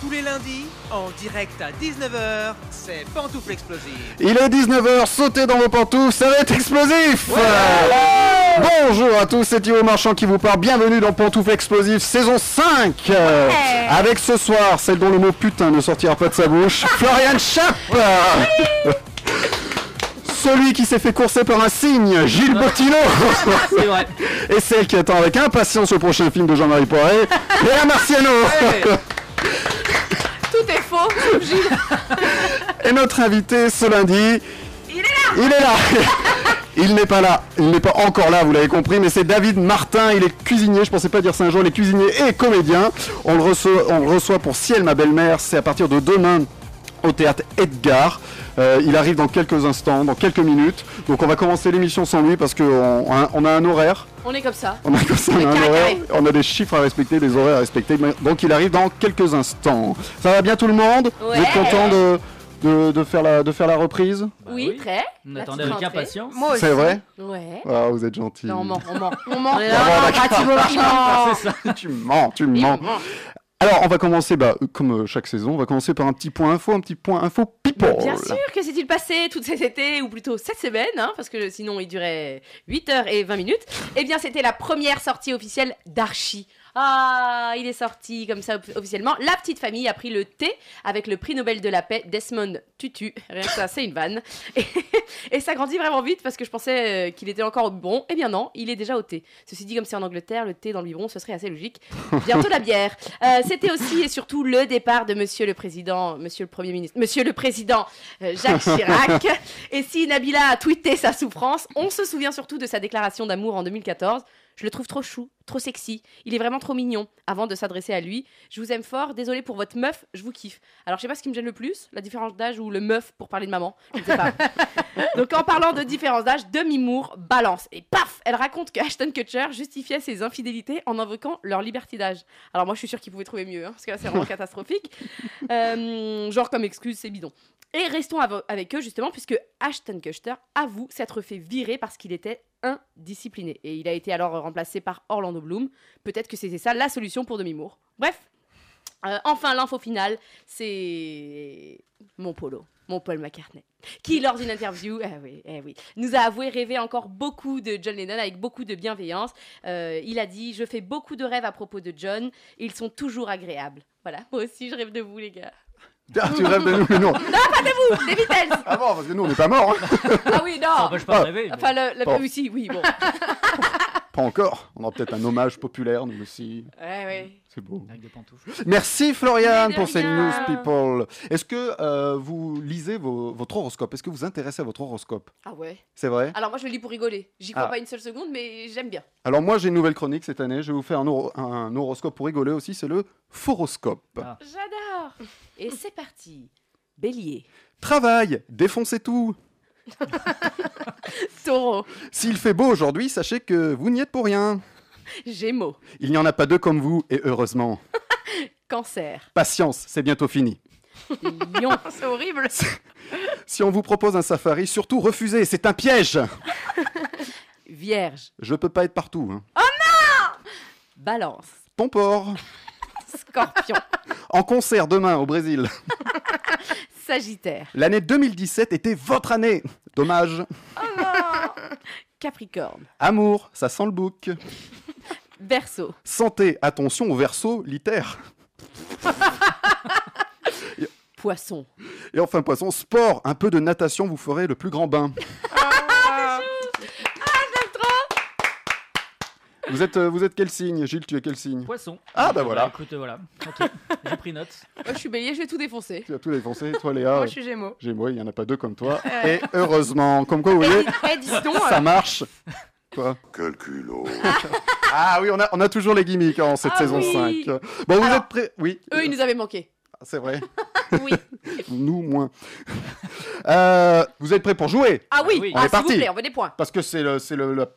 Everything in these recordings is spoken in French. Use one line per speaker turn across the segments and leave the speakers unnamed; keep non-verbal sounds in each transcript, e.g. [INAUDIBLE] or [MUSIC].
Tous les lundis, en direct à 19h, c'est Pantoufle Explosive.
Il est 19h, sautez dans vos pantoufles, ça va être explosif Bonjour à tous, c'est Thio Marchand qui vous parle, bienvenue dans Pantoufles Explosives saison 5 Euh, Avec ce soir, celle dont le mot putain ne sortira pas de sa
[LAUGHS]
bouche, Florian Schapp Celui qui s'est fait courser par un cygne, Gilles Bottino
[LAUGHS] C'est vrai.
Et celle qui attend avec impatience le prochain film de
[LAUGHS]
Jean-Marie Poiré, Léa Marciano
Tout est faux.
Et notre invité ce lundi. Il est là [LAUGHS] Il n'est pas là, il n'est pas encore là, vous l'avez compris, mais c'est David Martin, il est cuisinier, je pensais pas dire ça un jour, il est cuisinier et comédien. On le reçoit, on le reçoit pour Ciel, ma belle-mère, c'est à partir de demain au théâtre Edgar. Euh, il arrive dans quelques instants, dans quelques minutes. Donc on va commencer l'émission sans lui parce qu'on on a- on a un horaire.
On est comme ça.
On a, [LAUGHS] comme ça, on a un
carré,
horaire,
carré.
on a des chiffres à respecter, des horaires à respecter. mais- Donc il arrive dans quelques instants. Ça va bien tout le monde
Ouais.
Vous êtes content de, de, de faire la, de faire la reprise
oui,
Bah oui.
prêt
On
La
attendait
petite
avec
rentrée.
impatience.
Moi aussi.
C'est vrai
Ouais.
Ah, Vous êtes Ah, bah, gentil.
Non,
[LAUGHS]
on ment, on ment, on ment. Ah,
Ah, Oh tu mens, tu mens. Alors on va commencer, bah, euh, comme euh, chaque saison, on va commencer par un petit point info, un petit point info people.
Bien sûr, que s'est-il passé tout cet été, ou plutôt cette semaine, hein, parce que sinon il durait 8 heures et 20 minutes Eh bien, c'était la première sortie officielle d'Archie. Ah, il est sorti comme ça op- officiellement. La petite famille a pris le thé avec le prix Nobel de la paix Desmond Tutu. Rien que ça, c'est une vanne. Et, et ça grandit vraiment vite parce que je pensais euh, qu'il était encore au biberon. Eh bien non, il est déjà au thé. Ceci dit, comme c'est en Angleterre, le thé dans le biberon, ce serait assez logique. Bientôt la bière. Euh, C'était aussi et surtout le départ de Monsieur le Président, Monsieur le Premier ministre, Monsieur le Président euh, Jacques Chirac. Et si Nabila a tweeté sa souffrance, on se souvient surtout de sa déclaration d'amour en 2014. Je le trouve trop chou, trop sexy. Il est vraiment trop mignon. Avant de s'adresser à lui, je vous aime fort. Désolé pour votre meuf, je vous kiffe. Alors je sais pas ce qui me gêne le plus, la différence d'âge ou le meuf pour parler de maman. Je ne sais pas. Donc en parlant de différence d'âge, Demi Moore balance et paf, elle raconte que Ashton Kutcher justifiait ses infidélités en invoquant leur liberté d'âge. Alors moi je suis sûre qu'ils pouvaient trouver mieux, hein, parce que là c'est vraiment catastrophique. Euh, genre comme excuse, c'est bidon. Et restons av- avec eux justement, puisque Ashton Kutcher avoue s'être fait virer parce qu'il était indiscipliné. Et il a été alors remplacé par Orlando Bloom. Peut-être que c'était ça la solution pour Demi Moore. Bref. Euh, enfin, l'info finale, c'est mon polo, mon Paul McCartney, qui, lors d'une interview, [LAUGHS] ah oui, eh oui, nous a avoué rêver encore beaucoup de John Lennon avec beaucoup de bienveillance. Euh, il a dit Je fais beaucoup de rêves à propos de John, et ils sont toujours agréables. Voilà, moi aussi je rêve de vous, les gars.
[LAUGHS] Ah, tu rêves de nous, mais
[LAUGHS]
non.
Les Beatles
Ah bon, parce que nous on n'est pas morts, hein.
Ah oui,
Ça
non
n'empêche pas
Ah.
de rêver. mais-
Enfin, le, le-
Bon.
oui, si, oui, bon.
pas encore. On aura peut-être un hommage populaire nous aussi.
[LAUGHS] Ouais, ouais.
C'est beau.
Avec des pantoufles.
Merci Florian
Mais de
pour ces news
rien.
people. Est-ce que euh, vous lisez vos- votre horoscope Est-ce que vous intéressez à votre horoscope
Ah ouais.
C'est vrai
Alors moi je le lis pour rigoler. J'y crois
Ah.
pas une seule seconde, mais j'aime bien.
Alors moi j'ai une nouvelle chronique cette année. Je vais vous faire un, horo- un horoscope pour rigoler aussi. C'est le foroscope.
Ah.
J'adore. Et c'est parti. Bélier.
Travail, défoncez tout.
Taureau.
S'il fait beau aujourd'hui, sachez que vous n'y êtes pour rien.
Gémeaux.
Il n'y en a pas deux comme vous et heureusement.
[LAUGHS] Cancer.
Patience, c'est bientôt fini.
Lion. c'est horrible.
Si on vous propose un safari, surtout refusez. C'est un piège.
Vierge.
Je peux pas être partout. Hein.
Balance.
Bon port.
[LAUGHS] Scorpion.
En concert demain au Brésil.
Sagittaire.
L'année 2017 était votre année. Dommage.
Oh
Capricorne.
Amour, ça sent le bouc.
Verseau.
Santé, attention au verso, litère.
Poisson.
Et enfin, poisson, sport, un peu de natation, vous ferez le plus grand bain. Vous êtes, euh, vous êtes quel signe Gilles, tu es quel signe
Poisson.
Ah, bah voilà.
écoute, euh, voilà. Ok, j'ai pris note.
Moi je suis bélier, je vais tout défoncer.
Tu as tout défoncé, toi Léa.
Moi je suis gémeaux. Euh.
Gémeaux, il n'y en a pas deux comme toi. Et heureusement, comme quoi vous voyez,
Eh, dis donc.
ça marche. Quoi
Quel culot
[LAUGHS] Ah oui, on a, on a toujours les gimmicks en cette
Ah
saison
oui.
5. Bon, vous
Alors,
êtes prêts Oui,
Eux ils nous avaient manqué.
c'est vrai.
[LAUGHS] Oui.
Nous, moins. Euh, vous êtes prêts pour jouer
Ah oui,
Oui.
On
Ah,
est
s'il vous
parti.
plaît, on veut des points.
Parce que c'est le, c'est le, la-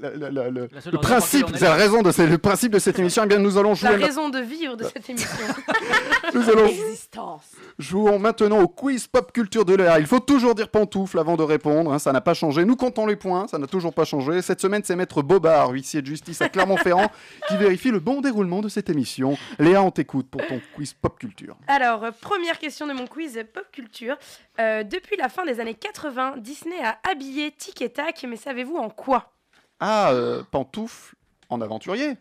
le- la- la- le-
La seule
le
raison pour
principe,
laquelle on est
vous avez raison, de- c'est le principe de cette émission. Eh bien, nous allons
La
jouer, ma-
raison de vivre de cette émission.
[LAUGHS] nous allons
Existence.
Jouons maintenant au quiz pop culture de l'air. Il faut toujours dire pantoufle avant de répondre, hein, ça n'a pas changé. Nous comptons les points, ça n'a toujours pas changé. Cette semaine, c'est Maître Bobard, huissier de justice à
[LAUGHS]
Clermont-Ferrand, qui vérifie le bon déroulement de cette émission. Léa, on t'écoute pour ton quiz pop culture.
Alors, euh, première question de mon quiz pop culture. Euh, depuis la fin des années 80, Disney a habillé Tic et Tac, mais savez-vous en quoi
Ah, euh, pantoufle en aventurier,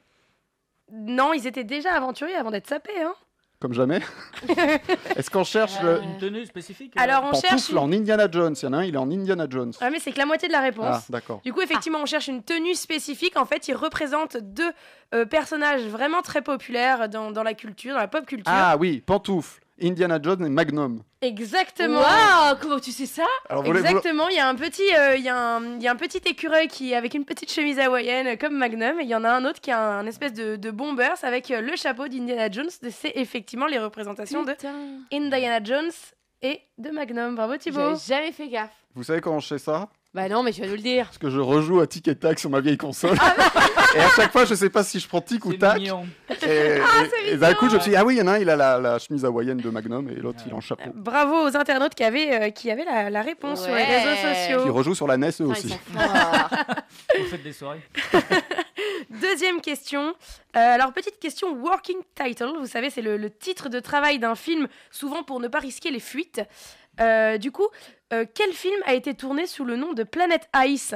Non, ils étaient déjà aventuriers avant d'être sapés.
[LAUGHS]
Hein
comme jamais. Est-ce qu'on cherche le
Une tenue spécifique euh,
Alors, on cherche.
pantoufle
Une...
en Indiana Jones Il y en a un, il est en Indiana Jones.
Ah, mais c'est que la moitié de la réponse.
Ah, d'accord.
Du coup, effectivement, on cherche une tenue spécifique. En fait, ils représentent deux euh, personnages vraiment très populaires dans, dans la culture, dans la pop culture.
Ah oui, pantoufle, Indiana Jones et Magnum.
Exactement.
Waouh, comment tu sais ça
Alors, voulez- vous-
Exactement, il y, a un petit, euh, il y, a un- il y a un petit écureuil qui est avec une petite chemise hawaïenne euh, comme Magnum, et il y en a un autre qui a un espèce de, de bombers avec euh, le chapeau d'Indiana Jones. C'est effectivement les représentations de
Putain,
Indiana Jones et de Magnum. Bravo Thibaut.
j'avais jamais fait gaffe.
vous savez comment je sais ça
Bah non, mais tu vas nous le dire.
Parce que je rejoue à tic et tac sur ma vieille console.
Ah, bah
[LAUGHS] et à chaque fois, je sais pas si je prends tic ou
C'est
tac.
mignon.
Ah,
Et, et- et d'un coup, je me suis dit, ah oui, il y en a un, il a la, la chemise hawaïenne de Magnum et l'autre, il
Euh,
est en chapeau.
Bravo aux internautes qui avaient, euh, qui avaient la, la réponse sur les
Ouais.
réseaux
Qui
sociaux.
rejoue sur la NES eux
Putain, ils
E aussi.
sont forts.
Vous faites des soirées.
Deuxième question. Euh, alors, petite question working title. Vous savez, c'est le, le titre de travail d'un film, souvent pour ne pas risquer les fuites. Euh, du coup, euh, quel film a été tourné sous le nom de Planète Ice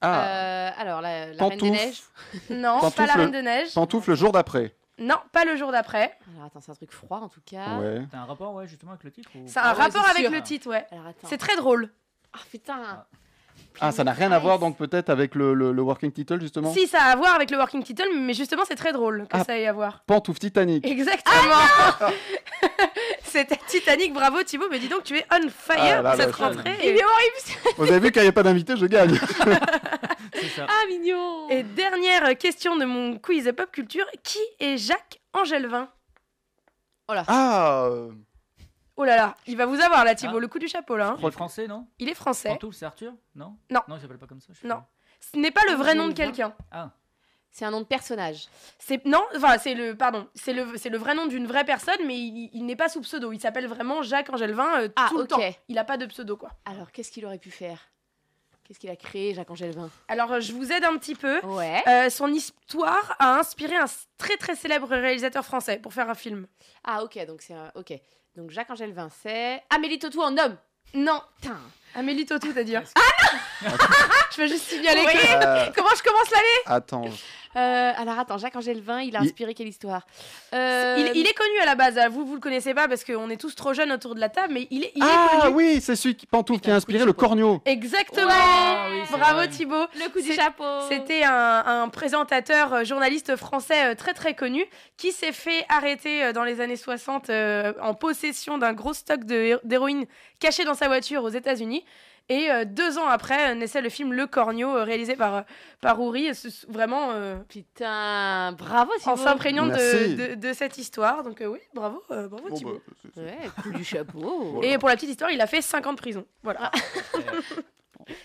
Ah,
Euh, alors, la, la Reine des Neiges.
pantoufle.
Non, pas
Pantoufle.
la Reine de Neige.
Pantoufle le jour d'après.
Non, pas le jour d'après.
Alors, attends, c'est un truc froid en tout cas.
Ouais.
T'as un rapport, ouais, justement, avec le titre ou-
C'est un
Ah ouais,
rapport
c'est
avec
sûr.
le titre, ouais.
Alors, attends.
C'est très drôle.
Ah putain.
Ah, ça n'a rien à voir donc peut-être avec le, le- le working title justement
Si, ça a à voir avec le working title, mais justement, c'est très drôle que
Ah.
ça ait à voir.
Pantoufle Titanic.
Exactement.
Ah
[LAUGHS] C'était Titanic, bravo Thibaut, mais dis donc, tu es on fire
Ah là
pour
là,
cette
ça-
rentrée.
Il
Et-
est horrible.
Vous avez vu, quand il n'y a pas d'invité, je gagne.
C'est ça.
Ah mignon.
Et dernière question de mon quiz pop culture qui est Jacques Angelvin
Ah, euh,
Oh là là, il va vous avoir là, Thibaut,
Ah.
le coup du chapeau là. hein.
Il est français, non
Il est français.
Pantoufle, c'est Arthur Non
Non.
Non, il s'appelle pas comme ça. je sais
Non.
pas.
Ce n'est pas le vrai nom de
Angelvin.
quelqu'un.
Ah,
C'est un nom de personnage.
C'est non, enfin c'est le pardon, c'est le c'est le vrai nom d'une vraie personne, mais il, il n'est pas sous pseudo. Il s'appelle vraiment Jacques Angelvin euh,
Ah,
tout
ok.
le temps. Il a pas de pseudo quoi.
Alors, qu'est-ce qu'il aurait pu faire Qu'est-ce qu'il a créé, Jacques Angelvin
Alors euh, je vous aide un petit peu.
Ouais.
Euh, son histoire a inspiré un s- très très célèbre réalisateur français pour faire un film.
Ah ok, donc c'est un... Ok. Donc Jacques Angelvin, c'est... Amélie Totou en homme
Non,
Putain Ah
Amélie Totou t'as dit. hein.
[LAUGHS] Je veux juste signaler
Oui.
que...
Ah, euh, ah.
Comment je commence l'année
attends.
Euh, Alors attends, Jacques Angelvin, il a
Il-
inspiré quelle histoire Euh,
Il, il est connu à la base. euh, Vous vous le connaissez pas parce qu'on est tous trop jeunes autour de la table, mais il est il est
Ah
connu.
oui, c'est celui qui pantoufle qui a
Putain,
inspiré
oui,
le
je pense.
corneau.
Exactement.
Ah oui, c'est
Bravo
vrai.
Thibaut.
Le coup du
C'est-
chapeau
C'était un, un présentateur euh, journaliste français euh, très très connu qui s'est fait arrêter euh, dans les années 60 euh, en possession d'un gros stock de hé- d'héroïne caché dans sa voiture aux États-Unis. Et euh, deux ans après euh, naissait le film Le Corneau euh, réalisé par, euh, par Uri, et ce- ce- vraiment euh,
Putain, bravo Thibaut
en s'imprégnant de,
Merci.
de, de cette histoire. Donc euh, oui, bravo, euh, bravo
Bon,
Thibaut.
bah, c'est- c'est-
Ouais, coup du chapeau
voilà.
Et pour la petite histoire, il a fait 5 ans de prison. Voilà.
Ah.
[LAUGHS]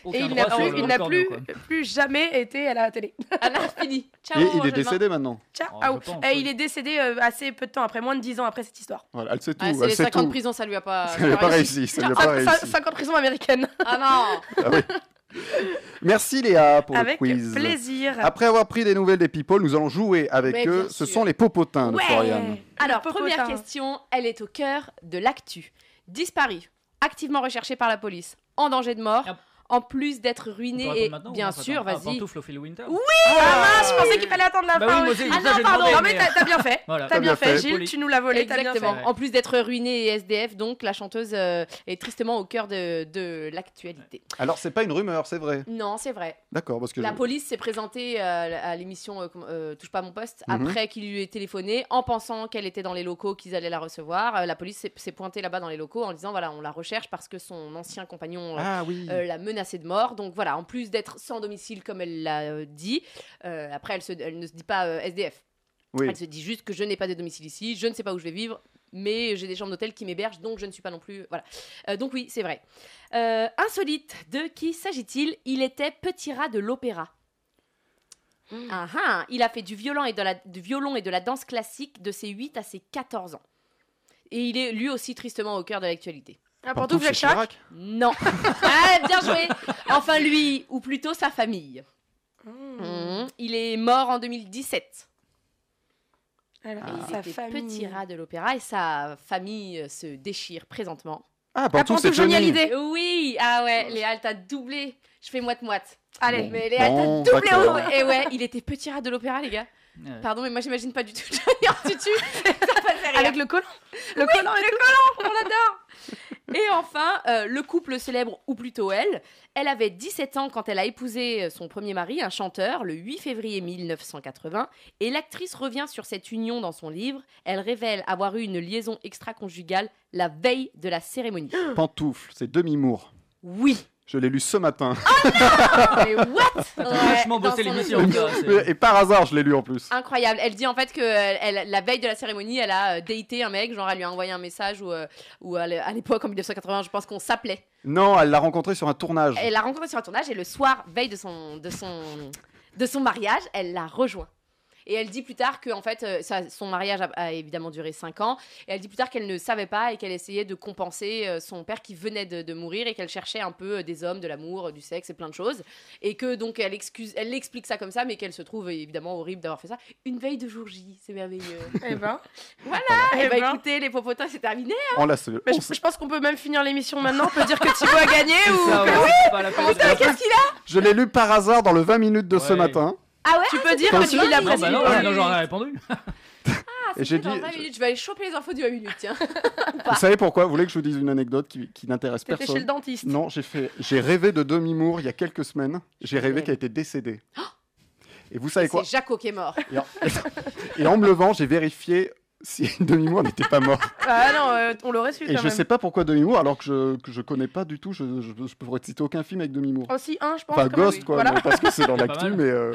aucun
et il
droit
n'a
sur
plus,
le
il n'a
corneau,
plus, [LAUGHS]
quoi.
plus jamais été à la télé.
Alors,
[LAUGHS]
fini Ciao
Et il est
Angelvin.
décédé maintenant.
Ciao.
Oh, je pense,
Et
oui.
il est décédé euh, assez peu de temps après, moins de 10 ans après cette histoire.
Voilà, elle sait tout.
Ah, c'est
elle
les
sait
50 prisons,
tout.
ça lui a pas...
Ça lui a
ça
pas
lui a-
réussi. Ça lui a pas
Cin- cin-
réussi.
50 prisons américaines.
Ah non
Merci Léa pour
Avec
le quiz.
plaisir.
Après avoir pris des nouvelles des people, nous allons jouer avec
Mais
eux.
bien
Ce
sûr.
sont les popotins de
Ouais.
Florian.
Alors,
Le
première
popotin.
question, elle est au cœur de l'actu. Disparu, activement recherché par la police, en danger de mort,
Yep.
en plus d'être
On peut
ruiné
répondre
et
maintenant ou
bien
non, ça
sûr,
attend- Ah,
vas-y.
Pantoufle au fil Winter
Oui.
Ah mince, je pensais qu'il fallait attendre la
Bah
fin.
oui, moi
aussi.
aussi,
ah
ça, j'ai
non, pardon,
demandé,
non, mais
mais-
t'as t'as bien fait.
Voilà.
T'as bien fait, Gilles,
Poli.
tu nous l'as volé, t'as bien fait.
Exactement. En plus d'être ruiné et SDF, donc la chanteuse euh, est tristement au cœur de, de l'actualité.
Alors, c'est pas une rumeur, c'est vrai.
Non, c'est vrai.
D'accord, parce que.
Mm. La
je-
police s'est présentée euh, à l'émission euh, com- euh, Touche pas à mon poste
Mhm.
après qu'il lui ait téléphoné en pensant qu'elle était dans les locaux, qu'ils allaient la recevoir. Euh, la police s'est- s'est pointée là-bas dans les locaux en disant voilà, on la recherche parce que son ancien compagnon euh,
Ah oui.
euh, la menacée de mort. Donc voilà, en plus d'être sans domicile, comme elle l'a euh, dit, euh, après, elle, se- elle ne se dit pas euh, SDF.
oui.
Elle se dit juste que je n'ai pas de domicile ici, je ne sais pas où je vais vivre, mais j'ai des chambres d'hôtel qui m'hébergent, donc je ne suis pas non plus. Voilà. Euh, donc oui, c'est vrai. Euh, insolite, de qui s'agit-il Il était petit rat de l'opéra. Ah ah, il a fait du violon, et de la, du violon et de la danse classique de ses 8 à ses 14 ans. Et il est lui aussi tristement au cœur de l'actualité.
Un pantouf, Jacques Chirac.
Non. [LAUGHS] ah, bien joué. Enfin lui, ou plutôt sa famille.
Mmh.
Mhm. Il est mort en 2017.
Alors,
Et il
sa
était
famille.
petit rat de l'opéra et sa famille euh, se déchire présentement.
Ah,
Ah,
Pantouf, c'est
Johnny
Johnny.
Hallyday.
Oui, ah ouais, Léa, elle t'a doublé. Je fais moite-moite.
Allez.
Bon.
Mais Léa, elle
Bon,
t'a doublé.
d'accord.
au- oh, Et ouais, il était petit rat de l'opéra, les gars.
Ouais.
Pardon, mais moi, j'imagine pas du tout [LAUGHS] Johnny en tutu. Ça va faire rire.
Avec le collant. Le
Oui,
collant.
le collant, on adore. Et enfin, euh, le couple célèbre, ou plutôt elle. Elle avait 17 ans quand elle a épousé euh, son premier mari, un chanteur, le 8 février 1980. Et l'actrice revient sur cette union dans son livre. Elle révèle avoir eu une liaison extra-conjugale la veille de la
[GASPS]
cérémonie.
Pantoufle, c'est demi-mour.
Oui.
Je l'ai lu ce matin.
Ah
Mais what
T'as
Ouais,
vachement bossé
dans son
l'émission.
livre.
toi,
[LAUGHS]
c'est-
Et par hasard, je l'ai lu en plus.
Incroyable. Elle dit en fait que euh, elle- la veille de la cérémonie, elle a euh, daté un mec, genre elle lui a envoyé un message ou euh, ou à l'é- à l'époque en 1980, je pense qu'on s'appelait.
Non, elle l'a rencontré sur un tournage.
Elle l'a rencontré sur un tournage et le soir, veille de son, de son, de son mariage, elle l'a rejoint. Et elle dit plus tard que en fait, euh, ça- son mariage a, a évidemment duré 5 ans. Et elle dit plus tard qu'elle ne savait pas et qu'elle essayait de compenser euh, son père qui venait de, de mourir et qu'elle cherchait un peu euh, des hommes, de l'amour, euh, du sexe et plein de choses. Et que donc elle, excuse, elle explique ça comme ça, mais qu'elle se trouve euh, évidemment horrible d'avoir fait ça. Une veille de jour J, c'est merveilleux.
Eh ben.
Voilà.
Eh
et bah
ben.
écoutez, les popotins, c'est terminé. hein.
On l'a su.
Bah,
on
je,
s-
je pense qu'on peut même finir l'émission maintenant. On peut dire que Thibaut a gagné
C'est
ou.
ça, ouais, c'est pas la peine de-
Qu'est-ce qu'il a
Je l'ai lu par hasard dans le 20 minutes de ce
Ouais.
matin.
Ah ouais
Tu peux dire que
Attention.
tu l'as
Non, bah non,
précisé.
non, j'en ai répondu.
Ah,
Et j'ai
c'est Bah. dans
dit-
20 minutes. Je vais aller choper les infos du 1 minute, tiens.
Vous savez pourquoi Vous voulez que je vous dise une anecdote qui, qui n'intéresse
T'étais
personne
chez le dentiste.
Non, j'ai fait. J'ai rêvé de Demi Moore il y a quelques semaines. J'ai rêvé qu'elle était décédée. Et vous savez quoi
Ah, C'est Jaco qui est mort.
et en... [LAUGHS] et en me levant, j'ai vérifié si [LAUGHS] Demi Moore n'était pas morte.
Ah non, euh, on l'aurait su quand
Et je
même.
sais pas pourquoi Demi Moore, alors que je que je connais pas du tout. Je je, je pourrais te citer aucun film avec Demi Moore.
Aussi un, je pense.
Enfin,
quand même.
Ghost, quoi,
Voilà.
mais parce que
[LAUGHS]
c'est dans
Pas
l'actu,
mal.
mais, euh,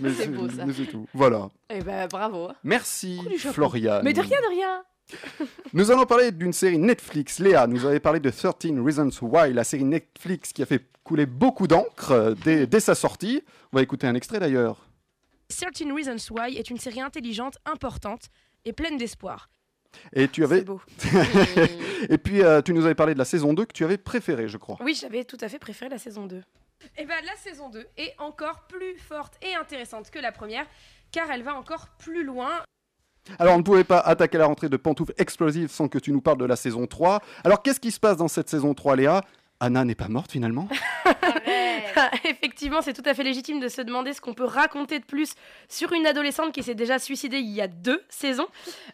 mais
[LAUGHS] C'est
c'est
beau, ça.
mais c'est tout. Voilà.
Eh ben bravo.
Merci,
Coup du chapeau.
Florian.
Mais de rien, de rien.
Nous allons parler d'une série Netflix. Léa nous avait parlé de 13 Reasons Why, la série Netflix qui a fait couler beaucoup d'encre euh, dès, dès sa sortie. On va écouter un extrait d'ailleurs.
13 Reasons Why est une série intelligente, importante et pleine d'espoir.
Et tu
C'est
avais
beau.
[LAUGHS] et puis euh, tu nous avais parlé de la saison 2 que tu avais préférée, je crois.
Oui, j'avais tout à fait préféré la saison 2. Et bien, Eh ben, la saison 2 est encore plus forte et intéressante que la première, car elle va encore plus loin.
Alors on ne pouvait pas attaquer la rentrée de Pantoufles Explosives sans que tu nous parles de la saison 3. Alors qu'est-ce qui se passe dans cette saison 3, Léa Anna n'est pas morte finalement
Arrête.
Ah, Effectivement, c'est tout à fait légitime de se demander ce qu'on peut raconter de plus sur une adolescente qui s'est déjà suicidée il y a deux saisons.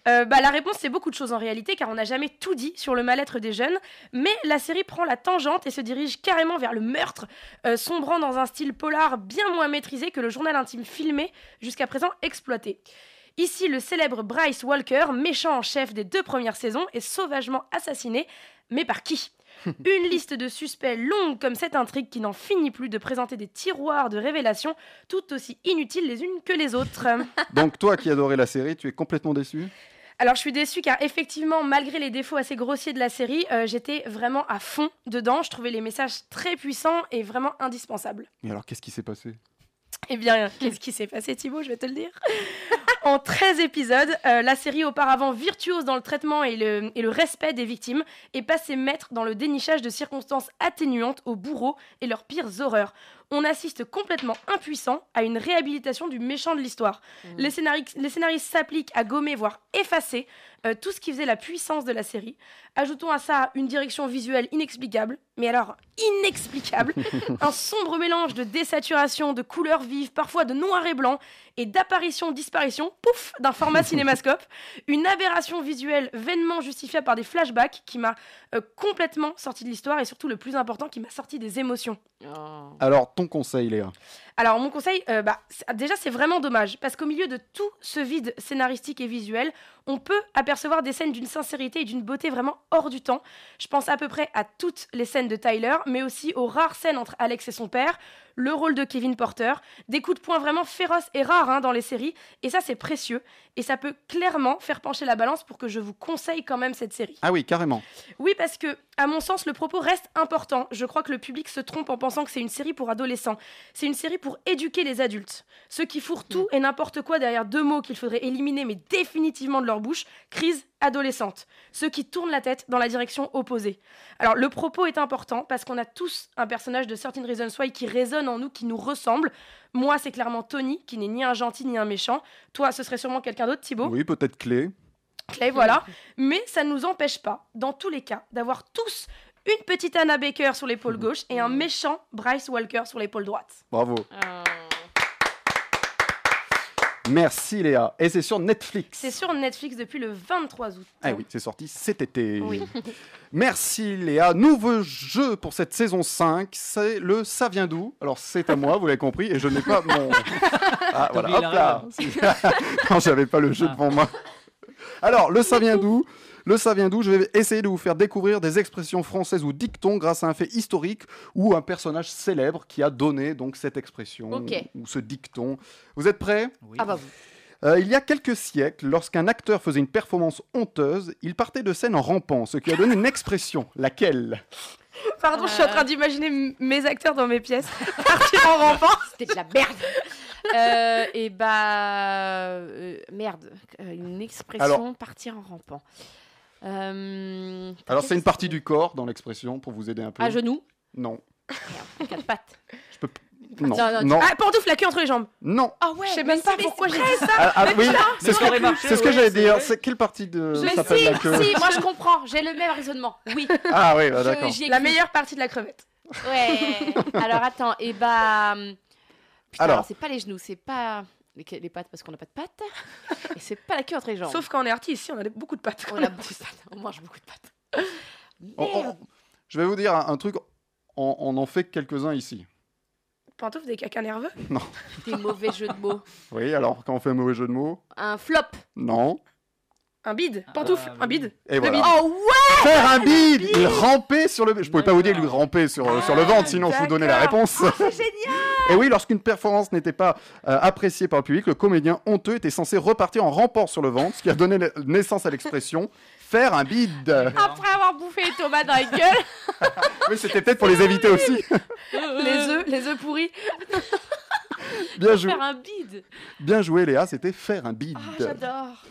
Euh, bah, la réponse, c'est beaucoup de choses en réalité, car on n'a jamais tout dit sur le mal-être des jeunes. Mais la série prend la tangente et se dirige carrément vers le meurtre, euh, sombrant dans un style polar bien moins maîtrisé que le journal intime filmé jusqu'à présent exploité. Ici, le célèbre Bryce Walker, méchant en chef des deux premières saisons, est sauvagement assassiné, mais par qui Une liste de suspects longue comme cette intrigue qui n'en finit plus de présenter des tiroirs de révélations tout aussi inutiles les unes que les autres.
Donc toi qui adorais la série, tu es complètement déçu
Alors je suis déçue car effectivement, malgré les défauts assez grossiers de la série, euh, j'étais vraiment à fond dedans. Je trouvais les messages très puissants et vraiment indispensables.
Mais alors qu'est-ce qui s'est passé
Eh bien, qu'est-ce qui s'est passé Thibaut Je vais te le dire. [LAUGHS] en 13 épisodes, euh, la série auparavant virtuose dans le traitement et le, et le respect des victimes est passée maître dans le dénichage de circonstances atténuantes aux bourreaux et leurs pires horreurs. On assiste complètement impuissant à une réhabilitation du méchant de l'histoire.
Mhm.
Les, scénari- les scénaristes s'appliquent à gommer, voire effacer, euh, tout ce qui faisait la puissance de la série. Ajoutons à ça une direction visuelle inexplicable, mais alors inexplicable, un sombre mélange de désaturation, de couleurs vives, parfois de noir et blanc, et d'apparition-disparition, pouf, d'un format cinémascope, une aberration visuelle vainement justifiable par des flashbacks qui m'a euh, complètement sorti de l'histoire et surtout le plus important qui m'a sorti des émotions.
Oh.
Alors ton conseil, Léa
Alors mon conseil, euh, bah, c'est- déjà c'est vraiment dommage, parce qu'au milieu de tout ce vide scénaristique et visuel, on peut apercevoir des scènes d'une sincérité et d'une beauté vraiment hors du temps. Je pense à peu près à toutes les scènes de Tyler, mais aussi aux rares scènes entre Alex et son père, le rôle de Kevin Porter, des coups de poing vraiment féroces et rares hein, dans les séries, et ça c'est précieux, et ça peut clairement faire pencher la balance pour que je vous conseille quand même cette série.
Ah oui, carrément.
Oui, parce que, à mon sens, le propos reste important. Je crois que le public se trompe en pensant que c'est une série pour adolescents. C'est une série pour éduquer les adultes. Ceux qui fourrent tout et n'importe quoi derrière deux mots qu'il faudrait éliminer, mais définitivement de leur bouche, crise adolescente. Ceux qui tournent la tête dans la direction opposée. Alors, le propos est important parce qu'on a tous un personnage de Certain Reasons Why qui résonne en nous, qui nous ressemble. Moi, c'est clairement Tony, qui n'est ni un gentil ni un méchant. Toi, ce serait sûrement quelqu'un d'autre, Thibaut.
Oui, peut-être clé.
[LAUGHS]
Et voilà. Mais ça ne nous empêche pas, dans tous les cas, d'avoir tous une petite Anna Baker sur l'épaule gauche et
Mm.
un méchant Bryce Walker sur l'épaule droite.
Bravo.
Oh.
Merci Léa. Et c'est sur Netflix.
C'est sur Netflix depuis le 23 août.
Ah oui, c'est sorti cet été.
Oui.
[LAUGHS] Merci Léa. Nouveau jeu pour cette saison 5, c'est le Ça vient d'où Alors c'est à moi, vous l'avez compris, et je n'ai pas
[LAUGHS]
mon. Ah
T'as
voilà, hop là
oublié
[LAUGHS] Non, j'avais pas le jeu
Ah.
devant moi. Alors, le Ça vient d'où le ça vient d'où Je vais essayer de vous faire découvrir des expressions françaises ou dictons grâce à un fait historique ou un personnage célèbre qui a donné donc cette expression
Ok.
ou ce dicton. Vous êtes prêts
Oui.
Ah bah vous.
Euh, il y a quelques siècles, lorsqu'un acteur faisait une performance honteuse, il partait de scène en rampant, ce qui a donné une expression. Laquelle
[LAUGHS] Pardon, je
Euh.
suis en train d'imaginer m- mes acteurs dans mes pièces [LAUGHS] partir en rampant.
C'était de la merde. Euh, et bah euh, merde, Euh, une expression
Alors.
partir en rampant. Euh,
Alors, c'est une partie du corps dans l'expression pour vous aider un peu.
à genoux,
Non.
à quatre pattes.
Non.
Non, non, tu-
Non.
Ah, pantoufle la queue entre les jambes.
non.
Ah ouais.
Je sais même pas pourquoi j'ai dit ça.
Ah, ah, oui, c'est ce
ça
que,
aurait marché,
c'est ce que
ouais,
j'allais
c'est
dire.
vrai.
C'est quelle partie de
Mais
s'appelle
si,
la queue
si, moi je comprends, j'ai le même raisonnement. Oui,
Ah oui, bah,
je,
d'accord.
j'y ai
La
cru.
meilleure partie de la crevette.
Ouais. Alors attends, et bah. hum, Putain,
Alors.
alors, c'est pas les genoux, c'est pas les, les pattes parce qu'on n'a pas de
[LAUGHS]
pattes. Et c'est pas la queue entre les jambes.
Sauf quand on est artiste, ici, on a des- beaucoup de pattes.
on a beaucoup de pattes, on mange beaucoup de pattes.
On- on-
Merde.
je vais vous dire un un truc. On, on en fait quelques-uns ici.
Pantoufle des caca nerveux.
Des mauvais jeux de mots.
Oui, alors quand on fait un mauvais jeu de mots,
Un flop.
non.
Un bide.
Ah,
Pantoufle,
oui.
un bide.
Et voilà.
bide.
Oh ouais
Faire un bide Il rampait sur le. Je pouvais pas vous dire lui
D'accord.
ramper sur, euh, sur le
Ah,
ventre, sinon je vous donnais la
d'accord.
réponse.
Ah, C'est génial
Et oui, lorsqu'une performance n'était pas euh, appréciée par le public, le comédien honteux était censé repartir en rampant sur le ventre, ce qui a donné la- naissance à l'expression faire un bide. [LAUGHS]
Après avoir bouffé les tomates dans la gueule.
Oui, c'était peut-être pour les éviter aussi.
Les œufs, les œufs pourris.
Bien joué, Ah,
Faire un bide.
bien joué Léa, c'était faire un bide.
Ah, j'adore.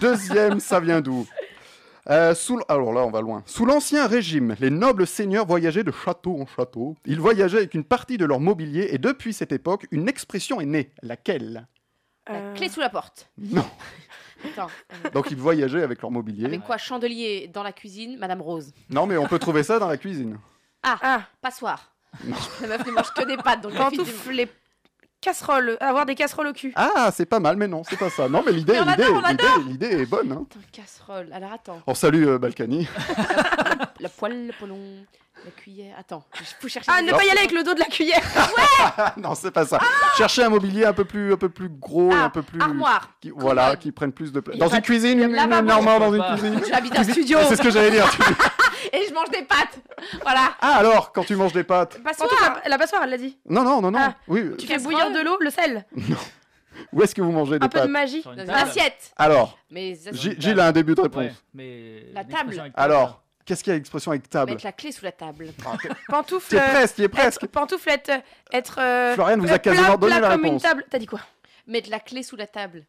Deuxième, ça vient d'où Euh, sous l- Alors là, on va loin. Sous l'Ancien Régime, les nobles seigneurs voyageaient de château en château. Ils voyageaient avec une partie de leur mobilier et depuis cette époque, une expression est née. Laquelle
La
Euh,
Clé sous la porte.
Non.
[LAUGHS] Attends. euh,
Donc ils voyageaient avec leur mobilier.
Avec quoi Chandelier dans la cuisine, Madame Rose.
Non, mais on peut trouver ça dans la cuisine.
Ah,
Passoire.
Non.
[LAUGHS] La meuf ne mange que des pâtes, donc la fille du-
pantoufle les casseroles. euh, Avoir des casseroles au cul.
Ah, c'est pas mal, mais non, c'est pas ça. Non, mais l'idée,
Mais on
l'idée,
adore, on
l'idée, l'idée est bonne. Hein.
Putain, casserole. Alors attends.
On salue euh, Balkany.
La poêle, le polon, la cuillère. Attends, il faut chercher.
Ah,
des-
ne pas y aller avec le dos de
[LAUGHS]
la cuillère.
Ah, [LAUGHS] non, c'est pas ça. Cherchez un mobilier un peu plus, un peu plus gros et
Ah,
un peu plus.
Armoire.
Qui, voilà,
commode.
qui prennent plus de place.
Y a
Dans
pas
une
de-
cuisine,
lavabo.
normalement dans une
Pas.
cuisine.
J'habite un studio
C'est ce que j'allais
[LAUGHS]
dire.
et je mange des pâtes. Voilà.
Ah alors, quand tu manges des pâtes
Pantoufle, la, la passoire, elle l'a dit.
Non, non, non, non.
Ah.
Oui.
Tu fais
Casserole.
bouillir de l'eau, le sel,
Où est-ce que vous mangez des
un peu de
pâtes
magie.
Sur une
Dans une
table.
assiette.
Alors,
Mais ça,
Sur
c'est-
une
Gi-
table.
Gilles a un début de réponse.
Ouais, mais
La
une expression
table.
avec
Alors, qu'est-ce qu'il y a à l'expression avec table
mettre la clé sous la table. [LAUGHS]
Pantoufle,
Tu
euh,
es presque, tu es presque.
être, pantoufle, être, être, euh,
Florian vous
euh,
a quasiment
plat-
donné
plat
la
comme une
réponse.
table. T'as dit quoi
Mettre la clé sous la table.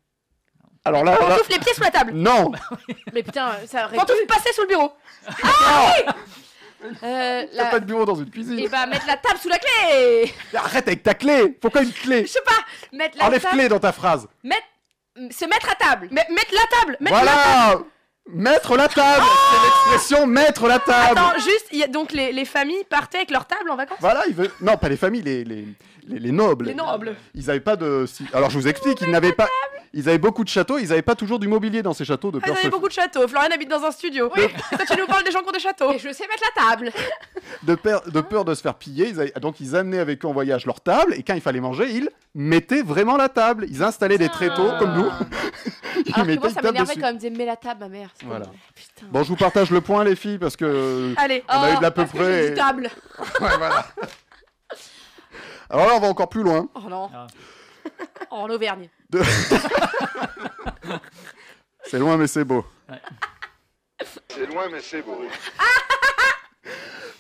Alors là, là-
Pantoufle, les pieds sous la table.
non.
[LAUGHS] Mais putain, ça aurait Ah,
Pantoufle, passer sous le bureau.
Euh,
Il n'y a
la-
Ah. pas de bureau dans une cuisine. Ah.
Et bah mettre la table sous la clé.
Mais Arrête avec ta clé. Pourquoi une clé
Je sais pas. Mettre la
Enlève
table.
clé dans ta phrase.
Se mettre à table.
Mais- mettre la table. Mettre la...
Voilà. Mettre la table.
Ah
C'est l'expression mettre la table.
Attends, juste, il y a, donc les, les familles partaient avec leur table en vacances.
Voilà, il veut. Non, pas les familles, les, les, les, les nobles.
Les nobles.
Ils n'avaient pas de. si- Alors je vous explique, ils n'avaient pas. Ils avaient beaucoup de châteaux, ils n'avaient pas toujours du mobilier dans ces châteaux de
Ah, ils
peur
avaient
se-
beaucoup de châteaux. Florian habite dans un studio. Oui. Et toi, tu nous parles des gens qui ont des châteaux.
Et je sais mettre la table.
de, peur, de peur de se faire piller. ils avaient- donc, ils amenaient avec eux en voyage leur table, et quand il fallait manger, ils mettaient vraiment la table. Ils installaient des tréteaux, comme nous. [LAUGHS] Ils
Alors que
mettaient
moi,
une
ça
table
m'énervait
dessus.
quand elle me disait mets la table, ma mère. C'est
Voilà.
comme- Putain. Oh,
Bon, je vous partage le point, les filles, parce que...
Allez.
On a Mmh. eu de l'à peu [LAUGHS]
parce que j'ai
près.
dit table.
Ouais, voilà. Alors là, on va encore plus loin.
Oh non. Oh,
Ah.
En Auvergne. [LAUGHS]
C'est loin, mais c'est beau.
C'est loin, mais c'est beau.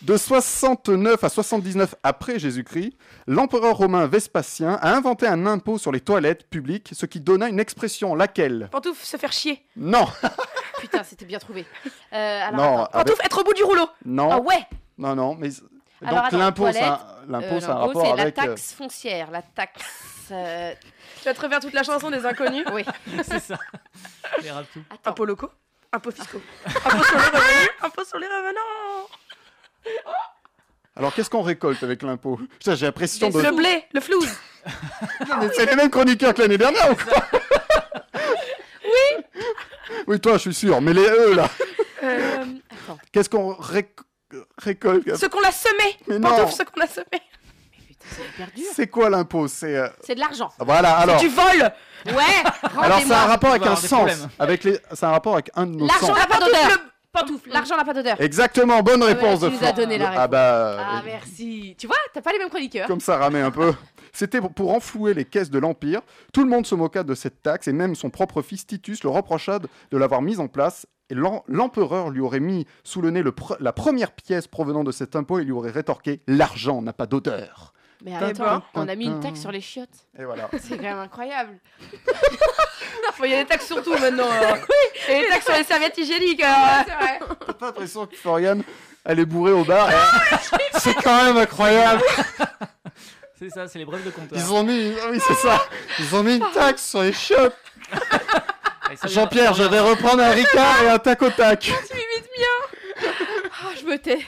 De 69 à 79 après Jésus-Christ, l'empereur romain Vespasien a inventé un impôt sur les toilettes publiques, ce qui donna une expression laquelle
Pantouf, se faire chier.
Non,
Putain, c'était bien trouvé. Euh,
[LAUGHS]
alors,
non,
attends.
avec-
Pantouf, être au bout du rouleau.
non,
Ah ouais
non, non, mais
Alors,
donc
attends,
l'impôt,
toilette,
ça, l'impôt,
Euh,
ça a un
l'impôt,
rapport
c'est
avec.
la
euh,
taxe foncière, la taxe. euh,
Tu vas te refaire toute la chanson des inconnus.
[LAUGHS]
oui.
C'est ça. Les rap tout.
Attends.
Impôts locaux, impôts fiscaux, impôts sur les revenus, impôts sur les revenants.
Alors qu'est-ce qu'on récolte avec l'impôt Putain, J'ai l'impression de.
Le blé, le flou.
Mais
Ah
C'est les mêmes chroniqueurs que l'année dernière ou quoi Oui Oui, toi, je suis sûr, mais les eux là,
Euh,
Attends.
qu'est-ce qu'on réc- récolte
ce qu'on a semé.
Mais non.
Pantouf, ce qu'on a semé.
Mais putain, c'est hyper dur.
C'est quoi l'impôt C'est. euh,
C'est de l'argent.
Voilà, alors.
Du vol.
Ouais,
Alors, ça a un
rendez-moi.
rapport
On
avec
va
un
avoir des
sens.
problèmes.
Avec les... Ça a un rapport avec un de nos
L'argent
sens.
n'a pas
Pantouf,
d'odeur.
le-
Pantoufle, l'argent n'a pas d'odeur.
Exactement, bonne
ouais,
réponse
tu
de
nous as
Franck.
donné la
Ah
réponse.
bah,
Ah,
euh,
merci. Tu vois, t'as pas les mêmes chroniqueurs.
comme ça ramait un peu. C'était pour- pour enflouer les caisses de l'Empire. Tout le monde se moqua de cette taxe et même son propre fils Titus le reprocha de de l'avoir mise en place. Et l'en- l'empereur lui aurait mis sous le nez le pre- la première pièce provenant de cet impôt et lui aurait rétorqué L'argent n'a pas d'odeur.
Mais
Tintin,
attends, on a mis une
tintin.
taxe sur les chiottes.
Et voilà.
C'est quand
[LAUGHS]
même incroyable.
Faut y a des taxes sur tout maintenant. euh. Et les taxes sur les serviettes hygiéniques. euh.
C'est vrai.
T'as pas l'impression que Florian, elle est bourrée au bar et- C'est quand même incroyable.
C'est ça, c'est les brefs de compteur.
Ils ont mis, ah oui, c'est ça. Ils ont mis une taxe sur les chiottes.
Ah, Et ça,
Jean-Pierre, je vais reprendre un Ricard et un tac au tac.
Tu m'imites bien. Ah, je me tais.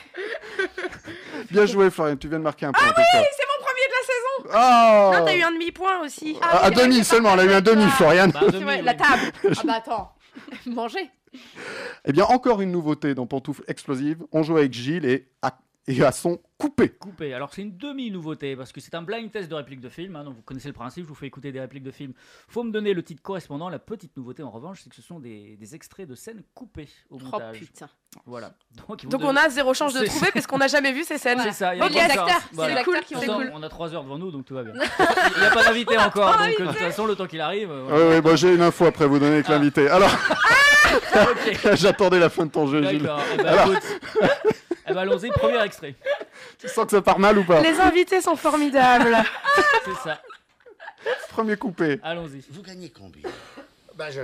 Bien joué, Florian. Tu viens de marquer un
Ah
point. en tout cas.
C'est mon premier de la saison.
Ah
Non, t'as eu un demi-point aussi.
Ah,
À- à
c'est vrai,
demi
j'ai
seulement, elle a eu un demi,
Ah.
Florian.
Bah, demi,
C'est vrai,
oui.
[LAUGHS]
la table. Ah bah attends. Manger.
Eh bien, encore une nouveauté dans Pantoufle Explosive. On joue avec Gilles et à, et à son coupé.
Coupé. Alors c'est une demi-nouveauté parce que c'est un blind test de répliques de films. hein, donc vous connaissez le principe, je vous fais écouter des répliques de films. Faut me donner le titre correspondant. La petite nouveauté en revanche, c'est que ce sont des, des extraits de scènes coupées au
Oh
montage.
putain.
Voilà. Donc, ils vont
Donc
donner-
on a zéro chance de
C'est-
trouver parce qu'on n'a jamais vu ces scènes.
C'est ça. il y a
Ok,
Mais
pas
les
les
de retard.
acteurs, c'est
Voilà.
les acteurs qui
C'est
ont
ont-
Pourtant,
cool.
On a 3 heures devant nous, donc tout va bien. Il n'y a pas
[LAUGHS]
d'invité encore, donc euh, de toute façon, le temps qu'il arrive. euh,
Oui, oui, bah, j'ai une info après vous donner avec
Ah.
l'invité. Alors,
voilà.
[LAUGHS]
Ok.
j'attendais la fin de ton jeu, Gilles.
D'accord. Eh ben, écoute. Eh ben, allons-y, premier extrait.
Tu sens que ça part mal ou pas
Les invités sont formidables.
C'est ça.
Premier coupé.
Allons-y.
Vous gagnez combien Bah je...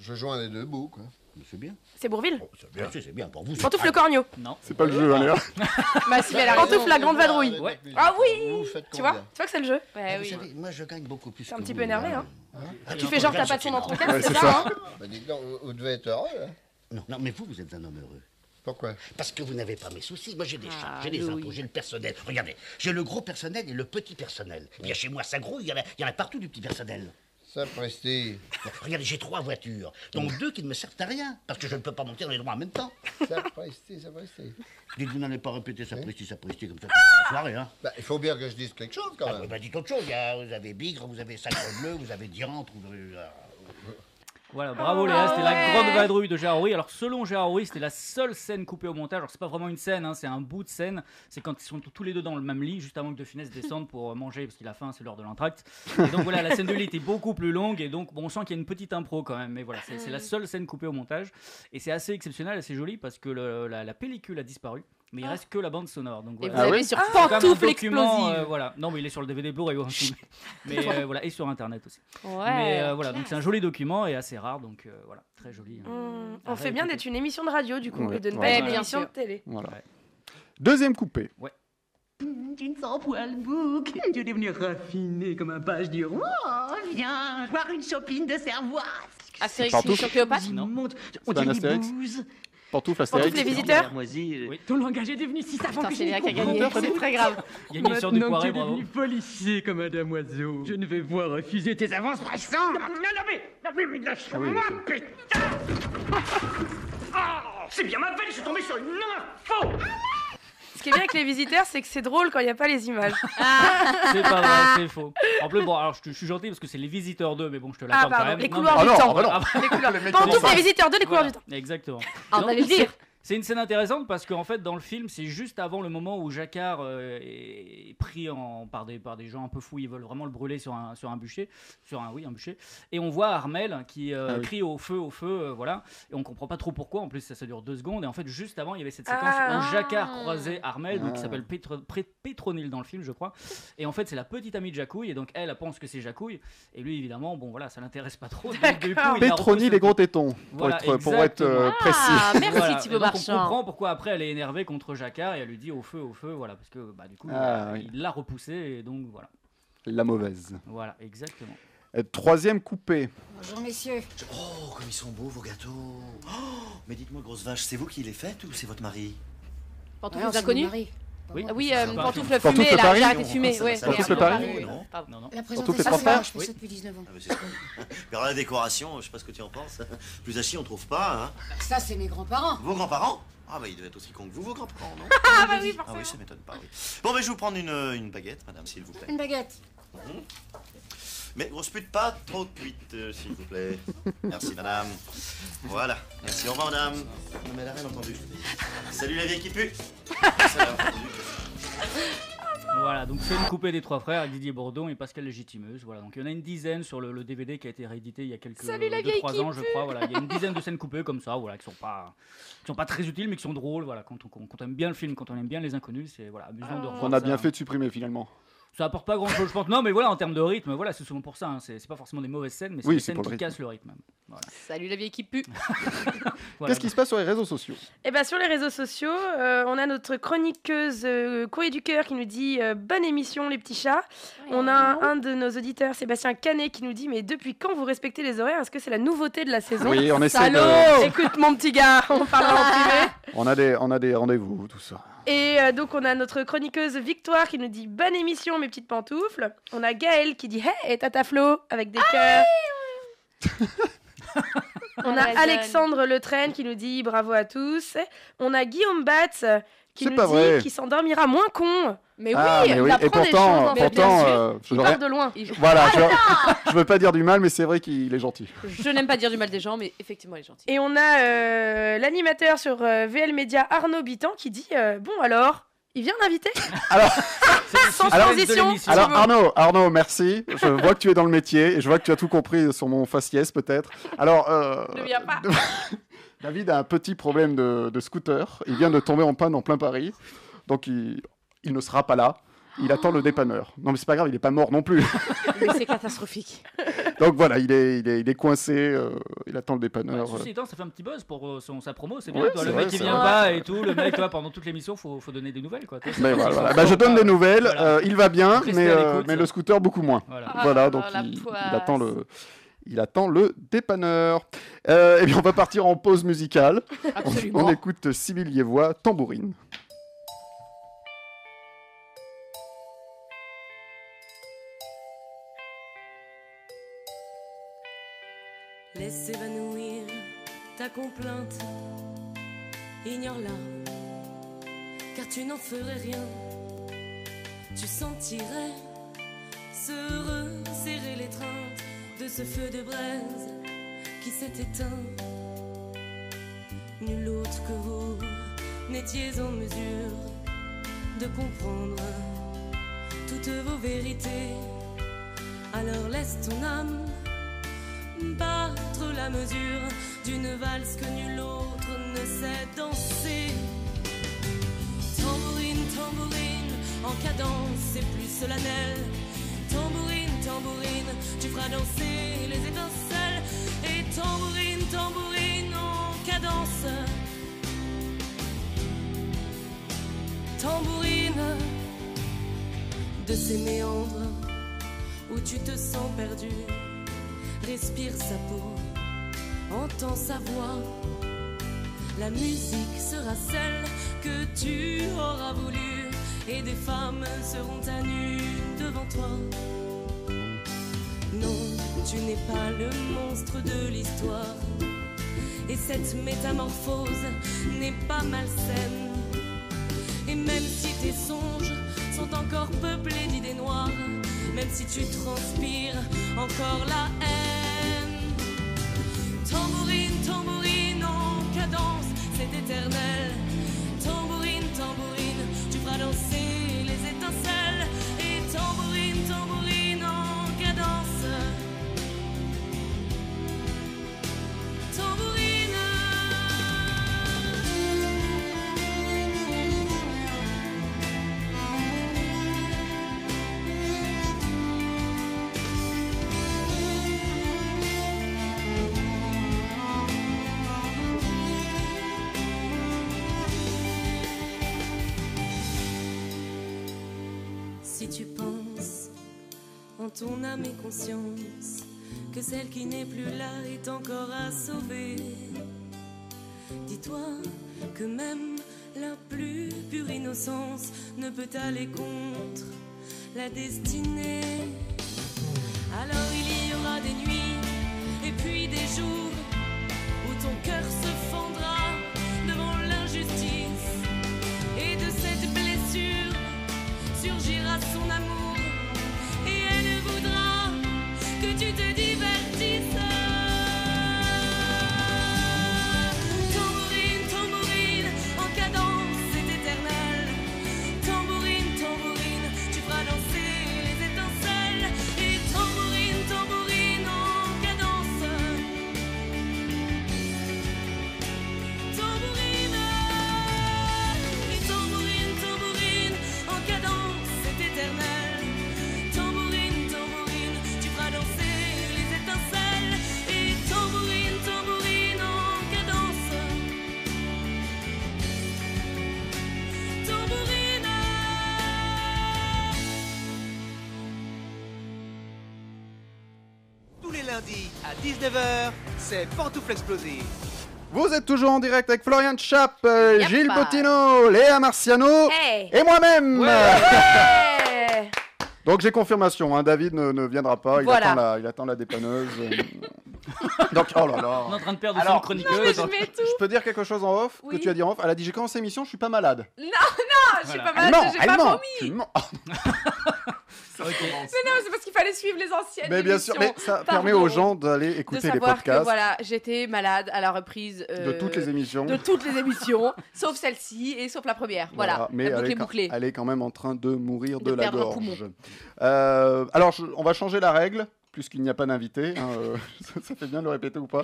Je joins les deux bouts, quoi. C'est bien.
C'est Bourville.
Oh, c'est bien. C'est bien pour vous.
Pantouf le corneau.
Non.
C'est pas le jeu, hein, les gars.
Ah,
Bah si, mais elle a
Pantoufle,
raison.
la grande vadrouille.
Ouais.
Ah oui
Vous faites
Tu vois Tu
combien
vois que c'est le jeu.
Ouais,
Vous
oui.
savez, moi je gagne beaucoup plus.
T'es un
que
petit
vous,
peu énervé, hein
Ah,
Hein
Tu fais genre t'as pas de son dans ton casque,
Ouais,
c'est
c'est
ça,
ça.
hein
Bah dites donc, vous, vous devez être heureux. hein.
Non, non, mais vous, vous êtes un homme heureux.
Pourquoi
Parce que vous n'avez pas mes soucis. Moi, j'ai des
Ah,
charges, j'ai des
Louis.
impôts, j'ai le personnel. Regardez, j'ai le gros personnel et le petit personnel. Eh bien, chez moi, ça grouille. Il y en a, il y en a partout du petit personnel.
Ça, Presti.
Bon, regardez, j'ai trois voitures, dont deux qui ne me servent à rien, parce que je ne peux pas monter dans les droits en même temps.
Ça, Presti, ça, Presti.
Dites, vous n'allez pas répéter ça, presti, ça, presti, comme ça.
Ah
Soirée, hein.
Bah, il faut bien que je dise quelque chose quand
Ah,
même.
bah, dites autre chose. il y a- vous avez Bigre, vous avez Sacre Bleu, vous avez Diantre, vous avez. euh,
Voilà, bravo Léa,
Ah
c'était
Ah
la grande vadrouille de Gérard Rouy. Alors selon Gérard Rouy, c'était la seule scène coupée au montage. Alors c'est pas vraiment une scène, hein, c'est un bout de scène. C'est quand ils sont tous les deux dans le même lit, juste avant que De Funès descende pour euh, manger parce qu'il a faim, c'est l'heure de l'entracte. Et donc voilà, la scène de lit était beaucoup plus longue et donc bon, on sent qu'il y a une petite impro quand même. Mais voilà, c'est c'est la seule scène coupée au montage et c'est assez exceptionnel, assez joli parce que le- la, la pellicule a disparu, mais il reste que la bande sonore. Donc
Ah. Et vous
voilà.
Ah
avez
oui
sur
C'est comme un
pantoufle
document,
explosive.
euh, voilà. Non, mais il est sur le DVD Blu-ray hein, aussi.
[LAUGHS]
Mais euh, voilà, et sur internet aussi.
Ouais.
Mais euh, voilà, donc c'est un joli document et assez rare, donc euh, voilà, très joli. hein.
Hum,
Ah,
On fait bien
écoutez.
d'être une émission de radio du coup
Mmh. Ouais.
Mmh. et de ne
Ouais,
pas être une
bien
émission de
sûr.
télé.
Voilà.
Ouais.
Deuxième coupé.
D'une sans poil bouc, tu es devenue raffinée comme un page du roi. Oh, viens, voir une chopine de cervoise.
Astérix,
Partout.
sur Cléopâtre.
Vas-y,
Non.
monte, on
pas un
dirait des
Astérix
bouses.
Pantoufle,
Pantoufle, les
Astérix.
visiteurs
Moisi,
Oui.
Ton langage est devenu si savant
Ah, Putain,
que je
c'est Léa
n'y
qui a
comprends
gagné. C'est
[LAUGHS]
très grave.
Il y a une histoire du
Maintenant que tu
poiré,
es
bravo.
devenu policier comme un dame oiseau, je ne vais voir refuser tes avances pressants. Non, non, mais, non, mais, mais
Ah
lâche-moi, putain [LAUGHS] Oh, c'est bien ma belle, je suis tombé sur une info
Ce qui est bien avec les visiteurs, c'est que c'est drôle quand il n'y a pas
[LAUGHS]
les images.
Ah.
[LAUGHS]
C'est pas vrai, c'est faux. En plus, bon, alors je, te- je suis gentil parce que c'est les visiteurs 2, mais bon, je te l'accorde
Ah,
quand
pardon,
même.
les
Non,
couloirs
Ah
du
non,
temps.
ah non.
[LAUGHS]
Les couloirs.
Les mecs
Pantoufle,
commencent.
les visiteurs, deux, les
mais-
couloirs du temps.
voilà, Exactement.
Ah, on
Donc,
va le dire.
C'est une scène intéressante parce qu'en fait, dans le film, c'est juste avant le moment où Jacquard euh, est pris en, par, des, par des gens un peu fous. Ils veulent vraiment le brûler sur un, sur un bûcher. Sur un, oui, un bûcher. Et on voit Armel qui euh,
Ah oui.
crie au feu, au feu, euh, voilà. Et on comprend pas trop pourquoi. En plus, ça, ça dure deux secondes. Et en fait, juste avant, il y avait cette séquence
Ah.
où Jacquard croisait Armel, donc, qui
Ah.
s'appelle Pétro- Pré- Pétronille dans le film, je crois. Et en fait, c'est la petite amie de Jacouille. Et donc, elle, elle pense que c'est Jacouille. Et lui, évidemment, bon, voilà, ça l'intéresse pas trop. Donc, du coup, il la
Pétroni
repousse-
les gros tétons, pour
Voilà,
être, pour être euh,
Ah,
précis.
merci,
voilà.
Thibaut
Et donc, On
Marchand.
comprend pourquoi après elle est énervée contre Jacquard et elle lui dit au feu, au feu, voilà, parce que bah, du coup
Ah,
euh,
oui.
il l'a repoussé et donc voilà,
La mauvaise.
voilà exactement.
Euh, Troisième coupé.
Bonjour messieurs.
Oh, comme ils sont beaux vos gâteaux. Oh, mais dites-moi, grosse vache, c'est vous qui les faites ou c'est votre mari
Pantoufles inconnues
Oui.
Ah Oui, euh,
Paris.
pantoufles
Pantoufles
fumées, là,
Paris,
j'ai arrêté de
on-
fumer.
ça-
ouais,
ça-
merde,
Pantoufles
Paris,
Paris,
oui,
non
pardon.
Non, non.
La
Surtout les
présentation,
trois
c'est
frères.
je fais
Oui.
ça depuis 19 ans.
Ah, mais c'est ça. [LAUGHS] Mais alors la décoration, je sais pas ce que tu en penses. Plus à chier, on trouve pas. Hein.
Ah, Ça, c'est mes grands-parents.
Vos grands-parents Ah, bah ils devaient être aussi cons que vous, vos grands-parents, non
Ah bah oui,
Ah
forcément.
oui, ça m'étonne pas, oui. Bon, mais je vais vous prendre une, euh, une baguette, madame, s'il vous plaît.
Une baguette.
Mhm. Mais grosse pute, pas trop de cuite, euh, s'il vous plaît. Merci, madame. Voilà. Merci, au revoir, madame. Non, mais elle a rien entendu. Salut la vieille qui pue. Ça, elle a entendu.
Voilà, donc c'est une coupée des trois frères, avec Didier Bourdon et Pascal Légitimeuse. Voilà, donc il y en a une dizaine sur le, le DVD qui a été réédité il y a quelques
Salut, la
deux,
vieille
trois
qui
ans, je crois. Voilà, il y
[LAUGHS]
a une dizaine de scènes coupées comme ça, voilà, qui sont pas, qui sont pas très utiles mais qui sont drôles. Voilà, quand on, quand on aime bien le film, quand on aime bien les inconnus, c'est voilà amusant
Ah.
de revoir
Qu'on a
ça,
bien
hein.
fait de supprimer finalement.
Ça apporte pas grand chose, je pense. Non, mais voilà, en termes de rythme, voilà, c'est souvent pour ça. hein. C'est c'est pas forcément des mauvaises scènes, mais c'est
Oui,
des
c'est
scènes
pour le rythme.
qui cassent le rythme.
Salut la vieille qui
[LAUGHS]
pue.
Voilà.
Qu'est-ce qui se passe sur les réseaux sociaux
Et bien Eh ben, sur les réseaux sociaux, euh, on a notre chroniqueuse euh, courrier du cœur qui nous dit euh, bonne émission les petits chats. On a un, un de nos auditeurs, Sébastien Canet, qui nous dit mais depuis quand vous respectez les horaires Est-ce que c'est la nouveauté de la saison
Oui, on essaie de...
Salaud Écoute mon petit gars, on parlera en privé.
On a des, on a des rendez-vous, tout ça.
Et euh, donc on a notre chroniqueuse Victoire qui nous dit bonne émission mes petites pantoufles. On a Gaël qui dit hey tata Flo avec des cœurs. Ah On a Alexandre Le Train qui nous dit bravo à tous. On a Guillaume Batz euh, qui
C'est
nous
pas
dit
vrai.
qu'il s'endormira moins con.
Mais
ah,
oui,
mais
on
oui. Et
apprend des choses,
pourtant,
en fait,
pourtant,
bien sûr.
euh, je
Il
n'aurais-
part de loin.
il-
Voilà, je, je veux pas dire du mal, mais c'est vrai qu'il est gentil.
je n'aime pas dire du mal des gens, mais effectivement, elle est gentille.
[LAUGHS] Et on a euh, l'animateur sur euh, VL Média Arnaud Bitan qui dit euh, bon alors il vient d'inviter sans
Alors-
transition.
Si
Alors Arnaud, Arnaud, merci. Je vois que tu es dans le métier et je vois que tu as tout compris sur mon faciès peut-être. Alors, euh,
Ne viens pas.
[LAUGHS] David a un petit problème de, de scooter. Il vient de tomber en panne en plein Paris, donc il, il ne sera pas là. Il attend le dépanneur. Non mais c'est pas grave, il est pas mort non plus. [LAUGHS]
Mais c'est catastrophique.
Donc voilà, il est, il est, il est coincé. euh, il attend le
Ouais,
dépanneur. euh,
ceci étant, ça fait un petit buzz pour euh, son, sa promo, c'est bien.
Ouais,
toi,
c'est
le
vrai,
mec qui
c'est
vient
vrai.
pas et tout, le mec, toi, pendant toute l'émission, faut, faut donner des nouvelles.
[LAUGHS]
Quoi,
Mais
Toi, c'est-
voilà,
c'est-
voilà.
c'est-
Bah, je donne des nouvelles.
Voilà.
euh, il va bien,
Restez
mais,
à
euh,
l'écoute.
mais le scooter beaucoup moins.
Voilà.
Ah,
voilà, donc
la
il, il
poisse.
attend le, il attend le dépanneur. Euh, eh bien, on va partir en pause musicale. On,
Absolument.
on écoute Sibyl Liévois, tambourine.
Laisse évanouir ta complainte, ignore-la, car tu n'en ferais rien. Tu sentirais se resserrer l'étreinte de ce feu de braise qui s'est éteint. Nul autre que vous n'étiez en mesure de comprendre toutes vos vérités. Alors laisse ton âme battre la mesure d'une valse que nul autre ne sait danser. Tambourine, tambourine, en cadence c'est plus solennel. Tambourine, tambourine, tu feras danser les étincelles. Et tambourine, tambourine, en cadence. Tambourine de ces méandres où tu te sens perdu respire sa peau, entends sa voix. La musique sera celle que tu auras voulu et des femmes seront à nu devant toi. Non, tu n'es pas le monstre de l'histoire et cette métamorphose n'est pas malsaine. Et même si tes songes sont encore peuplés d'idées noires, même si tu transpires encore la haine. Tambourine, tambourine en cadence, c'est éternel. tu penses en ton âme et conscience que celle qui n'est plus là est encore à sauver. Dis-toi que même la plus pure innocence ne peut aller contre la destinée. Alors il y aura des nuits et puis des jours où ton cœur se fendra devant l'injustice et de cette blessure surgira son amour et elle voudra que tu te divertisses. Tambourine, tambourine, en cadence, c'est éternel. Tambourine, tambourine, tu feras danser les étincelles. Et tambourine, tambourine, en cadence. Tambourine, et tambourine, tambourine, en cadence, c'est éternel. Tambourine, tambourine, tu feras danser les étincelles. Et tambourine, tambourine, en cadence. Tambourine.
Tous les lundis à 19h, c'est Pantoufle Explosive.
Vous êtes toujours en direct avec Florian Chap, euh,
Yep.
Gilles Bottino, Léa Marciano
Hey.
et moi-même. [LAUGHS]
Ouais.
Donc j'ai confirmation, hein, David ne, ne viendra pas, il,
Voilà.
attend la, il attend la
[LAUGHS]
dépanneuse. euh. Donc, oh là là.
On est en train de perdre son
Alors,
chroniqueuse.
je peux dire quelque chose en off
Oui.
que tu as dit en off. Elle a dit j'ai commencé l'émission, je suis pas malade.
Non, non, je suis
Voilà.
pas
Elle
malade,
ment,
j'ai
elle
pas
ment,
promis.
tu mens.
Mais non, c'est parce qu'il fallait suivre les anciennes.
Mais bien sûr, mais
émissions.
ça
Pardon.
permet aux gens d'aller
de
écouter les
savoir que
podcasts.
voilà, j'étais malade à la reprise euh,
De toutes les émissions.
de toutes les émissions, sauf celle-ci et sauf la première. Voilà,
mais
la
elle
boucle
est,
est
quand,
bouclée.
elle est quand même en train de mourir de,
De
la
perdre un
gorge.
poumon.
Euh, alors, je- on va changer la règle, puisqu'il n'y a pas d'invité. hein, euh, [LAUGHS] ça, ça fait bien de le répéter ou pas.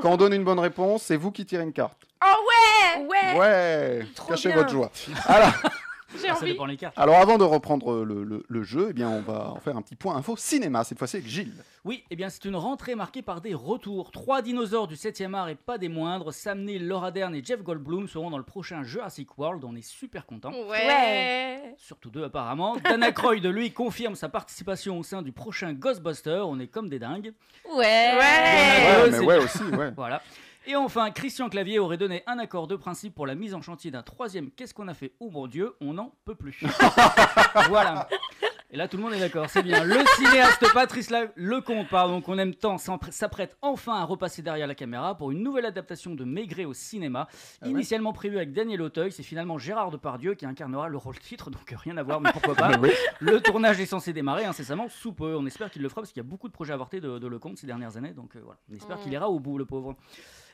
Quand on donne une bonne réponse, c'est vous qui tirez une carte.
Oh ouais, ouais.
Ouais Cachez
bien.
votre joie. Alors,
J'ai
Ah, ça
envie.
dépend les cartes.
alors, avant de reprendre euh, le, le- le jeu, eh bien, on va en faire un petit point info cinéma, cette fois-ci avec Gilles.
Oui, eh bien c'est une rentrée marquée par des retours. Trois dinosaures du 7e art et pas des moindres, Sam Neill, Laura Dern et Jeff Goldblum seront dans le prochain Jurassic World. On est super contents.
Ouais.
Surtout deux apparemment. Dana
[LAUGHS]
Aykroyd, lui, confirme sa participation au sein du prochain Ghostbuster. On est comme des dingues.
Ouais.
Ouais, mais
c'est-
ouais aussi, ouais.
[LAUGHS] Voilà. Et enfin, Christian Clavier aurait donné un accord de principe pour la mise en chantier d'un troisième Qu'est-ce qu'on a fait Oh mon Dieu, on n'en peut plus. [LAUGHS] voilà. Et là, tout le monde est d'accord, c'est bien. Le cinéaste Patrice La- Lecomte, pardon, qu'on aime tant, s'empr- s'apprête enfin à repasser derrière la caméra pour une nouvelle adaptation de Maigret au cinéma. Initialement prévue avec Daniel Auteuil, c'est finalement Gérard Depardieu qui incarnera le rôle titre, donc rien à voir, mais pourquoi pas.
Oui.
Le tournage est censé démarrer incessamment sous peu. On espère qu'il le fera parce qu'il y a beaucoup de projets avortés de, de Lecomte ces dernières années, donc euh, voilà. On espère
Mm.
qu'il ira au bout, le pauvre.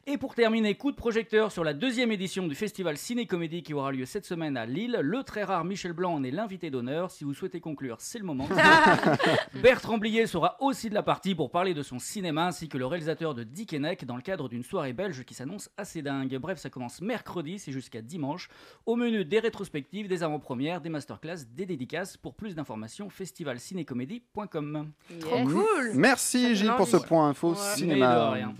Et pour terminer, coup de projecteur sur la deuxième édition du festival Ciné-Comédie qui aura lieu cette semaine à Lille. Le très rare Michel Blanc en est l'invité d'honneur. Si vous souhaitez conclure, c'est le moment. [LAUGHS] Bertrand Blier sera aussi de la partie pour parler de son cinéma ainsi que le réalisateur de Dick Henneck dans le cadre d'une soirée belge qui s'annonce assez dingue. Bref, ça commence mercredi, c'est jusqu'à dimanche. Au menu des rétrospectives, des avant-premières, des masterclass, des dédicaces. Pour plus d'informations, festivalcinécomédie.com.
Trop cool. Merci Gilles pour ce point info
Ouais. Mais de
cinéma.
rien.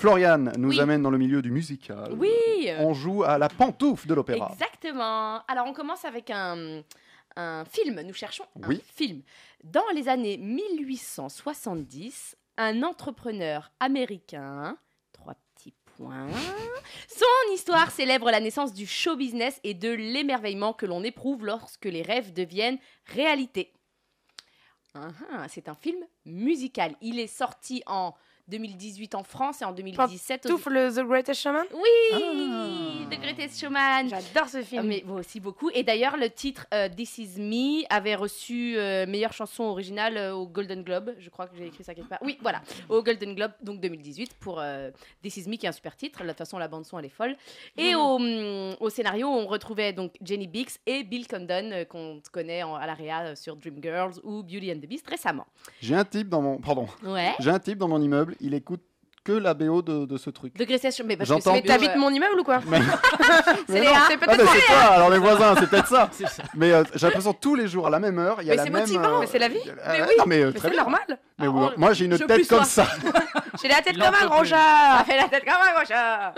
Floriane nous
Oui.
amène dans le milieu du musical.
Oui.
On joue à la pantoufle de l'opéra.
Exactement. Alors, on commence avec un, un film. Nous cherchons un
Oui.
film. Dans les années 1870, un entrepreneur américain, trois petits points, son histoire célèbre la naissance du show business et de l'émerveillement que l'on éprouve lorsque les rêves deviennent réalité. Ah, ah, c'est un film musical. Il est sorti en 2018 en France et en 2017 aux-
Pantoufle The Greatest Shaman
Oui The Greatest Showman
J'adore ce film.
Oh, mais moi aussi beaucoup. Et d'ailleurs, le titre euh, This Is Me avait reçu euh, meilleure chanson originale euh, au Golden Globe. Je crois que j'ai écrit ça quelque part. Oui, voilà, au Golden Globe, donc 2018, pour euh, This Is Me, qui est un super titre. De toute façon, la bande-son, elle est folle. Et
Mhm.
au, hum, au scénario, on retrouvait donc Jenny Bix et Bill Condon, euh, qu'on connaît en- à l'AREA euh, sur Dreamgirls ou Beauty and the Beast récemment.
J'ai un type dans mon pardon.
Ouais.
J'ai un type dans mon immeuble, il écoute que la BO de, de ce truc.
De Grecia sur. Mais parce que
J'entends.
c'est
Mais t'habites
mon immeuble ou quoi [LAUGHS] C'est
Mais
Léa.
non.
C'est
Ah,
peut-être
mais
Léa.
c'est ça, alors les voisins, [LAUGHS] c'est peut-être ça. Mais euh, j'ai l'impression tous les jours à la même heure, Ah, il y a
Mais
la
c'est
même.
motivant, mais c'est la vie. Mais oui,
non, mais, euh,
mais
très
c'est
bien. [LAUGHS]
normal.
Mais oui,
Ah, on-
moi j'ai une
je
tête
plus
comme
toi.
ça. [LAUGHS]
J'ai la tête
Il
comme
en
un
peut
grand
plus.
chat.
Ça fait la tête comme un grand chat.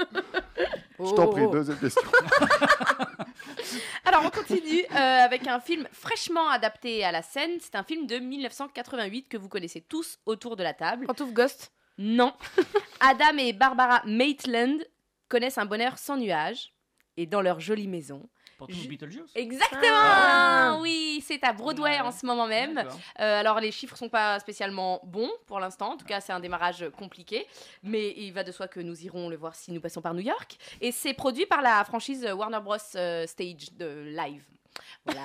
Oh,
Je t'en prie, deuxième question.
Alors, on continue euh, avec un film fraîchement adapté à la scène. C'est un film de 1988 que vous connaissez tous autour de la table.
Pantouf Ghost
Non. [LAUGHS] Adam et Barbara Maitland connaissent un bonheur sans nuages et dans leur jolie maison.
Pantouf Beetlejuice
Exactement
Ah.
Oui, c'est à Broadway en ce moment même.
D'accord.
Euh, alors, les chiffres sont pas spécialement bons pour l'instant. En tout cas, c'est un démarrage compliqué. Mais il va de soi que nous irons le voir si nous passons par New York. Et c'est produit par la franchise Warner Bros. euh, Stage de Live. Voilà.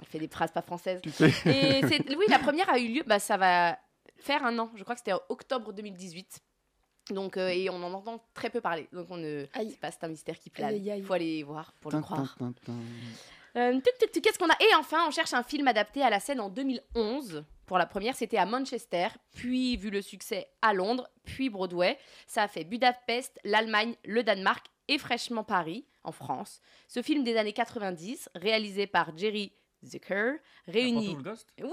On fait des phrases pas françaises.
sais.
[LAUGHS]
Et c'est- oui, la première a eu lieu, bah, ça va faire un an. Je crois que c'était en octobre 2018. Donc, euh, et on en entend très peu parler. Donc, on ne. c'est pas- C'est un mystère qui plane.
Aïe,
Il faut aller voir pour le croire.
Tintin.
Euh, tuc, tuc, tuc, Qu'est-ce qu'on a Et enfin, on cherche un film adapté à la scène en 2011. Pour la première, c'était à Manchester, puis, vu le succès, à Londres, puis Broadway. Ça a fait Budapest, l'Allemagne, le Danemark et fraîchement Paris, en France. Ce film des années 90, réalisé par Jerry Zucker, réunit. Oui Elle,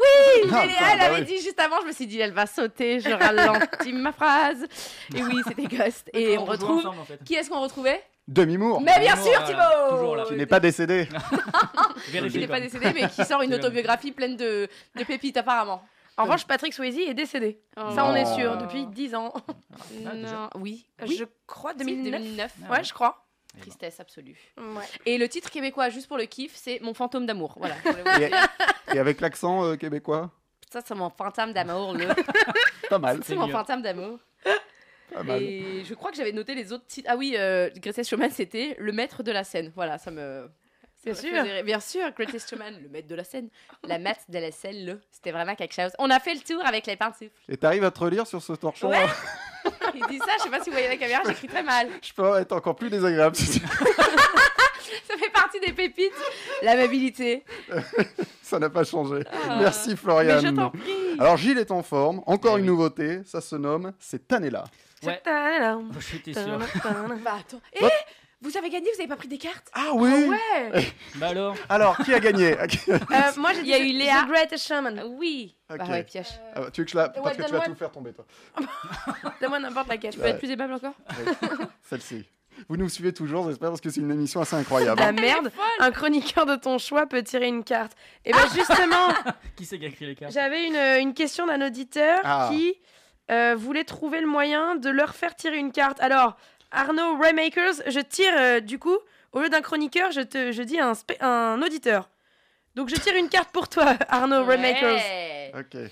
Ah, putain,
elle
bah
avait
oui.
dit juste avant, je me suis dit, elle va sauter, je ralentis ma phrase. Et oui, c'était Ghost. Et
On
on
rejoue
retrouve.
ensemble, en fait.
Qui est-ce qu'on retrouvait
Demi-mour
Mais bien sûr, Thibaut
Qui n'est pas
[LAUGHS]
décédé
qui n'est pas décédé, mais qui sort une autobiographie pleine de, de pépites, apparemment. Oh.
En revanche, Patrick Swayze est décédé. Ça, on est
Oh.
sûr, depuis 10 ans.
Ah,
Non, oui,
Je crois
Si,
2009.
2009.
Ouais, je crois.
Eh ben.
Tristesse absolue.
Ouais.
Et le titre québécois, juste pour le kiff, c'est Mon fantôme d'amour.
[LAUGHS]
Voilà.
Et, et avec l'accent euh, québécois
Ça, c'est mon fantôme d'amour. le-
Pas
Ah,
mal.
[LAUGHS] C'est mon fantôme d'amour.
Pas mal.
Et je crois que j'avais noté les autres titres. Ah oui, euh, Greatest Showman, c'était le maître de la scène. Voilà, ça me.
Bien
ça me
sûr.
faisait rire. Bien sûr, Greatest Showman, le maître de la scène. La mat de la scène, le. C'était vraiment quelque chose. On a fait le tour avec les pinceaux.
Et t'arrives à te relire sur ce torchon
Ouais.
là
Il dit ça, je sais pas si vous voyez la caméra, j'écris très mal.
[LAUGHS]
[LAUGHS]
Je peux être encore plus désagréable. si tu- [LAUGHS]
Ça fait partie des pépites. L'amabilité.
Ça n'a pas changé.
Ah.
Merci Florian.
Mais je t'en prie.
Alors Gilles est en forme. Encore
Eh
une nouveauté. Ça se nomme Cette année-là.
[LAUGHS] Ouais.
J'étais
Oh, sûr.
[LAUGHS]
bah attends. Eh
Hop.
Vous avez gagné, vous avez pas pris des cartes
Ah oui [LAUGHS]
Ouais
Bah alors
Alors, qui a
[LAUGHS]
gagné Ah,
Euh, Moi, j'ai
Il y a
dit
eu
The-
Léa.
The Greatest Shaman.
Oui.
Ok.
Bah ouais, pioche.
Ah bah, Tu veux que je
Euh,
la.
Ouais,
Parce que tu vas
donne-moi-
tout faire tomber, toi.
Euh, Donne-moi n'importe laquelle.
Tu peux être plus
aimable encore
Ouais. Celle-ci. Vous nous suivez toujours, j'espère, parce que c'est une émission assez incroyable.
La merde, un chroniqueur de ton choix peut tirer une carte. Et ben [LAUGHS] justement,
Qui c'est qui a écrit les cartes
j'avais une, une question d'un auditeur
Ah.
qui euh, voulait trouver le moyen de leur faire tirer une carte. Alors, Arnaud Raymakers, je tire euh, du coup, au lieu d'un chroniqueur, je, te, je dis un, spé- un auditeur. Donc je tire une carte pour toi, [LAUGHS] Arnaud Raymakers.
Ok.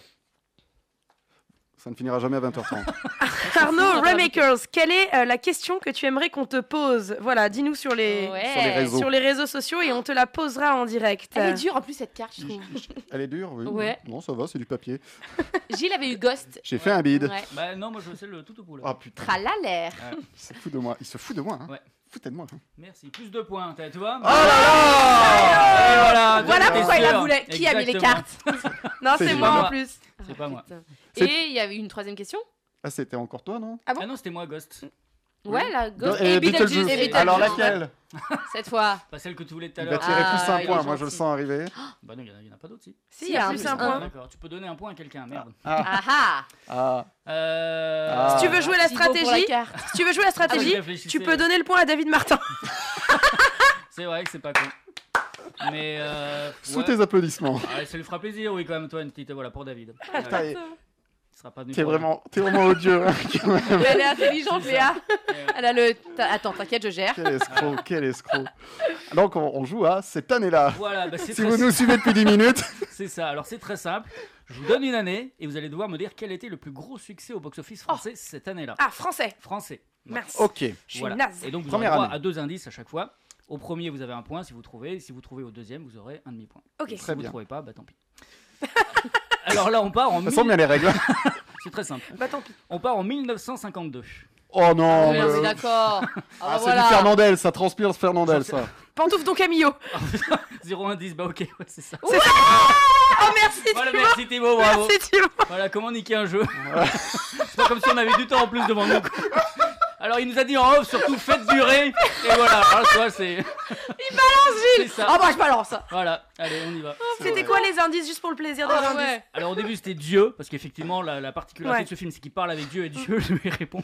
Ça ne finira jamais à 20h30.
Arnaud Remakers, quelle est euh, la question que tu aimerais qu'on te pose Voilà, dis-nous sur les,
Sur les réseaux.
sur les réseaux sociaux et on te la posera en direct.
Elle est dure en plus cette carte, je trouve.
Elle est dure, oui.
Ouais.
Non, ça va, c'est du papier.
Gilles avait eu Ghost.
J'ai fait un bide.
Ouais.
Bah non, moi je sais le tout au bout là.
Ah putain.
Tralala l'air.
Il se fout de moi. Il se fout de moi. Hein.
Ouais.
Foutez de moi. hein.
Merci, plus de points, t'as- tu vois Oh
là
Et voilà,
Voilà
t'es
pourquoi il
sûr.
la voulait. Qui a mis les
Exactement.
cartes [LAUGHS]
Non,
C'est c'est moi, moi. en
plus.
C'est pas moi.
Ah, Et il y avait une troisième [LAUGHS] question
Ah, c'était encore toi, non
Ah bon
non, c'était moi, Ghost.
Ouais, la Ghost.
Et
Et Beetlejuice.
Beetlejuice.
et Beetlejuice.
Alors, laquelle
Cette fois.
Pas celle que tu voulais tout à
Il
l'heure.
va tirer plus un point, moi je le
sens
sens arriver.
Bah non, il n'y en, a pas d'autres, si.
Si, il y a un plus un point.
D'accord, tu peux donner un point à quelqu'un, merde.
Ah ah
Ah.
Euh...
Ah.
Si [LAUGHS] tu veux jouer la
Thibaut pour la
stratégie,
carte.
si tu veux jouer la
Ah,
stratégie,
je réfléchissais,
tu
ouais.
peux donner le point à David Martin.
Ah.
C'est vrai que c'est pas con. Mais euh,
Sous tes applaudissements.
Ah, ça lui fera plaisir, oui, quand même, toi, une petite. Voilà, pour David.
Ah,
Putain,
Ouais.
et-
Il sera pas venu
T'es
pour
vraiment, t'es vraiment odieux. hein, quand même.
[LAUGHS] Elle est intelligente, Léa. Elle a le. t'as- Attends, t'inquiète, je gère.
Quel escroc, quel escroc. Donc on, on joue à cette année-là.
Voilà, bah, c'est
si
très
vous nous
simple.
suivez depuis 10 minutes.
[LAUGHS] C'est ça. Alors c'est très simple. Je vous donne une année et vous allez devoir me dire quel était le plus gros succès au box-office
Oh.
français cette année-là.
Ah, français.
Français.
Merci.
Ok.
Je suis naze.
Et donc vous
Première
aurez droit
année.
à deux indices à chaque fois. Au premier, vous avez un point si vous trouvez. Si vous trouvez au deuxième, vous aurez un demi-point.
Ok.
Si
Très
vous
bien.
trouvez pas, bah tant pis. [LAUGHS] Alors là, on part en.
Ça sent bien les règles.
[LAUGHS] C'est très simple.
Bah tant pis.
On part en [LAUGHS] 1952.
Oh
Ah,
non.
Ouais,
mais-
on est d'accord.
Ah,
Ah, bah
c'est
voilà.
du Fernandel, ça transpire ce Fernandel,
J'en
[LAUGHS]
ça.
sais-
Pantouf Don Camillo. [LAUGHS]
0 indice, bah ok, ouais, c'est ça.
C'est ça. Oh merci
[LAUGHS]
[LAUGHS]
Voilà,
Thibaut.
merci Thibaut, bravo.
Merci Thibaut.
Voilà comment niquer un jeu. c'est pas comme si on avait du temps en plus devant nous. quoi. Alors il nous a dit en off, surtout faites durer. Et voilà, alors toi c'est.
Il balance Gilles.
C'est ça.
Oh bah je balance.
Voilà, allez, on y va.
Oh, C'était quoi les indices juste pour le plaisir d'avoir
Ah ouais.
l'indice
Alors au début c'était Dieu, parce qu'effectivement la, la particularité
Ouais.
de ce film c'est qu'il parle avec Dieu et Dieu [LAUGHS] lui répond.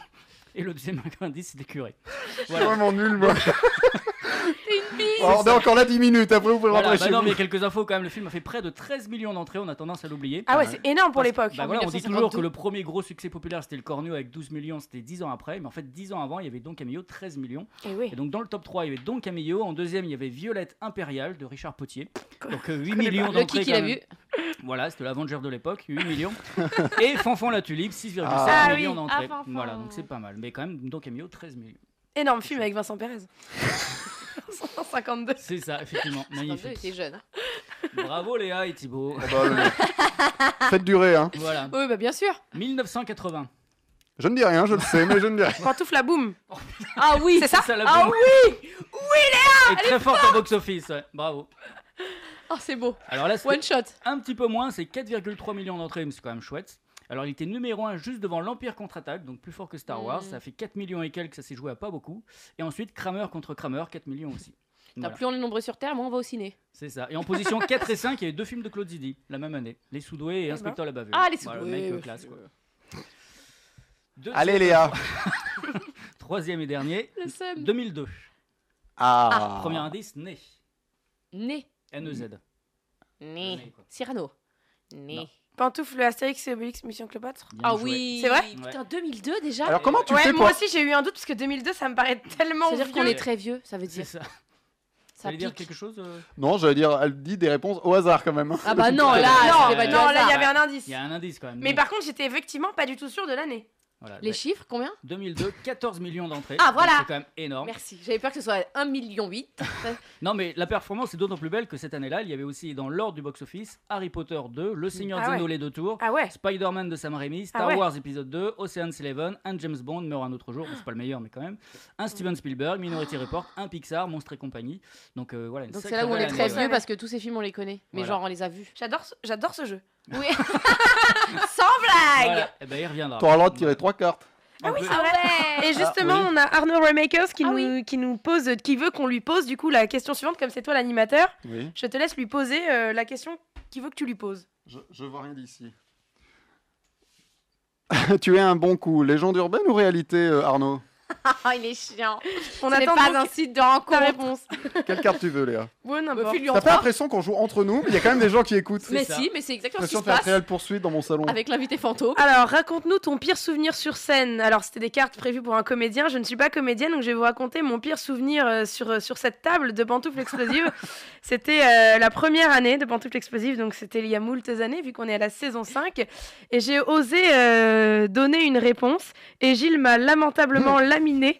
Et le deuxième indice, c'était curé.
suis vraiment nul,
[LAUGHS]
moi.
une bise
Alors, on est encore là 10 minutes, après vous pouvez
Voilà,
rentrer
bah
chez
non, mais il
vous.
y a quelques infos quand même. Le film a fait près de 13 millions d'entrées, on a tendance à l'oublier.
Ah ouais, c'est énorme pour
Parce-
l'époque,
bah
en
voilà, on dit
1952.
toujours que le premier gros succès populaire c'était le Cornio avec 12 millions, c'était 10 ans après. Mais en fait, 10 ans avant, il y avait Don Camillo 13 millions.
Et, Eh oui.
donc, dans le top 3, il y avait Don Camillo. En deuxième, il y avait Violette Impériale de Richard Potier. Donc, euh, 8
connais pas.
millions
Le
d'entrées.
qui qu'il
quand
a
même. Voilà, c'était l'Avenger de l'époque, 8 millions. Et Fanfan la Tulipe, 6,7
Ah. Ah oui,
millions
ah,
d'entrées.
Fanfan.
voilà, donc c'est pas mal. Mais quand même, Don Camillo, 13 millions.
Énorme film avec Vincent Perez. 152.
C'est ça, effectivement. Magnifique.
était jeune. hein.
Bravo Léa et Thibaut.
Faites durer, hein.
[LAUGHS] Voilà.
Oui, bah bien sûr.
1980.
Je ne dis rien, je le sais, mais je ne dis rien.
Pantoufle
[LAUGHS]
la boum.
Ah oui,
c'est ça.
c'est ça, la
ah
boum.
oui.
Et très fort en box-office, ouais. bravo.
Oh, c'est beau.
Alors là, c'était
One shot.
un petit peu moins, c'est 4,3 millions d'entrées, mais c'est quand même chouette. Alors il était numéro 1 juste devant l'Empire contre-attaque, donc plus fort que Star Wars.
Mm.
Ça fait 4 millions et quelques, ça s'est joué à pas beaucoup. Et ensuite, Kramer contre Kramer, 4 millions aussi.
Putain,
Voilà,
Plus on est nombreux sur Terre, moins on va au ciné.
c'est ça. Et en
[LAUGHS]
position 4 et 5, il y avait deux films de Claude Zidi, la même année Les Soudoués et Inspecteur la Bavure.
Ah, Les
Voilà,
Soudoués,
le mec, euh,
ouais,
classe, quoi. Deux-
Allez, Léa.
[LAUGHS]
Troisième et dernier,
Le seum.
2002.
Ah.
Premier indice, né. E
Né.
N-E-Z.
Né. Cyrano. Né.
Pantoufle Astérix et Obélix Mission Cléopâtre.
Bien
Ah
joué.
oui.
C'est vrai
Putain, 2002 déjà.
Alors, comment tu
ouais,
fais
moi
pour.
aussi j'ai eu un doute parce que 2002 ça me paraît tellement
Ça veut dire qu'on
vieux.
est très vieux, ça veut
C'est
dire.
ça. Ça
Ça
allait dire
pique.
quelque chose euh
Non, j'allais dire, elle dit des réponses au hasard quand même. hein.
Ah bah non, là,
non,
c'était pas du
non, là
hasard.
il y avait un indice.
Il y a un indice quand même.
Mais
né.
par contre, j'étais effectivement pas du tout sûre de l'année.
Voilà,
Les
bah,
chiffres, combien
2002, 14 millions d'entrées.
Ah,
Donc
voilà.
C'est quand même énorme.
Merci. J'avais peur que ce soit 1,8 million.
Non, mais la performance est d'autant plus belle que cette année-là, il y avait aussi dans l'ordre du box-office Harry Potter 2, Le Seigneur
Ah
des
ouais.
Anneaux les deux tours,
Ah ouais.
Spider-Man de Sam Raimi, Star
Ah ouais.
Wars épisode 2, Ocean's Eleven, un James Bond meurt un autre jour, bon, c'est pas le meilleur mais quand même, un Steven Spielberg,
Ah.
Minority Report, un Pixar, Monstres et compagnie. Donc euh, voilà, une
Donc c'est
sacrée
là où on
belle
est très
année, ouais.
vieux parce que tous ces films on les connaît. Mais
Voilà.
genre on les a vus.
J'adore, ce- j'adore ce jeu.
[LAUGHS] Oui.
Sans
[LAUGHS]
blague.
Voilà. Eh ben, il reviendra.
T'auras le droit de tirer trois cartes.
Ah oui,
Donc,
c'est vrai. Et justement,
Ah, oui.
on a Arnaud Remakers qui,
Ah
nous,
oui.
qui nous pose, qui veut qu'on lui pose du coup la question suivante, comme c'est toi l'animateur.
Oui.
Je te laisse lui poser euh, la question qu'il veut que tu lui poses.
Je, je vois rien d'ici. [LAUGHS] tu es un bon coup. Légende urbaine ou réalité, euh, Arnaud
Ah, il est chiant.
On
Ce n'est
attend
pas
donc
un site de
ta
rencontre.
réponse.
Quelle carte tu veux, Léa
Bon,
Au
n'importe.
fil du
T'as pas
rencontre.
l'impression qu'on joue entre nous, mais il y a quand même des gens qui écoutent.
Mais
ça.
si, mais c'est
J'ai
exactement ce qui
l'impression
se
de faire
passe
réelle poursuite dans mon salon.
avec l'invité fantôme.
Alors, raconte-nous ton pire souvenir sur scène. Alors, c'était des cartes prévues pour un comédien. Je ne suis pas comédienne, donc je vais vous raconter mon pire souvenir euh, sur, euh, sur cette table de pantoufles explosives.
[LAUGHS]
c'était euh, la première année de pantoufles explosives, donc c'était il y a moultes années, vu qu'on est à la saison 5. Et j'ai osé euh, donner une réponse, et Gilles m'a lamentablement
Mmh.
laminé.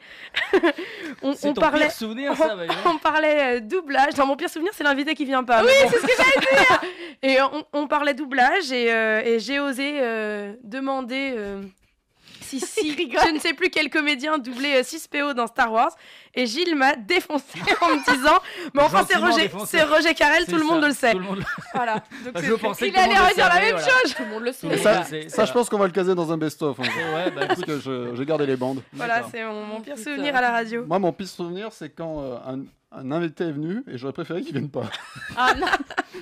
on,
C'est
on
ton
parlait.
pire souvenir, ça, bah, dis donc.
On parlait euh, doublage. Dans mon pire souvenir, c'est l'invité qui vient pas. Oui, c'est ce que j'allais dire. [LAUGHS] Et on, on parlait doublage et, euh, et j'ai osé euh, demander euh,
[LAUGHS]
si si je ne sais plus quel comédien doublait euh, 6 PO dans Star Wars et Gilles m'a défoncé [LAUGHS] en me disant mais enfin c'est
Gentiment
Roger,
défoncé.
c'est Roger Carrel,
C'est
tout le monde
ça,
le sait.
Tout le
[LAUGHS]
monde le-
Voilà.
Parce
Donc
que
c'est-
Ah, je pensais
il
que tout le
allait
monde le
redire la
savait,
même
voilà.
chose.
Tout le monde le sait.
Mais
les
ça,
gars.
c'est-
Ça, je pense qu'on va le caser dans un best-of. en fait,
Ouais, bah
parce
écoute,
que je- j'ai gardé les bandes.
Voilà,
d'accord. Oh,
c'est mon, mon pire
Putain.
souvenir à la radio.
Moi, mon pire souvenir, c'est quand euh, un, un invité est venu et j'aurais préféré qu'il vienne pas. [LAUGHS]
Ah
[LAUGHS]
non,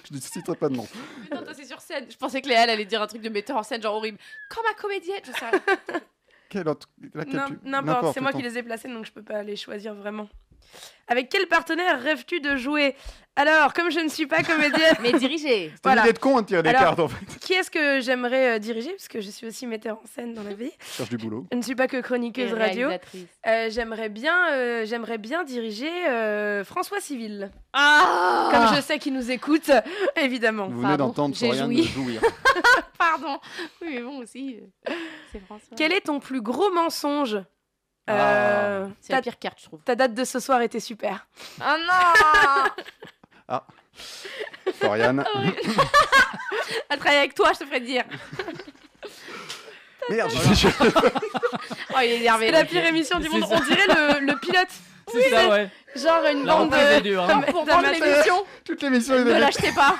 Je ne citerai pas de nom.
mais non, toi c'est sur scène. Je pensais que Léa elle allait dire un truc de metteur en scène, genre horrible. Comme un comédienne, je sais rien.
Quel autre laquelle
Non,
tu-
N'importe, c'est moi qui
attends.
les ai placés, donc je peux pas les choisir vraiment. Avec quel partenaire rêves-tu de jouer Alors, comme je ne suis pas comédienne,
Mais dirigé.
C'est
Voilà.
une idée de con de tirer des
Alors-
cartes en fait.
qui est-ce que j'aimerais euh, diriger Parce que je suis aussi metteur en scène dans la vie.
Je cherche du boulot.
Je ne suis pas que chroniqueuse radio. Euh, j'aimerais bien, euh, j'aimerais bien diriger euh, François Civil.
Ah
Comme je sais qu'il nous écoute, [LAUGHS] évidemment.
Vous
pardon,
venez d'entendre
j'ai
Florian
joui.
jouir.
[LAUGHS] Pardon. Oui, mais bon aussi. euh, C'est François.
Quel est ton plus gros mensonge
Ah.
Euh,
C'est
ta,
la pire carte, je trouve.
ta date de ce soir était super.
Ah non
[LAUGHS]
Florian.
[LAUGHS]
Ah
Elle travaille avec toi, je te ferai dire.
[LAUGHS] Merde,
[LAUGHS]
j'ai- j'ai-
Oh, il est énervé.
C'est la pire émission du
C'est
monde.
ça.
On dirait le, le pilote,
[LAUGHS] C'est ça, ouais.
genre une
La
bande
reprise
de.
est dure. hein.
comme-
Pour
T'as
vendre
maté-
l'émission,
toute l'émission
ne
était,
l'achetez pas.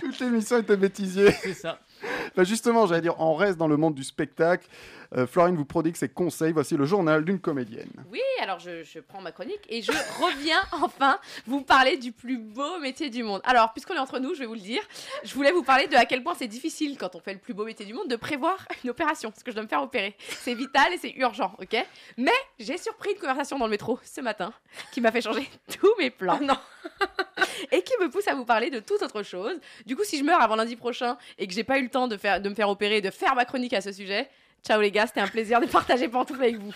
toute l'émission était bêtisier.
C'est ça.
[LAUGHS] Bah, justement, j'allais dire, on reste dans le monde du spectacle. Euh, Florine vous prodigue ses conseils. Voici le journal d'une comédienne.
Oui, alors je, je prends ma chronique et je [LAUGHS] reviens enfin vous parler du plus beau métier du monde. Alors, puisqu'on est entre nous, je vais vous le dire. Je voulais vous parler de à quel point c'est difficile quand on fait le plus beau métier du monde de prévoir une opération, parce que je dois me faire opérer. C'est vital et c'est urgent, ok Mais j'ai surpris une conversation dans le métro ce matin qui m'a fait changer [LAUGHS] tous mes plans. non [LAUGHS] et qui me pousse à vous parler de toute autre chose. Du coup, si je meurs avant lundi prochain et que j'ai pas eu le temps de, faire, de me faire opérer et de faire ma chronique à ce sujet, ciao les gars, c'était un plaisir de partager pantoufles avec vous.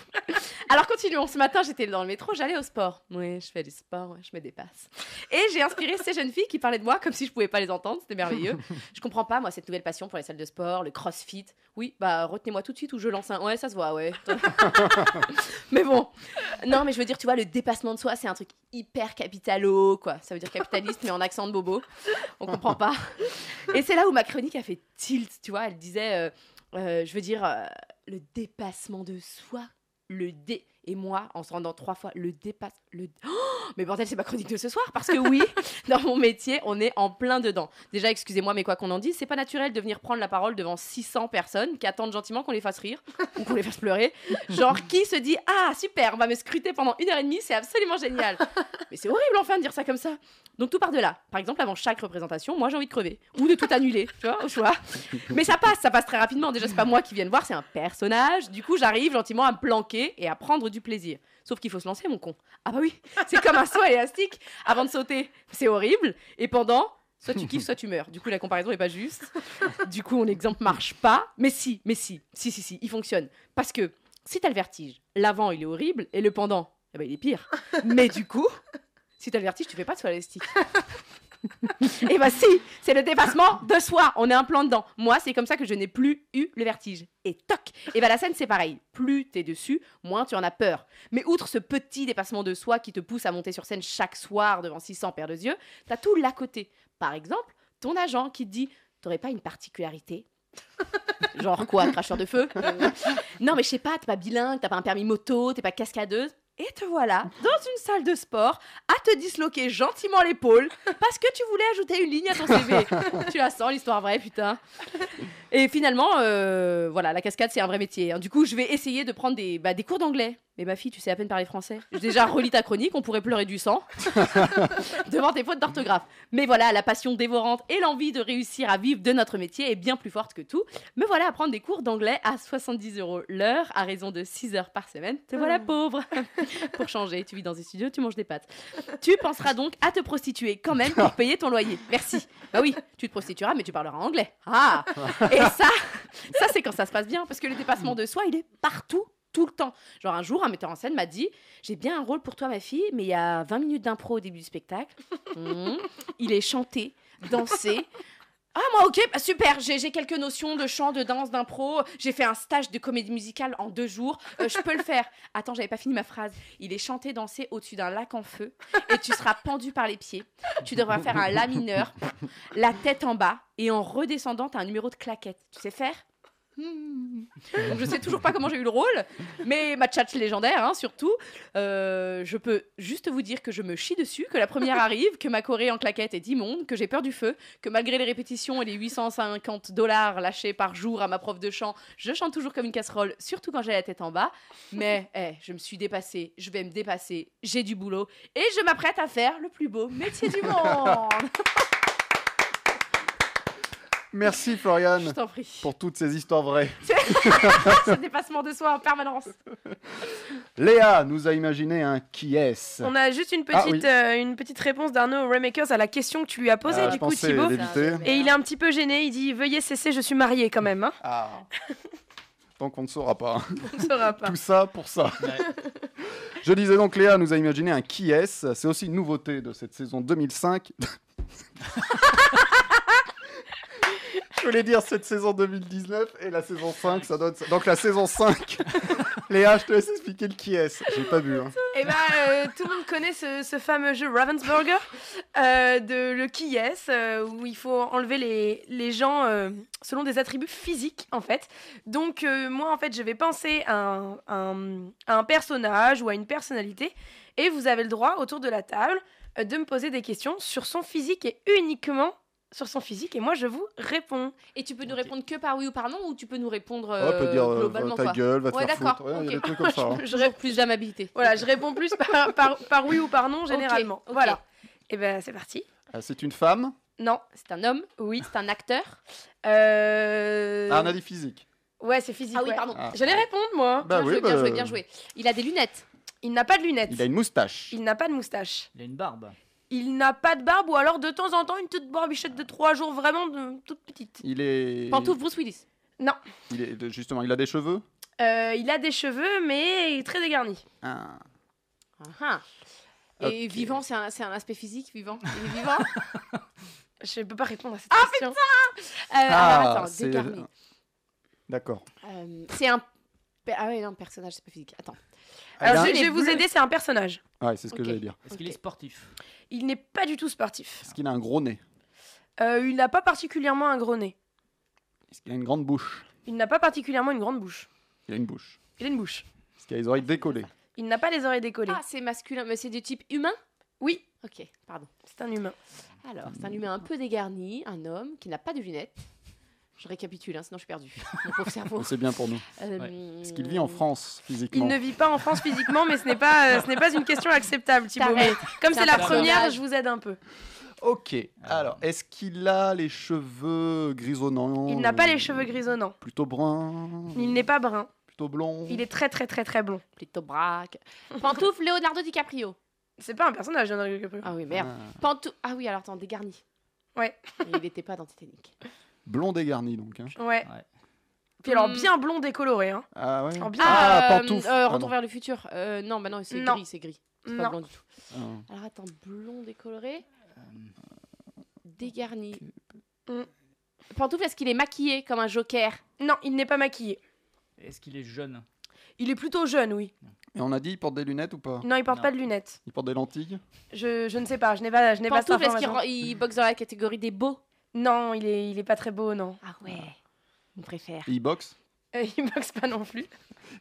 Alors continuons, ce matin j'étais dans le métro, j'allais au sport. Oui, je fais du sport, ouais, je me dépasse. Et j'ai inspiré ces jeunes filles qui parlaient de moi comme si je pouvais pas les entendre, c'était [LAUGHS] merveilleux. Je comprends pas, moi, cette nouvelle passion pour les salles de sport, le crossfit. Oui, bah retenez-moi tout de suite ou je lance un. Ouais, ça se voit, [LAUGHS] ouais. mais bon, non, mais je veux dire, tu vois, le dépassement de soi, c'est un truc hyper capitalo, quoi. Ça veut dire capitaliste, mais en accent de bobo. On comprend pas. Et c'est là où ma chronique a fait tilt, tu vois. Elle disait, euh, euh, je veux dire, euh, le dépassement de soi, le dé. Et moi, en se rendant trois fois, le dépasse. Le... [GASPS] Oh, mais bordel, c'est ma chronique de ce soir, parce que oui, [LAUGHS] dans mon métier, on est en plein dedans. Déjà, excusez-moi, mais quoi qu'on en dise, c'est pas naturel de venir prendre la parole devant 600 personnes qui attendent gentiment qu'on les fasse rire [LAUGHS] ou qu'on les fasse pleurer. Genre, qui se dit Ah, super, on va me scruter pendant une heure et demie, c'est absolument génial. Mais c'est horrible, enfin, de dire ça comme ça. Donc, tout part de là. Par exemple, avant chaque représentation, moi, j'ai envie de crever ou de tout annuler, tu vois, au choix. [LAUGHS] Mais ça passe, ça passe très rapidement. Déjà, c'est pas moi qui viens de voir, c'est un personnage. Du coup, j'arrive gentiment à me planquer et à prendre du plaisir. Sauf qu'il faut se lancer, mon con. Ah bah oui, c'est comme un saut à élastique. Avant de sauter, c'est horrible. Et pendant, soit tu kiffes, soit tu meurs. Du coup, la comparaison n'est pas juste. Du coup, mon exemple marche pas. Mais si, mais si, si, si, si, il fonctionne. Parce que si t'as le vertige, l'avant, il est horrible. Et le pendant, eh ben, il est pire. Mais du coup, si t'as le vertige, tu fais pas de saut à élastique. Et bah si, c'est le dépassement de soi. On est un plan dedans. Moi, c'est comme ça que je n'ai plus eu le vertige. Et toc Et bah la scène, c'est pareil. Plus t'es dessus, moins tu en as peur. Mais outre ce petit dépassement de soi qui te pousse à monter sur scène chaque soir devant 600 paires de yeux, t'as tout l'à côté. Par exemple, ton agent qui te dit T'aurais pas une particularité
[LAUGHS]
Genre quoi, cracheur de feu Non, mais je sais pas, t'es pas bilingue, t'as pas un permis moto, t'es pas cascadeuse. Et te voilà dans une salle de sport à te disloquer gentiment l'épaule [LAUGHS] parce que tu voulais ajouter une ligne à ton CV. tu la sens, l'histoire vraie, putain. Et finalement, euh, voilà, la cascade, c'est un vrai métier. hein. Du coup, je vais essayer de prendre des, bah, des cours d'anglais. Mais ma fille, tu sais à peine parler français. J'ai déjà relis ta chronique, on pourrait pleurer du sang [LAUGHS] devant tes fautes d'orthographe. Mais voilà, la passion dévorante et l'envie de réussir à vivre de notre métier est bien plus forte que tout. Me voilà à prendre des cours d'anglais à 70 euros l'heure, à raison de 6 heures par semaine. Te voilà pauvre. [LAUGHS] pour changer, tu vis dans un studio, tu manges des pâtes. Tu penseras donc à te prostituer quand même pour payer ton loyer. Merci. Bah oui, tu te prostitueras, mais tu parleras anglais. Ah Et ça, ça c'est quand ça se passe bien, parce que le dépassement de soi, il est partout, tout le temps. Genre un jour, un metteur en scène m'a dit J'ai bien un rôle pour toi, ma fille, mais il y a 20 minutes d'impro au début du spectacle. Mhm. Il est chanté, dansé. Ah, moi, ok, bah, super, j'ai j'ai quelques notions de chant, de danse, d'impro. J'ai fait un stage de comédie musicale en deux jours. Euh, je peux le faire. Attends, j'avais pas fini ma phrase. Il est chanté, dansé au-dessus d'un lac en feu et tu seras pendu par les pieds. Tu devras faire un la mineur, la tête en bas et en redescendant, t'as un numéro de claquette. Tu sais faire Hmm. Donc, je sais toujours pas comment j'ai eu le rôle, mais ma chat légendaire, hein, surtout. Euh, je peux juste vous dire que je me chie dessus, que la première arrive, que ma Corée en claquette est immonde, que j'ai peur du feu, que malgré les répétitions et les 850 dollars lâchés par jour à ma prof de chant, je chante toujours comme une casserole, surtout quand j'ai la tête en bas. Mais eh, je me suis dépassée, je vais me dépasser, j'ai du boulot et je m'apprête à faire le plus beau métier du monde.
Merci Floriane
Je t'en prie.
pour toutes ces histoires vraies.
Ce dépassement de soi en permanence.
Léa nous a imaginé un qui est-ce
On a juste une
Ah,
petite,
oui.
euh, une petite réponse d'Arnaud Remakers à la question que tu lui as posée,
Ah, je
du coup,
pensais
Thibaut.
l'éviter.
Et il est un petit peu gêné, il dit Veuillez cesser, je suis marié quand même. hein.
Ah. Tant qu'on ne saura pas.
[LAUGHS] On ne saura pas.
Tout ça pour ça. [LAUGHS] Je disais donc, Léa nous a imaginé un qui est-ce. C'est aussi une nouveauté de cette saison 2005. [LAUGHS] Je voulais dire cette saison 2019 et la saison 5, ça donne ça. Donc la saison
[LAUGHS]
5, Léa, je te laisse expliquer le qui est-ce. J'ai pas vu. hein.
Eh ben, euh, tout le monde connaît ce, ce fameux jeu Ravensburger, euh, de le qui est, euh, où il faut enlever les, les gens euh, selon des attributs physiques, en fait. Donc, euh, moi, en fait, je vais penser à un, un- à un personnage ou à une personnalité, et vous avez le droit, autour de la table, euh, de me poser des questions sur son physique et uniquement sur son physique et moi je vous réponds.
Et tu peux nous répondre que par oui ou par non ou tu peux nous répondre euh,
Ouais, on peut dire, euh, va
globalement
ta
quoi.
gueule, va te
ouais,
faire
d'accord.
foutre. Ouais, il y a
ok.
des trucs comme ça, hein.
je réponds
plus d'amabilité.
Voilà, je réponds plus par, par, par oui ou par non
Ok,
généralement.
ok.
Voilà. Et ben c'est parti.
Ah, c'est une femme
Non.
C'est un homme
Oui.
C'est un acteur
Euh...
Ah, on a dit physique.
Ouais, c'est physique.
Ah oui,
ouais.
pardon.
Ah.
J'allais répondre moi.
Bah Bien oui, joué, bien bah- joué, bien joué.
Il a des lunettes. Il n'a pas de lunettes.
Il a une moustache.
Il n'a pas de moustache.
Il a une barbe.
Il n'a pas de barbe ou alors de temps en temps une toute barbichette de trois jours vraiment de- toute petite.
Il est.
Bruce Willis. Non.
Il est- Justement, il a des cheveux
Euh, il a des cheveux mais il est très dégarni.
Ah.
Ah, ah. Et vivant, c'est un, c'est un aspect physique vivant. Il est [LAUGHS] vivant
Je peux pas répondre à cette question. Ah
putain euh, alors, attends,
c'est-
dégarni.
D'accord.
Euh, c'est un. pe- Ah ouais, non, personnage, c'est pas physique. Attends.
Alors
Il a-
je, je vais vous aider, c'est un personnage.
Ouais, c'est ce que
Ok.
j'allais dire.
Est-ce qu'il est sportif
Il n'est pas du tout sportif.
Est-ce qu'il a un gros nez
Euh, il n'a pas particulièrement un gros nez.
Est-ce qu'il a une grande bouche
Il n'a pas particulièrement une grande bouche.
Il a une bouche.
Il a une bouche.
Est-ce qu'il a les oreilles décollées
Il n'a pas les oreilles décollées.
Ah, c'est masculin, mais c'est du type humain
Oui.
Ok, pardon.
C'est un humain.
Alors, c'est un humain un peu dégarni, un homme qui n'a pas de lunettes. Je récapitule, hein, sinon je
[LAUGHS]
suis perdue. Mon pauvre cerveau.
C'est bien pour nous.
Euh,
Est-ce qu'il vit en France
Il
physiquement
ne vit pas en France physiquement, mais ce n'est pas, euh, ce n'est pas une question acceptable, Thibaut. mais
T'arrêtes.
comme
C'est
c'est la
un personnage.
première, je vous aide un peu.
Ok. Alors, est-ce qu'il a les cheveux grisonnants
Il n'a pas les cheveux grisonnants.
Plutôt bruns
Il n'est pas brun.
Plutôt blond
Il est très très très très blond.
Plutôt braque. [LAUGHS] Pantoufle Leonardo DiCaprio.
C'est pas un personnage, Leonardo DiCaprio.
Ah oui, merde.
Ah.
Pantou- Ah oui, alors attends, dégarni.
Ouais.
Il n'était pas dans Titanic.
Blond dégarni donc. hein.
[LAUGHS] Ouais. Puis alors
Hmm.
bien blond décoloré. Hein.
Ah ouais
Alors bien-
Ah,
euh,
pantoufle.
euh,
Pardon.
Retour vers le futur. Euh, non, bah non, c'est
Non.
gris, c'est gris. C'est pas
Non.
blanc du tout.
Ah.
Alors attends, blond décoloré. Dégarni.
Hmm.
Pantoufle, est-ce qu'il est maquillé comme un joker
Non, il n'est pas maquillé.
Est-ce qu'il est jeune
Il est plutôt jeune, oui.
Et on a dit il porte des lunettes ou pas
Non, il porte pas de lunettes.
Il porte des lentilles
Je, je ne sais pas, je n'ai pas, je n'ai pas cette
Pantoufle, est-ce qu'il
information.
ren- il boxe dans la catégorie des beaux
Non, il est, il est pas très beau, non.
Ah ouais, on préfère.
Et il boxe
Euh, [LAUGHS] il boxe pas non plus.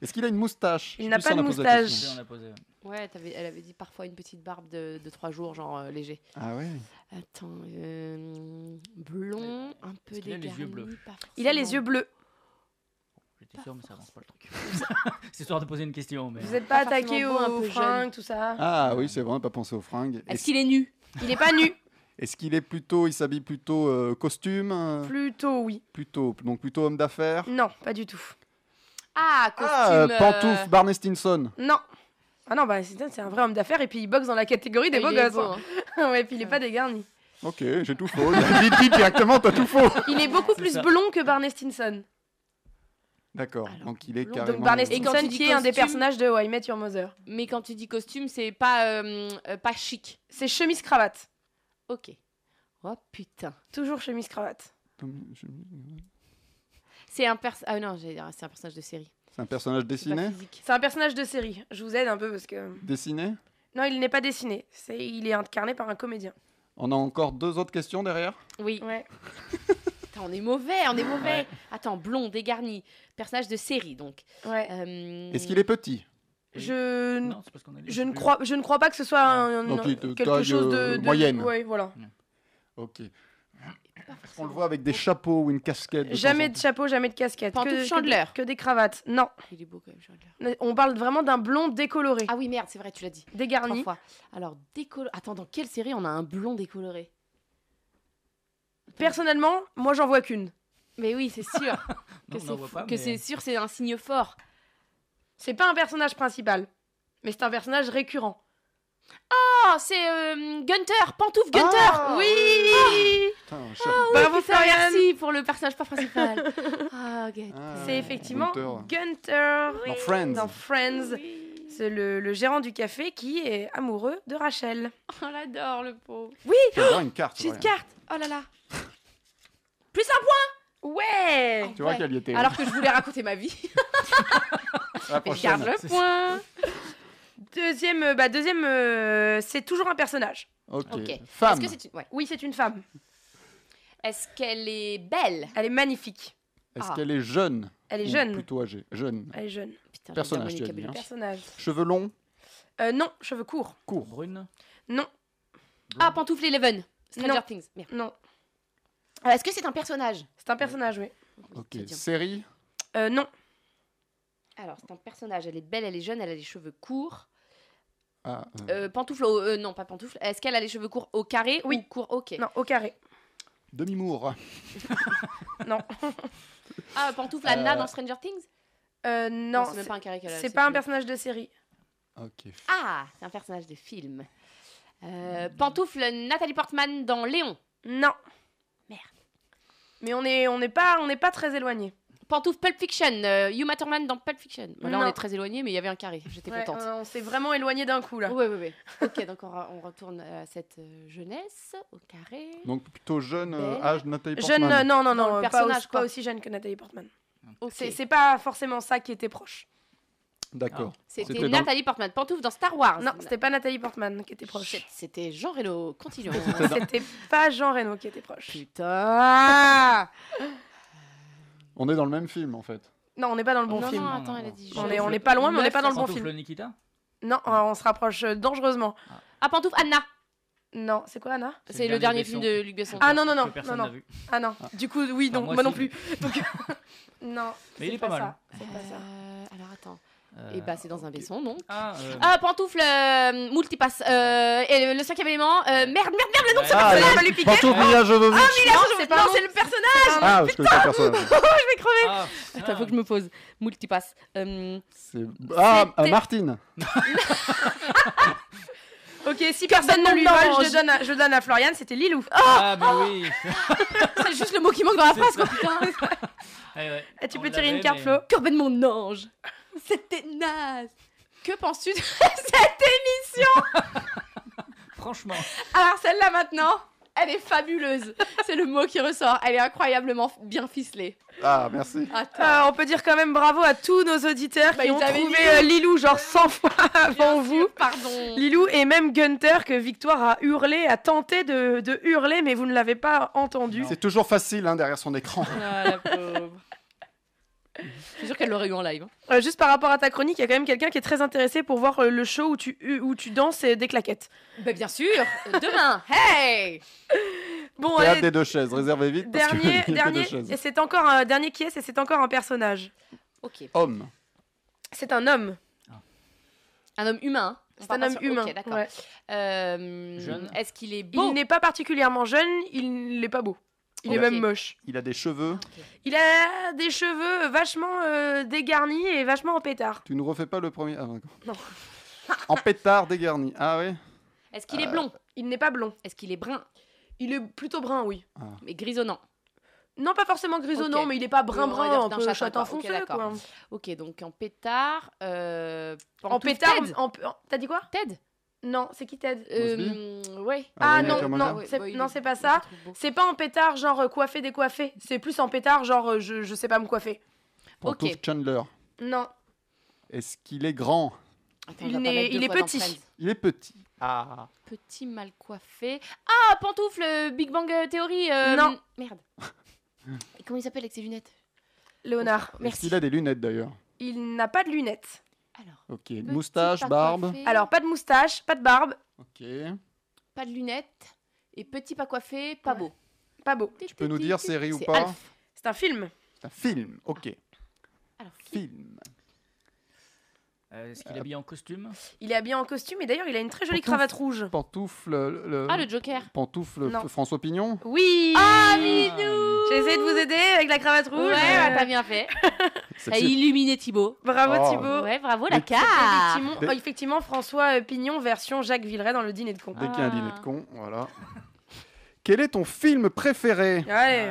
Est-ce qu'il a une moustache Je
Il
sais
n'a
plus
pas
si on
de
a posé la
moustache.
question.
Ouais, t'avais- elle avait dit parfois une petite barbe de, de 3 jours, genre euh, léger.
Ah ouais
Attends, euh, blond, un peu
qu'il a les
dégarni.
yeux bleus
pas
Il a les
forcément
yeux bleus.
J'étais sûr, mais ça avance pas le truc. [LAUGHS] c'est histoire de poser une question. Mais... euh.
Vous n'êtes pas
Pas
attaqué
forcément beau, un
aux
peu jeune.
fringues, tout ça.
Ah oui, c'est vrai, on n'a pas pensé aux fringues.
Est-ce qu'il est nu
Il est pas nu.
Est-ce qu'il est plutôt, il s'habille plutôt euh, costume euh,
Plutôt oui.
Plutôt, donc plutôt homme d'affaires
Non, pas du tout.
Ah, costume.
Ah, euh,
euh,
pantoufle, Barney Stinson.
Non. Ah non, bah, c'est c'est un vrai homme d'affaires et puis il boxe dans la catégorie des
Ah,
beaux
il est
gosses.
beau,
hein. [LAUGHS] ouais, puis il est pas dégarni.
Ok, j'ai tout faux. Dis- dis directement, t'as tout faux.
Il est beaucoup plus
ça.
blond que Barney Stinson.
D'accord, donc il est
blond.
carrément...
Donc Barney
Et quand
Stinson
tu dis
qui est un des
costume-
personnages de Why I Met Your Mother.
Mais quand tu dis costume, c'est pas, euh, euh, pas chic.
C'est chemise cravate.
Ok. Oh putain.
Toujours chemise cravate.
C'est un pers- ah non, j'allais dire, c'est un personnage de série.
C'est un personnage
C'est pas
dessiné
physique.
C'est un personnage de série. Je vous aide un peu parce que
Dessiné
non, il n'est pas dessiné. C'est il est incarné par un comédien.
On a encore deux autres questions derrière
Oui.
Ouais.
Putain, on est mauvais, on est mauvais. Attends, blond, dégarni, personnage de série donc.
Ouais. Mm.
Euh,
Est-ce qu'il est petit
Je n-
Non, c'est parce qu'on a les
je
yeux
ne
bleus.
crois je ne crois pas que ce soit un,
Donc, il est de
quelque
taille,
chose
euh,
de, de-
moyenne.
Ouais, voilà.
Ok. On le voit avec des chapeaux ou une casquette. de
Jamais
temps
de chapeau, jamais de casquette.
Pantoufle
que,
Chandler.
Que, des, que des cravates. Non.
Il est beau quand même, Chandler.
On parle vraiment d'un blond décoloré,
Ah oui, merde, c'est vrai, tu l'as dit. Trois
dégarni.
fois. Alors, décoloré. Attends, dans quelle série on a un blond décoloré
Personnellement, moi j'en vois qu'une.
Mais oui, c'est
[LAUGHS]
sûr. que
Non, on
c'est
n'en voit
fou-
pas,
que
mais-
c'est sûr, c'est un signe fort.
C'est pas un personnage principal, mais c'est un personnage récurrent.
Oh, c'est euh, Gunter, pantoufle Gunter.
Ah
oui
en temps. Putain, un chapeau.
Bravo
Ah Putain,
Florian
merci pour le personnage pas
[LAUGHS]
principal. Ah, ok.
Ah,
C'est effectivement
Gunther.
Gunther
Dans Friends.
dans Friends. C'est le, le gérant du café qui est amoureux de Rachel.
Oh, On l'adore, le pauvre.
Tu vois une carte.
J'ai une
ouais.
carte
Oh là là. Plus un point
Ouais
Tu vois
Ouais.
qu'elle y était.
Alors que je voulais raconter ma vie.
À la
Mais
[LAUGHS]
je
prochaine.
garde le point.
Deuxième, euh, bah deuxième euh, c'est toujours un personnage.
Ok.
Ok.
Femme.
Est-ce que c'est une... ouais.
Oui, c'est une femme.
Est-ce qu'elle est belle
Elle est magnifique.
Est-ce
Ah.
qu'elle est jeune
Elle est
Ou
jeune.
Plutôt âgée. Jeune.
Elle est jeune.
Putain,
Personnage,
j'adore
tu as dit,
Monica
hein.
Bellucci.
Personnage.
Cheveux longs,
Euh, non, cheveux courts.
courts.
Brune
Non,
Ah, pantoufle Eleven. Stranger
Non.
Things. Merde.
non.
Euh, Est-ce que c'est un personnage
C'est un personnage, oui.
Ok, série
Euh, non.
Alors, c'est un personnage. Elle est belle, elle est jeune, elle a les cheveux courts.
Ah,
Euh, pantoufle, au- euh, non, pas pantoufle. Est-ce qu'elle a les cheveux courts au carré Oui. Ou courts, ok.
Non, au carré.
Demi-mour.
Non.
Ah, pantoufle Anna
Euh,
dans Stranger Things
Euh, non.
c'est même pas un carré qu'elle a,
C'est
c'est
pas un
plus-
personnage de série.
Ok.
Ah, c'est un personnage de film. Euh, pantoufle Nathalie Portman dans Léon.
Non. Merde. Mais on est, on est pas, on n'est pas très éloigné.
Pantoufle Pulp Fiction, euh, Uma Thurman dans Pulp Fiction. Bon, Là, on
Non.
est très éloigné, mais il y avait un carré. J'étais
Ouais,
contente.
on- on s'est vraiment éloigné d'un coup là.
Ouais, ouais,
[LAUGHS]
ouais. ok, donc on, ra- on retourne à cette euh, jeunesse, au carré.
Donc plutôt jeune euh,
Belle.
âge Nathalie
Ben, Jeune,
Portman.
euh, non, non,
Dans
non,
le
pas
personnage,
aussi- pas,
quoi.
aussi jeune que Nathalie Portman.
Ok.
C'est- C'est pas forcément ça qui était proche.
D'accord.
Ah,
C'était
dans-
Nathalie Portman, pantoufle dans Star Wars.
Non, c'était pas Nathalie Portman qui était proche.
C'était Jean Reno. [LAUGHS] Continuons.
C'était pas Jean Reno qui était proche.
Putain
On est dans le même film en fait.
Non, on n'est pas dans le bon
Non,
film.
non, attends, elle a dit
on
Jean-
est, on est pas loin, mais on n'est pas dans le bon
Pantoufle
film.
Nikita
Non, on se rapproche euh, dangereusement.
Ah, pantoufle Anna.
Non, c'est quoi Anna
C'est le dernier film de Luc Besson.
Ah non, non,
que
non.
personne
non,
n'a
non.
vu.
Ah non. Du coup, oui,
Enfin,
donc,
moi,
moi,
si,
non plus. [LAUGHS] Donc, non.
Mais il
c'est
est pas mal.
ça, c'est pas ça.
Euh, alors attends.
Euh,
Et bah c'est dans un vaisson donc.
Ah, euh,
Ah, pantoufle euh, multipass. euh, et le, le cinquième élément. euh, merde, merde, merde, le nom de ce
Ah,
personnage.
le- Pantoufle Mia Jovovich.
Ah, mais il a
Non,
son-
c'est pas
Non,
un nom.
c'est le personnage.
Ah, parce que c'est un
[LAUGHS]
personnage.
je vais crever.
Ah,
Attends, faut que je me pose. Multipass. Euh,
C'est- Ah,
C'était-
euh, Martine.
Ok,
Personne
si personne ne
ne
lui vole,
mange.
je donne à, je donne à Florian, c'était Lilou. Oh
ah, mais oui.
[LAUGHS]
c'est juste le mot qui manque dans la
C'est
phrase.
ça.
quoi. Putain.
Eh ouais.
Eh, tu
Oh.
On
peux tirer une
l'avait,
carte,
mais-
Flo.
Corps de mon ange. C'était naze. Que penses-tu de [LAUGHS] cette émission [LAUGHS]
Franchement,
Alors celle-là maintenant, elle est fabuleuse. C'est le mot qui ressort. Elle est incroyablement f- bien ficelée.
Ah, merci.
Attends.
Ah, on peut dire quand même bravo à tous nos auditeurs
Bah,
qui
ils
ont
avaient
trouvé
Lilou.
euh, Lilou genre 100 fois avant vous.
Pardon.
Lilou et même Gunther que Victoire a hurlé, a tenté de, de hurler, mais vous ne l'avez pas entendu.
C'est toujours facile hein, derrière son écran.
Ah, la
[LAUGHS]
pauvre. Je suis sûre qu'elle l'aurait eu en live. hein.
Euh, juste par rapport à ta chronique, il y a quand même quelqu'un qui est très intéressé pour voir euh, le show où tu, où tu danses et des claquettes.
Bah, bien sûr, euh,
[LAUGHS]
demain. Hey
Bon,
Théâtre
allez,
des deux chaises, réservez vite. parce que [LAUGHS] il y a
dernier,
que
dernier,
deux chaises.
et c'est encore un dernier qui est, et c'est encore un personnage.
Ok. Ah.
Homme.
C'est un homme.
Un homme humain. hein. On
C'est
parle
un
pas
homme
sur-
humain.
Ok, d'accord.
ouais.
Euh,
Jeune.
Est-ce qu'il est
Il
beau
n'est pas particulièrement jeune, il n'est pas beau. Il
Ok.
est même moche.
Il a des cheveux.
Il a des cheveux vachement euh, dégarnis et vachement en pétard.
Tu ne refais pas le premier. Ah, d'accord.
Non.
en pétard dégarni. Ah oui.
Est-ce qu'il est
Euh,
blond
Il n'est pas blond.
Est-ce qu'il est brun
Il est plutôt brun, oui.
Ah.
Mais grisonnant.
Non, pas forcément grisonnant,
Ok.
mais il n'est pas
Oui, on va dire
brun-brun, un
d'un
peu
châtain,
châtain
quoi. Ok,
foncé,
d'accord.
quoi.
Ok, donc en pétard. euh,
En
pantoufle
pétard,
Ted.
en- en- T'as dit quoi
Ted
Non, c'est qui Ted
Euh, Ouais.
Ah,
ouais,
non,
Mathieu
non,
Molière.
c'est-
il
non,
est-
c'est pas
il est
ça.
trop beau.
C'est pas en pétard, genre euh, coiffé, décoiffé. C'est plus en pétard, genre euh, je, je sais pas me coiffer.
Pantoufle Chandler.
Non,
Est-ce qu'il est grand
Attends, on
Il
va pas
n'est-
mettre deux
il est
fois dans
petit.
Friends.
Il est petit. Ah.
Petit mal coiffé. Ah, pantoufle, euh, Big Bang euh, Theory. euh,
Non.
Merde. Et comment il s'appelle avec ses lunettes
Léonard.
Est-ce
Merci.
qu'il a des lunettes d'ailleurs
Il n'a pas de lunettes.
Alors,
Ok.
petit,
Moustache,
pas
barbe.
coiffé,
Alors, pas de moustache, pas de barbe,
Ok.
pas de lunettes. Et petit pas coiffé, pas beau.
pas beau.
Tu peux nous dire série ou
C'est
pas
Alf.
C'est
[LAUGHS]
un film.
C'est un film. Ok.
Alors, qui-
Film.
Euh, est-ce qu'il est
Ah.
habillé en costume
Il est habillé en costume et d'ailleurs, il a une très jolie
Pantoufle.
cravate rouge.
Pantoufle. Le...
Ah, le Joker.
Pantoufle
Non. Oh.
F- François Pignon.
Oui
Ah,
Minou
J'ai essayé de vous aider avec la cravate rouge. Euh,
Ouais, bah, t'as bien fait.
C'est-
T'as illuminé Thibaut.
[LAUGHS] Bravo
Oh.
Thibaut.
Ouais, bravo la
Mais-
carte.
Effectivement,
Des-
oh, effectivement, François euh, Pignon version Jacques Villeray dans le dîner de con.
Dès qu'il y a un
Ah.
dîner de con, voilà. Quel est ton film préféré
Allez,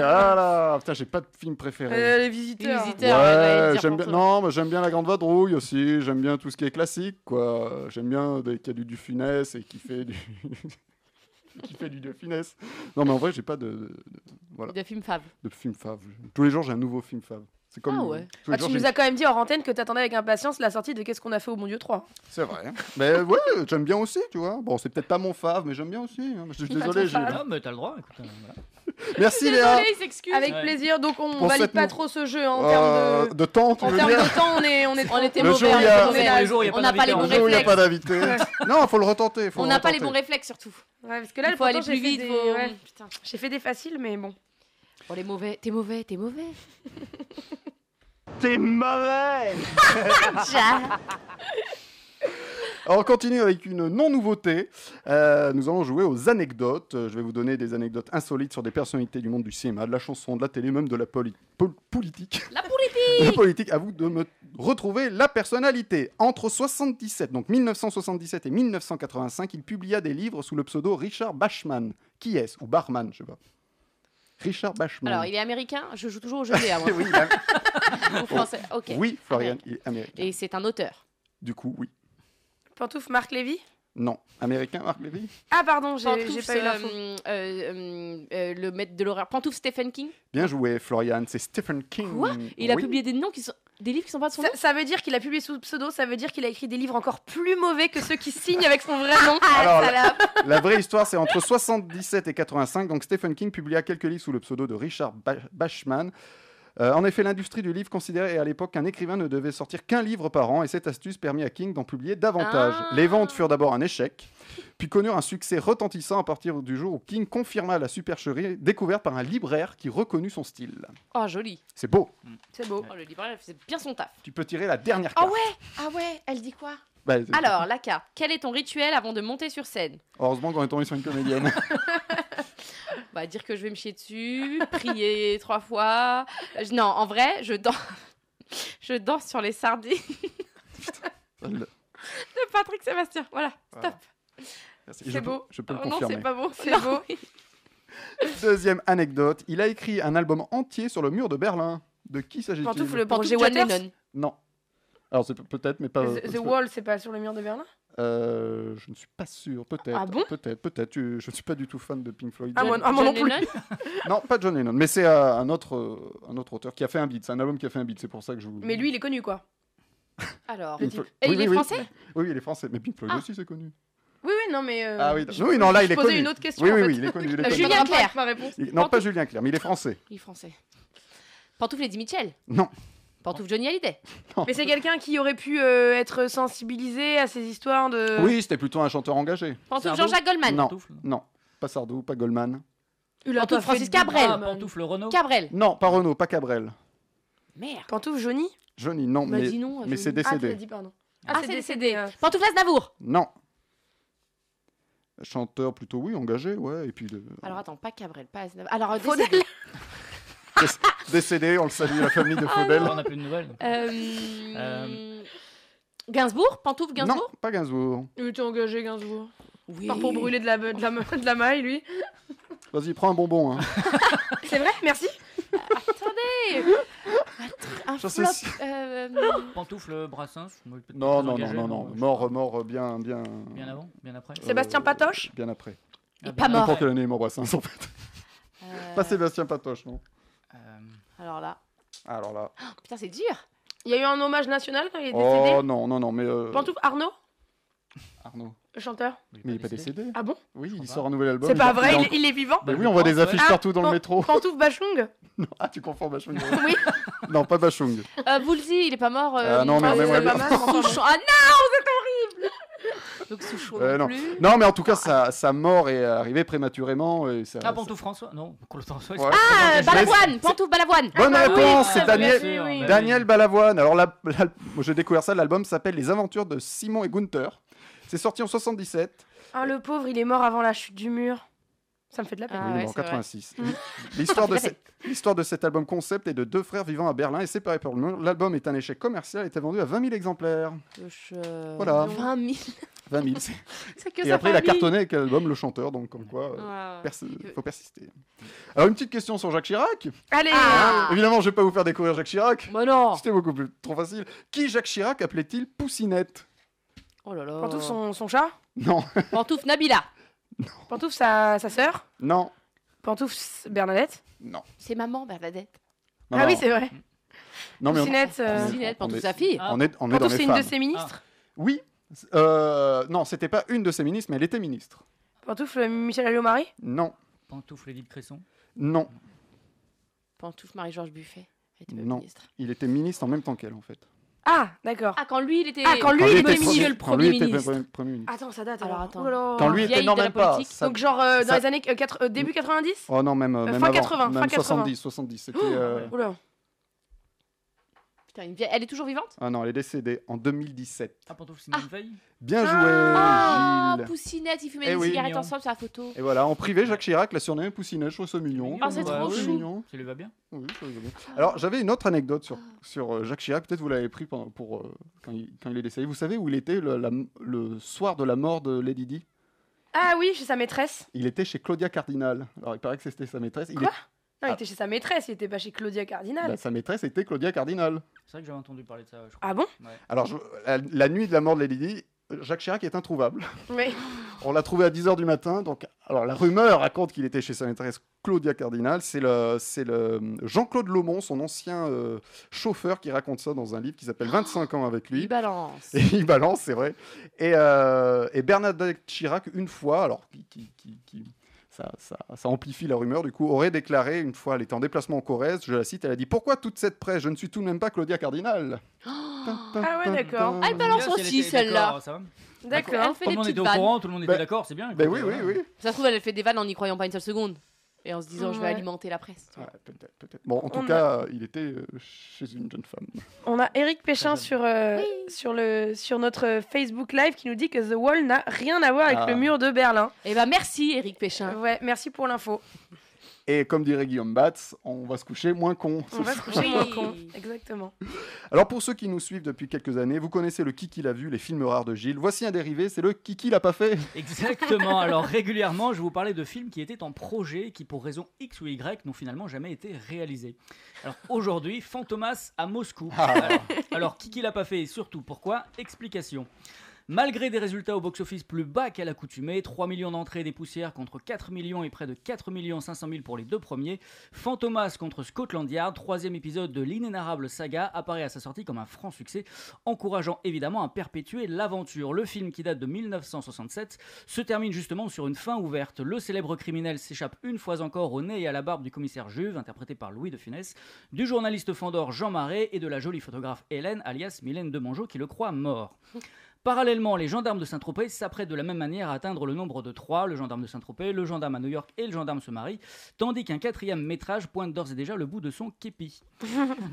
Allez, voilà. Putain, j'ai pas de film préféré.
Euh, les visiteurs.
Les visiteurs, ouais, j'allais dire
j'aime bien.
Pantoufle.
Non, mais j'aime bien la grande vadrouille aussi. J'aime bien tout ce qui est classique, quoi. J'aime bien dès qu'il y a du du funès et qui fait du [LAUGHS] qui fait du de funès. Non, mais en vrai, j'ai pas de, de-
De film Fab.
de film fave. Tous les jours, j'ai un nouveau film fave. C'est comme.
Ah ouais.
tous les
Ah,
jours,
tu
j'ai
nous
une-
as quand même dit en antenne que t'attendais avec impatience la sortie de Qu'est-ce qu'on a fait au bon Dieu 3.
C'est
[LAUGHS]
vrai. hein. mais ouais, j'aime bien aussi, tu vois. Bon, c'est peut-être pas mon fave, mais j'aime bien aussi. hein. Je suis
Pas ton
désolé. j'ai-
fave.
Ah, mais t'as le droit, écoute. euh, voilà.
[LAUGHS]
Merci Léa.
Avec
Ouais.
plaisir, donc on
Pour
valide
cette
pas
nou-
trop ce jeu hein, en
Euh,
termes de.
de temps, tu
En
veux
termes
dire
de temps, on, est, [LAUGHS] on, est, on était
Le jour
mauvais.
où il y a-
on était mauvais.
on n'a pas les bons
Le jour où il n'y a pas hein.
réflexes.
d'invité. non, faut le retenter. faut
On
le
n'a pas les bons
retenter.
réflexes surtout.
Ouais, parce que là,
Il
le
faut aller
pourtant, j'ai
plus
fait
vite,
des-
faut-
ouais, putain, J'ai fait des faciles, mais bon.
Bon, les mauvais, t'es mauvais, t'es mauvais.
T'es mauvais
Ah,
Ja.
Alors, on continue avec une non-nouveauté. Euh, nous allons jouer aux anecdotes. Euh, Je vais vous donner des anecdotes insolites sur des personnalités du monde du cinéma, de la chanson, de la télé, même de la poli- pol- politique.
La
La
politique
politique, à vous de me retrouver la personnalité. Entre 77, donc 1977 et 1985, il publia des livres sous le pseudo Richard Bachman. Qui est-ce Ou Barman, je sais pas. Richard Bachman.
Alors, il est américain Je joue toujours au jeu, Léa, moi.
[LAUGHS] oui, il est am-
Ou français, ok.
Oh. Oui, Florian, il est américain.
Et c'est un auteur.
Du coup, oui.
Pantouf, Marc Lévy
Non. Américain, Marc Lévy
Ah, pardon, j'ai
Pantouf,
j'ai pas eu l'info.
euh, euh, euh, le maître de l'horreur. Pantouf Stephen King.
Bien joué, Florian. C'est Stephen King.
Quoi Il a
Oui.
publié des noms qui sont des livres qui sont pas de son
Ça,
nom.
ça veut dire qu'il a publié sous pseudo, ça veut dire qu'il a écrit des livres encore plus mauvais que ceux qui signent avec son vrai
[LAUGHS]
nom.
Ah,
Alors, la, [LAUGHS] la vraie histoire, c'est entre 77 et 85. Donc, Stephen King publia quelques livres sous le pseudo de Richard Ba- Bachman. Euh, en effet, l'industrie du livre considérait à l'époque qu'un écrivain ne devait sortir qu'un livre par an, et cette astuce permit à King d'en publier davantage.
Ah.
Les ventes furent d'abord un échec, puis connurent un succès retentissant à partir du jour où King confirma la supercherie découverte par un libraire qui reconnut son style.
Oh joli.
C'est beau.
C'est beau.
Oh, le libraire il faisait bien son taf.
Tu peux tirer la dernière
Ah
carte.
ouais, ah ouais, elle dit quoi
Bah, c'est-
Alors, la carte. Quel est ton rituel avant de monter sur scène
Heureusement qu'on est tombé sur une comédienne.
Bah dire que je vais me chier dessus, [LAUGHS] prier trois fois. Euh, je- non, en vrai, je danse [LAUGHS] je danse sur les sardines [LAUGHS] de Patrick Sébastien. Voilà, stop.
Voilà. Merci. Je
C'est
peux-
beau.
je peux le
Oh non,
confirmer.
c'est pas beau.
C'est
Non.
beau.
Deuxième anecdote, il a écrit un album entier sur le mur de Berlin. De qui s'agit-il
Pantouf, le
Pantouf
projet
John
One
Lennon.
Non. Alors c'est pe- peut-être, mais pas.
The, The Wall, c'est pas sur le mur de Berlin
Euh, je ne suis pas sûr. Peut-être.
Ah bon
Peut-être, peut-être. Tu- Je ne suis pas du tout fan de Pink Floyd.
Ah, moi- ah, moi non
John
plus.
Lennon.
Non, pas John Lennon, mais c'est euh, un autre, euh, un autre auteur qui a fait un beat. C'est un album qui a fait un beat. C'est pour ça que je vous.
Mais lui, il est connu quoi.
Alors,
Pink Flo-
et
Oui,
il
oui,
est
oui.
français
Oui, oui, il est français. Mais Pink Floyd
Ah.
aussi, c'est connu.
Oui, oui, non, mais. euh,
ah oui,
je-
non, oui, non, là,
je
il est
posais
connu.
une autre question.
Oui,
en
oui,
fait.
oui, il est connu. il est
Euh,
connu.
Julien
Ça me
Clerc.
rappelle ma réponse.
Il- Non, pas Julien Clerc, mais il est français.
Il est français. Pantouf Lady Mitchell
Non.
Pantouf Johnny Hallyday
Mais c'est quelqu'un qui aurait pu euh, être sensibilisé à ces histoires de.
Oui, c'était plutôt un chanteur engagé.
Pantouf
Sardou.
Euh, Jean-Jacques Goldman
non,
Pantoufle.
non, pas Sardou, pas Goldman.
Il a
Pantouf
pas fait
Francis
de
Cabrel.
drame.
Pantoufle Renault.
Cabrel
Non, pas Renaud, pas Cabrel.
Merde
Pantouf Johnny
Johnny, non,
Bah,
mais,
dis non,
mais
Johnny.
c'est
Ah, tu l'as
décédé.
dit, pardon.
Ah, c'est décédé. Pantouf Aznavour
Non. Chanteur plutôt, oui, engagé, ouais. Et puis de-
Alors attends, pas Cabrel, pas Aznavour. Alors, euh,
Faudel.
décédé.
décédé, on le salue, la
Oh
famille de Faudel.
Ah On n'a plus de nouvelles.
[LAUGHS] Euh,
Euh.
Gainsbourg Pantouf
non,
Gainsbourg
pas Gainsbourg.
Il était engagé, Gainsbourg.
Oui.
Part pour brûler de la, de la, de la maille, lui.
Vas-y, prends un bonbon. Hein.
[LAUGHS]
C'est vrai Merci.
Un
J'en
flop.
sais si-
euh,
Pantoufle Brassens. on
Non,
peut-être plus
non, non,
engagé,
non,
mais
non.
bon, je-
Mort, mort, euh, bien, bien.
Bien avant, bien après.
euh,
Sébastien Patoche
Bien après.
Et
Ah, bien
pas mort.
après.
N'importe quelle année, il mort Brassens, en fait.
euh,
Pas Sébastien Patoche, non.
Euh,
Alors là,
Alors là.
putain, c'est dur.
Il y a eu un hommage national quand il est décédé.
Oh non, non, non, mais. euh,
Pantouf Arnaud,
Arnaud.
le chanteur.
Mais il est pas décédé.
Ah bon
Oui, il
crois
sort un nouvel album.
C'est
il
pas
a-
vrai,
il a
il, est- il est vivant
Mais Ben oui, on voit des affiches
Ah,
partout dans
pan-
le métro.
Pantouf Bachung
[LAUGHS] Non, ah, tu confonds Bachung.
Oui.
[LAUGHS] Non, pas Bachung.
Euh, Boulzy, il est pas mort. euh,
Ah non, mais on
euh,
aimerait
bien.
Souchon. Ah non, vous êtes horrible Donc Souchon
Euh,
non
non.
plus.
Non, mais en tout cas, sa, sa mort est arrivée prématurément. Et ça,
Ah, Pantouf François Non, Claude François.
Ouais.
Ah, euh,
c'est pas engagé.
Balavoine Pantouf Balavoine Ah
Bonne
bah oui,
réponse, c'est
oui,
Daniel,
oui, oui.
Daniel Balavoine. Alors, la- la- moi, j'ai découvert ça, l'album s'appelle Les Aventures de Simon et Gunther. C'est sorti en 77,
[LAUGHS] Ah, le pauvre, il est mort avant la chute du mur. Ça me fait de la peine.
Ah
oui,
ouais,
mais en
c'est vrai. [LAUGHS]
86. L'histoire de, cet- l'histoire de cet album concept est de deux frères vivant à Berlin et séparés par le mur. L'album est un échec commercial et était vendu à 20 000 exemplaires.
Je- euh,
Voilà.
20 000.
20 000. [LAUGHS] c'est-
C'est que
Et
sa
après, il a
famille.
cartonné avec l'album Le Chanteur, donc comme quoi, euh,
Ouais.
persi- faut persister. Alors, une petite question sur Jacques Chirac.
Allez
Ah.
Évidemment, je vais pas vous faire découvrir Jacques Chirac.
Bah non
C'était beaucoup plus trop facile. Qui Jacques Chirac appelait-il Poussinette
Oh là là
Pantouf, son, son [LAUGHS] chat.
Non,
Pantouf Nabila
Pantouf, sa, sa sœur.
non,
Pantouf, s- Bernadette.
non.
C'est maman Bernadette.
non,
ah oui,
non.
c'est vrai.
Non, mais on-
Coussinette, euh, Coussinette,
pour
on
toute
est-
sa fille. Ah.
On est, on est
Pantouf,
dans les
c'est une
femmes.
de ses ministres
Oui. Euh, non, c'était pas une de ses ministres, mais elle était ministre.
Pantoufle euh, Michel Alliomarie
Non,
Pantoufle Edith Cresson.
non,
Pantouf Marie-Georges Buffet.
non. Il était ministre en même temps qu'elle, en fait.
Ah, d'accord.
Ah, quand lui, il était.
Ah, quand lui,
Quand
il
lui
était
était
ministre.
premier- quand lui était premier- premier ministre.
Attends, ça date alors.
attends.
Oulala.
Quand lui était- Vieille non, de la même pas, politique. ça-
Donc, genre euh, dans
ça-
les années euh, quatre- euh, début 90
Oh non, même, euh,
Euh,
même
fin
avant,
80,
même
fin Oh. 80.
70, 70. C'était. euh,
Oula.
Putain, une vieille- elle est toujours vivante
Ah non, elle est décédée en 2017.
Ah, Pantoufle Simone Veil.
Oh,
Bien joué,
Ah,
Gilles.
Poussinette, ils fumaient
Eh
des
oui.
cigarettes
Mignon.
ensemble sur la photo.
Et voilà, en privé, Jacques Chirac l'a surnommé Poussinet, je trouve ça mignon.
Ah, c'est trop chou.
Bah, Ça lui va bien.
Oui, ça lui va bien. Alors, j'avais une autre anecdote sur, sur euh, Jacques Chirac, peut-être vous l'avez pris pendant- pour, euh, quand, il, quand il est décédé. Vous savez où il était le, la- le soir de la mort de Lady Di
Ah oui, chez sa maîtresse.
Il était chez Claudia Cardinal. Alors, il paraît que c'était sa maîtresse. Il
Quoi
est-
Non, il
Ah.
était chez sa maîtresse, il était pas chez Claudia Cardinal.
bah, sa maîtresse était Claudia Cardinal.
C'est vrai que j'avais entendu parler de ça, je crois.
Ah bon
Ouais.
Alors, je- la, la nuit de la mort de Lady Di, Jacques Chirac est introuvable.
Oui.
On l'a trouvé à 10h du matin. Donc, alors la rumeur raconte qu'il était chez sa maîtresse Claudia Cardinal. C'est le, c'est le Jean-Claude Lomont, son ancien euh, chauffeur, qui raconte ça dans un livre qui s'appelle 25 ans avec lui.
Il balance.
Et il balance, c'est vrai. Et, euh, et Bernadette Chirac, une fois, alors qui, qui- qui- qui- ça, ça- ça amplifie la rumeur, du coup, aurait déclaré, une fois, elle était en déplacement en Corrèze, je la cite, elle a dit Pourquoi toute cette presse Je ne suis tout de même pas Claudia Cardinal.
Ah ouais, d'accord.
Ah, elle balance
Bien, si elle
aussi,
était
celle-là.
d'accord, ça va
D'accord.
Elle fait
Tout
des
le monde
petites
était au
vannes.
courant, tout le monde était d'accord, c'est bien.
Ben
écoutez,
oui, oui,
voilà.
oui.
Ça se trouve, elle fait des vannes en n'y croyant pas une seule seconde. Et en se disant, je vais
Ouais.
alimenter la presse.
Ouais, peut-être, peut-être. Bon, en tout
On a-
cas, il était euh, chez une jeune femme.
On a Eric Péchin sur, euh, sur, le, sur notre Facebook Live qui nous dit que The Wall n'a rien à voir avec
Ah.
le mur de Berlin.
Eh ben, merci, Eric Péchin.
Ouais, merci pour l'info.
Et comme dirait Guillaume Batz, on va se coucher moins con. [LAUGHS]
On va se coucher moins con. Exactement.
Alors pour ceux qui nous suivent depuis quelques années, vous connaissez le Kiki l'a vu, les films rares de Gilles. Voici un dérivé, c'est le Kiki l'a pas [LAUGHS] fait.
Exactement. Alors régulièrement, je vous parlais de films qui étaient en projet, qui pour raison X ou Y n'ont finalement jamais été réalisés. Alors aujourd'hui, Fantomas à Moscou. Alors, alors, qui qui l'a pas fait et surtout pourquoi Explication. Malgré des résultats au box-office plus bas qu'à l'accoutumée, 3 millions d'entrées et des poussières contre 4 millions et près de 4 500 000 pour les deux premiers, Fantomas contre Scotland Yard, troisième épisode de l'inénarrable saga, apparaît à sa sortie comme un franc succès, encourageant évidemment à perpétuer l'aventure. Le film, qui date de 1967, se termine justement sur une fin ouverte. Le célèbre criminel s'échappe une fois encore au nez et à la barbe du commissaire Juve, interprété par Louis de Funès, du journaliste Fandor Jean Marais et de la jolie photographe Hélène, alias Mylène de Mongeau, qui le croit mort. Parallèlement, les gendarmes de Saint-Tropez s'apprêtent de la même manière à atteindre le nombre de trois, le gendarme de Saint-Tropez, le gendarme à New York et le gendarme se marient, tandis qu'un quatrième métrage pointe d'ores et déjà le bout de son képi.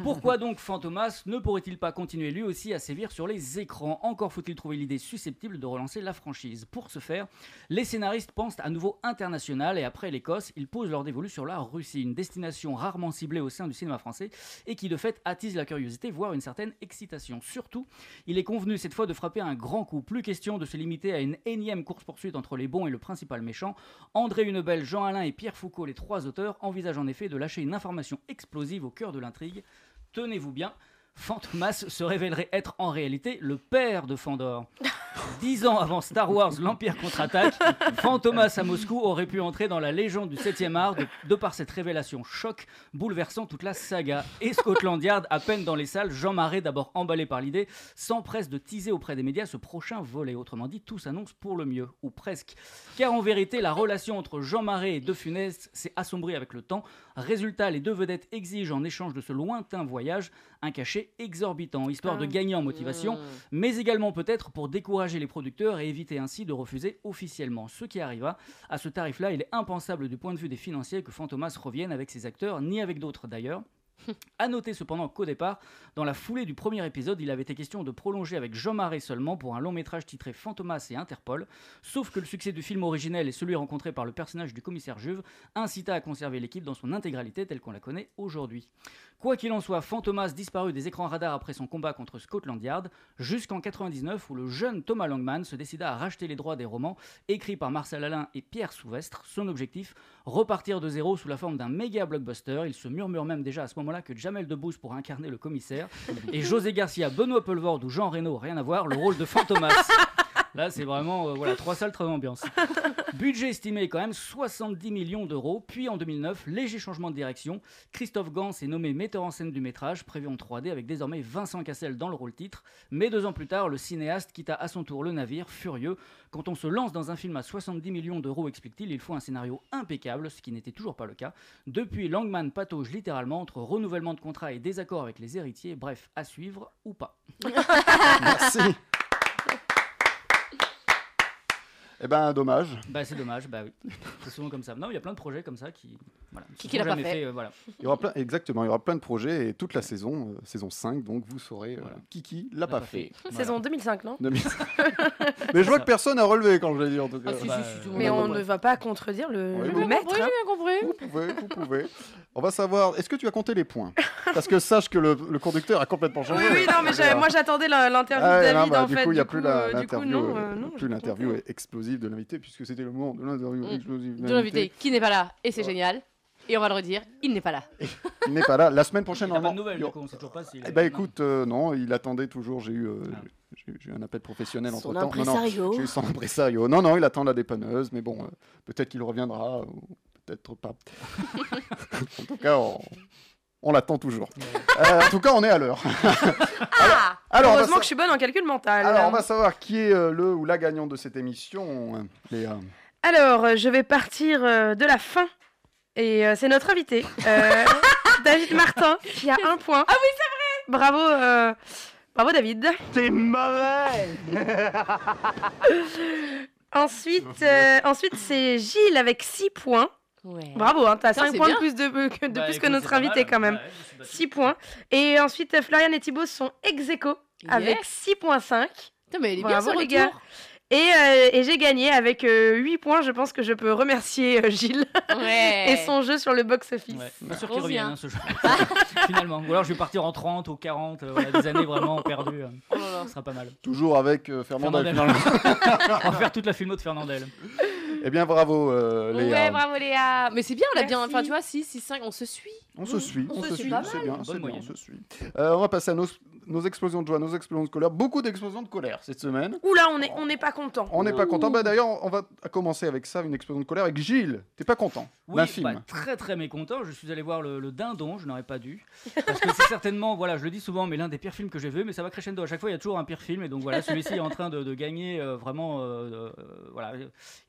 Pourquoi donc Fantomas ne pourrait-il pas continuer lui aussi à sévir sur les écrans Encore faut-il trouver l'idée susceptible de relancer la franchise. Pour ce faire, les scénaristes pensent à nouveau international et après l'Écosse, ils posent leur dévolu sur la Russie, une destination rarement ciblée au sein du cinéma français et qui de fait attise la curiosité, voire une certaine excitation. Surtout, il est convenu cette fois de frapper un grand coup. Plus question de se limiter à une énième course-poursuite entre les bons et le principal méchant. André Hunebelle, Jean Alain et Pierre Foucault, les trois auteurs, envisagent en effet de lâcher une information explosive au cœur de l'intrigue. Tenez-vous bien, Fantomas se révélerait être en réalité le père de Fandor. Dix ans avant Star Wars, l'Empire contre-attaque, Fantomas à Moscou aurait pu entrer dans la légende du 7e art de, de par cette révélation choc bouleversant toute la saga. Et Scotland Yard, à peine dans les salles, Jean Marais, d'abord emballé par l'idée, s'empresse de teaser auprès des médias ce prochain volet. Autrement dit, tout s'annonce pour le mieux, ou presque. Car en vérité, la relation entre Jean Marais et De Funès s'est assombrie avec le temps. Résultat, les deux vedettes exigent en échange de ce lointain voyage un cachet exorbitant, histoire de gagner en motivation, Mm. mais également peut-être pour décourager les producteurs et éviter ainsi de refuser officiellement. Ce qui arriva, à ce tarif-là, il est impensable du point de vue des financiers que Fantomas revienne avec ses acteurs, ni avec d'autres d'ailleurs. À noter cependant qu'au départ, dans la foulée du premier épisode, il avait été question de prolonger avec Jean Marais seulement pour un long métrage titré Fantomas et Interpol, sauf que le succès du film originel et celui rencontré par le personnage du commissaire Juve incita à conserver l'équipe dans son intégralité telle qu'on la connaît aujourd'hui. Quoi qu'il en soit, Fantomas disparut des écrans radars après son combat contre Scotland Yard, jusqu'en 99 où le jeune Thomas Langman se décida à racheter les droits des romans écrits par Marcel Alain et Pierre Souvestre. Son objectif, repartir de zéro sous la forme d'un méga blockbuster. Il se murmure même déjà à ce moment-là que Jamel Debbouze pourrait incarner le commissaire et José Garcia, Benoît Pelvorde ou Jean Reno, rien à voir, le rôle de Fantomas. Là, c'est vraiment euh, voilà, trois salles, trois ambiances. Budget estimé quand même 70 millions d'euros. Puis en 2009, léger changement de direction. Christophe Gans est nommé metteur en scène du métrage, prévu en 3D avec désormais Vincent Cassel dans le rôle titre. Mais deux ans plus tard, le cinéaste quitta à son tour le navire, furieux. Quand on se lance dans un film à 70 millions d'euros, explique-t-il, il faut un scénario impeccable, ce qui n'était toujours pas le cas. Depuis, Langman patauge littéralement entre renouvellement de contrat et désaccord avec les héritiers. Bref, à suivre ou pas.
Merci. Eh ben, dommage.
Bah c'est dommage, bah oui. C'est souvent comme ça. Non, il y a plein de projets comme ça qui voilà,
Qui
se
qu'il
sont
a pas
jamais
fait.
euh, voilà.
Il y aura plein, exactement, il y aura plein de projets et toute la saison, euh, saison 5, donc vous saurez euh, Kiki l'a pas, fait.
Saison 2005, non [LAUGHS]
2005. Mais je vois que personne n'a relevé quand je l'ai dit en tout cas.
Ah, si, si, si, tout le monde Mais a on compris. ne va pas contredire le,
Oui,
le
vous-
maître.
Oui, j'ai
bien
compris. Vous pouvez, vous pouvez. On va savoir, est-ce que tu as compté les points Parce que sache que le, le conducteur a complètement changé.
Oui, non, mais j'avais- moi j'attendais la-
Ah
l'interview de
ouais,
David
non, bah,
en
du
fait.
coup, il n'y a
du
plus
coup,
la-
euh, du coup,
l'interview
non,
euh,
euh, non,
plus l'interview explosive de l'invité, puisque c'était le moment de l'interview
Mm.
explosive
De l'invité qui n'est pas là, et c'est génial. Et on va le redire, il n'est pas là.
Il n'est pas là. La semaine prochaine,
Pas de
normalement.
nouvelles, du coup, on sait toujours pas si.
Eh ben écoute, euh, non, il attendait toujours. J'ai eu, euh, j'ai- j'ai eu un appel professionnel
Son
entre temps.
impresario.
j'ai eu son impresario. Non, non, il attend la dépanneuse, mais bon, euh, peut-être qu'il reviendra, ou peut-être
[LAUGHS]
pas. en tout cas, on, on l'attend toujours. Euh, en tout cas, on est à l'heure.
Ah
alors, on va
Heureusement
sa-
que je suis bonne en calcul mental.
Alors, on va savoir qui est euh, le ou la gagnante de cette émission, euh, Léa.
Alors, euh, je vais partir euh, de la fin. Et euh, c'est notre invité,
[LAUGHS]
euh, David Martin, qui a un point. Ah oui, c'est vrai Bravo, euh, bravo David. T'es mauvais [LAUGHS] Ensuite, euh, ensuite c'est Gilles avec 6 points. Bravo, hein, t'as
Putain,
5
c'est
points de
bien.
plus, de, que, de
Bah,
plus que
écoute, c'est
notre
pas
invité
mal.
quand même.
Ouais, je
6 points. Et ensuite, euh, Florian et Thibaut sont ex aequo avec 6.5.
Putain, mais il est bien,
Bravo
ce
les
retour.
gars. Et, euh, et j'ai gagné avec 8 points. Je pense que je peux remercier euh, Gilles
Ouais.
[LAUGHS] et son jeu sur le box-office.
Ouais. Pas sûr qu'il revienne hein, ce jeu. [LAUGHS] Finalement. Ou alors je vais partir en 30 ou 40, euh, voilà, des années vraiment perdues. hein.
Oh
Ce sera pas mal.
Toujours avec euh, Fernandel.
Fernandel.
finalement.
[LAUGHS] On va faire toute la filmo de Fernandel.
eh bien, bravo, euh, Léa.
Ouais, bravo Léa. Mais c'est bien, on a bien.
Merci.
Enfin, tu vois, 6, 6, 5, on se suit.
On
Mm.
se suit, on se suit,
pas
c'est
mal.
bien, c'est bien, on se suit. Euh, on va passer à nos, nos explosions de joie, nos explosions de colère, beaucoup d'explosions de colère cette semaine.
Oula, on n'est on n'est pas content.
On n'est pas content. Bah, D'ailleurs, on va commencer avec ça, une explosion de colère avec Gilles. T'es pas content
Oui,
d'un
bah,
film.
très très mécontent. Je suis allé voir le, le Dindon, je n'aurais pas dû. Parce que c'est certainement, voilà, je le dis souvent, mais l'un des pires films que j'ai vu. Mais ça va crescendo. À chaque fois, il y a toujours un pire film. Et donc voilà, celui-ci est en train de, de gagner euh, vraiment. euh, euh, voilà,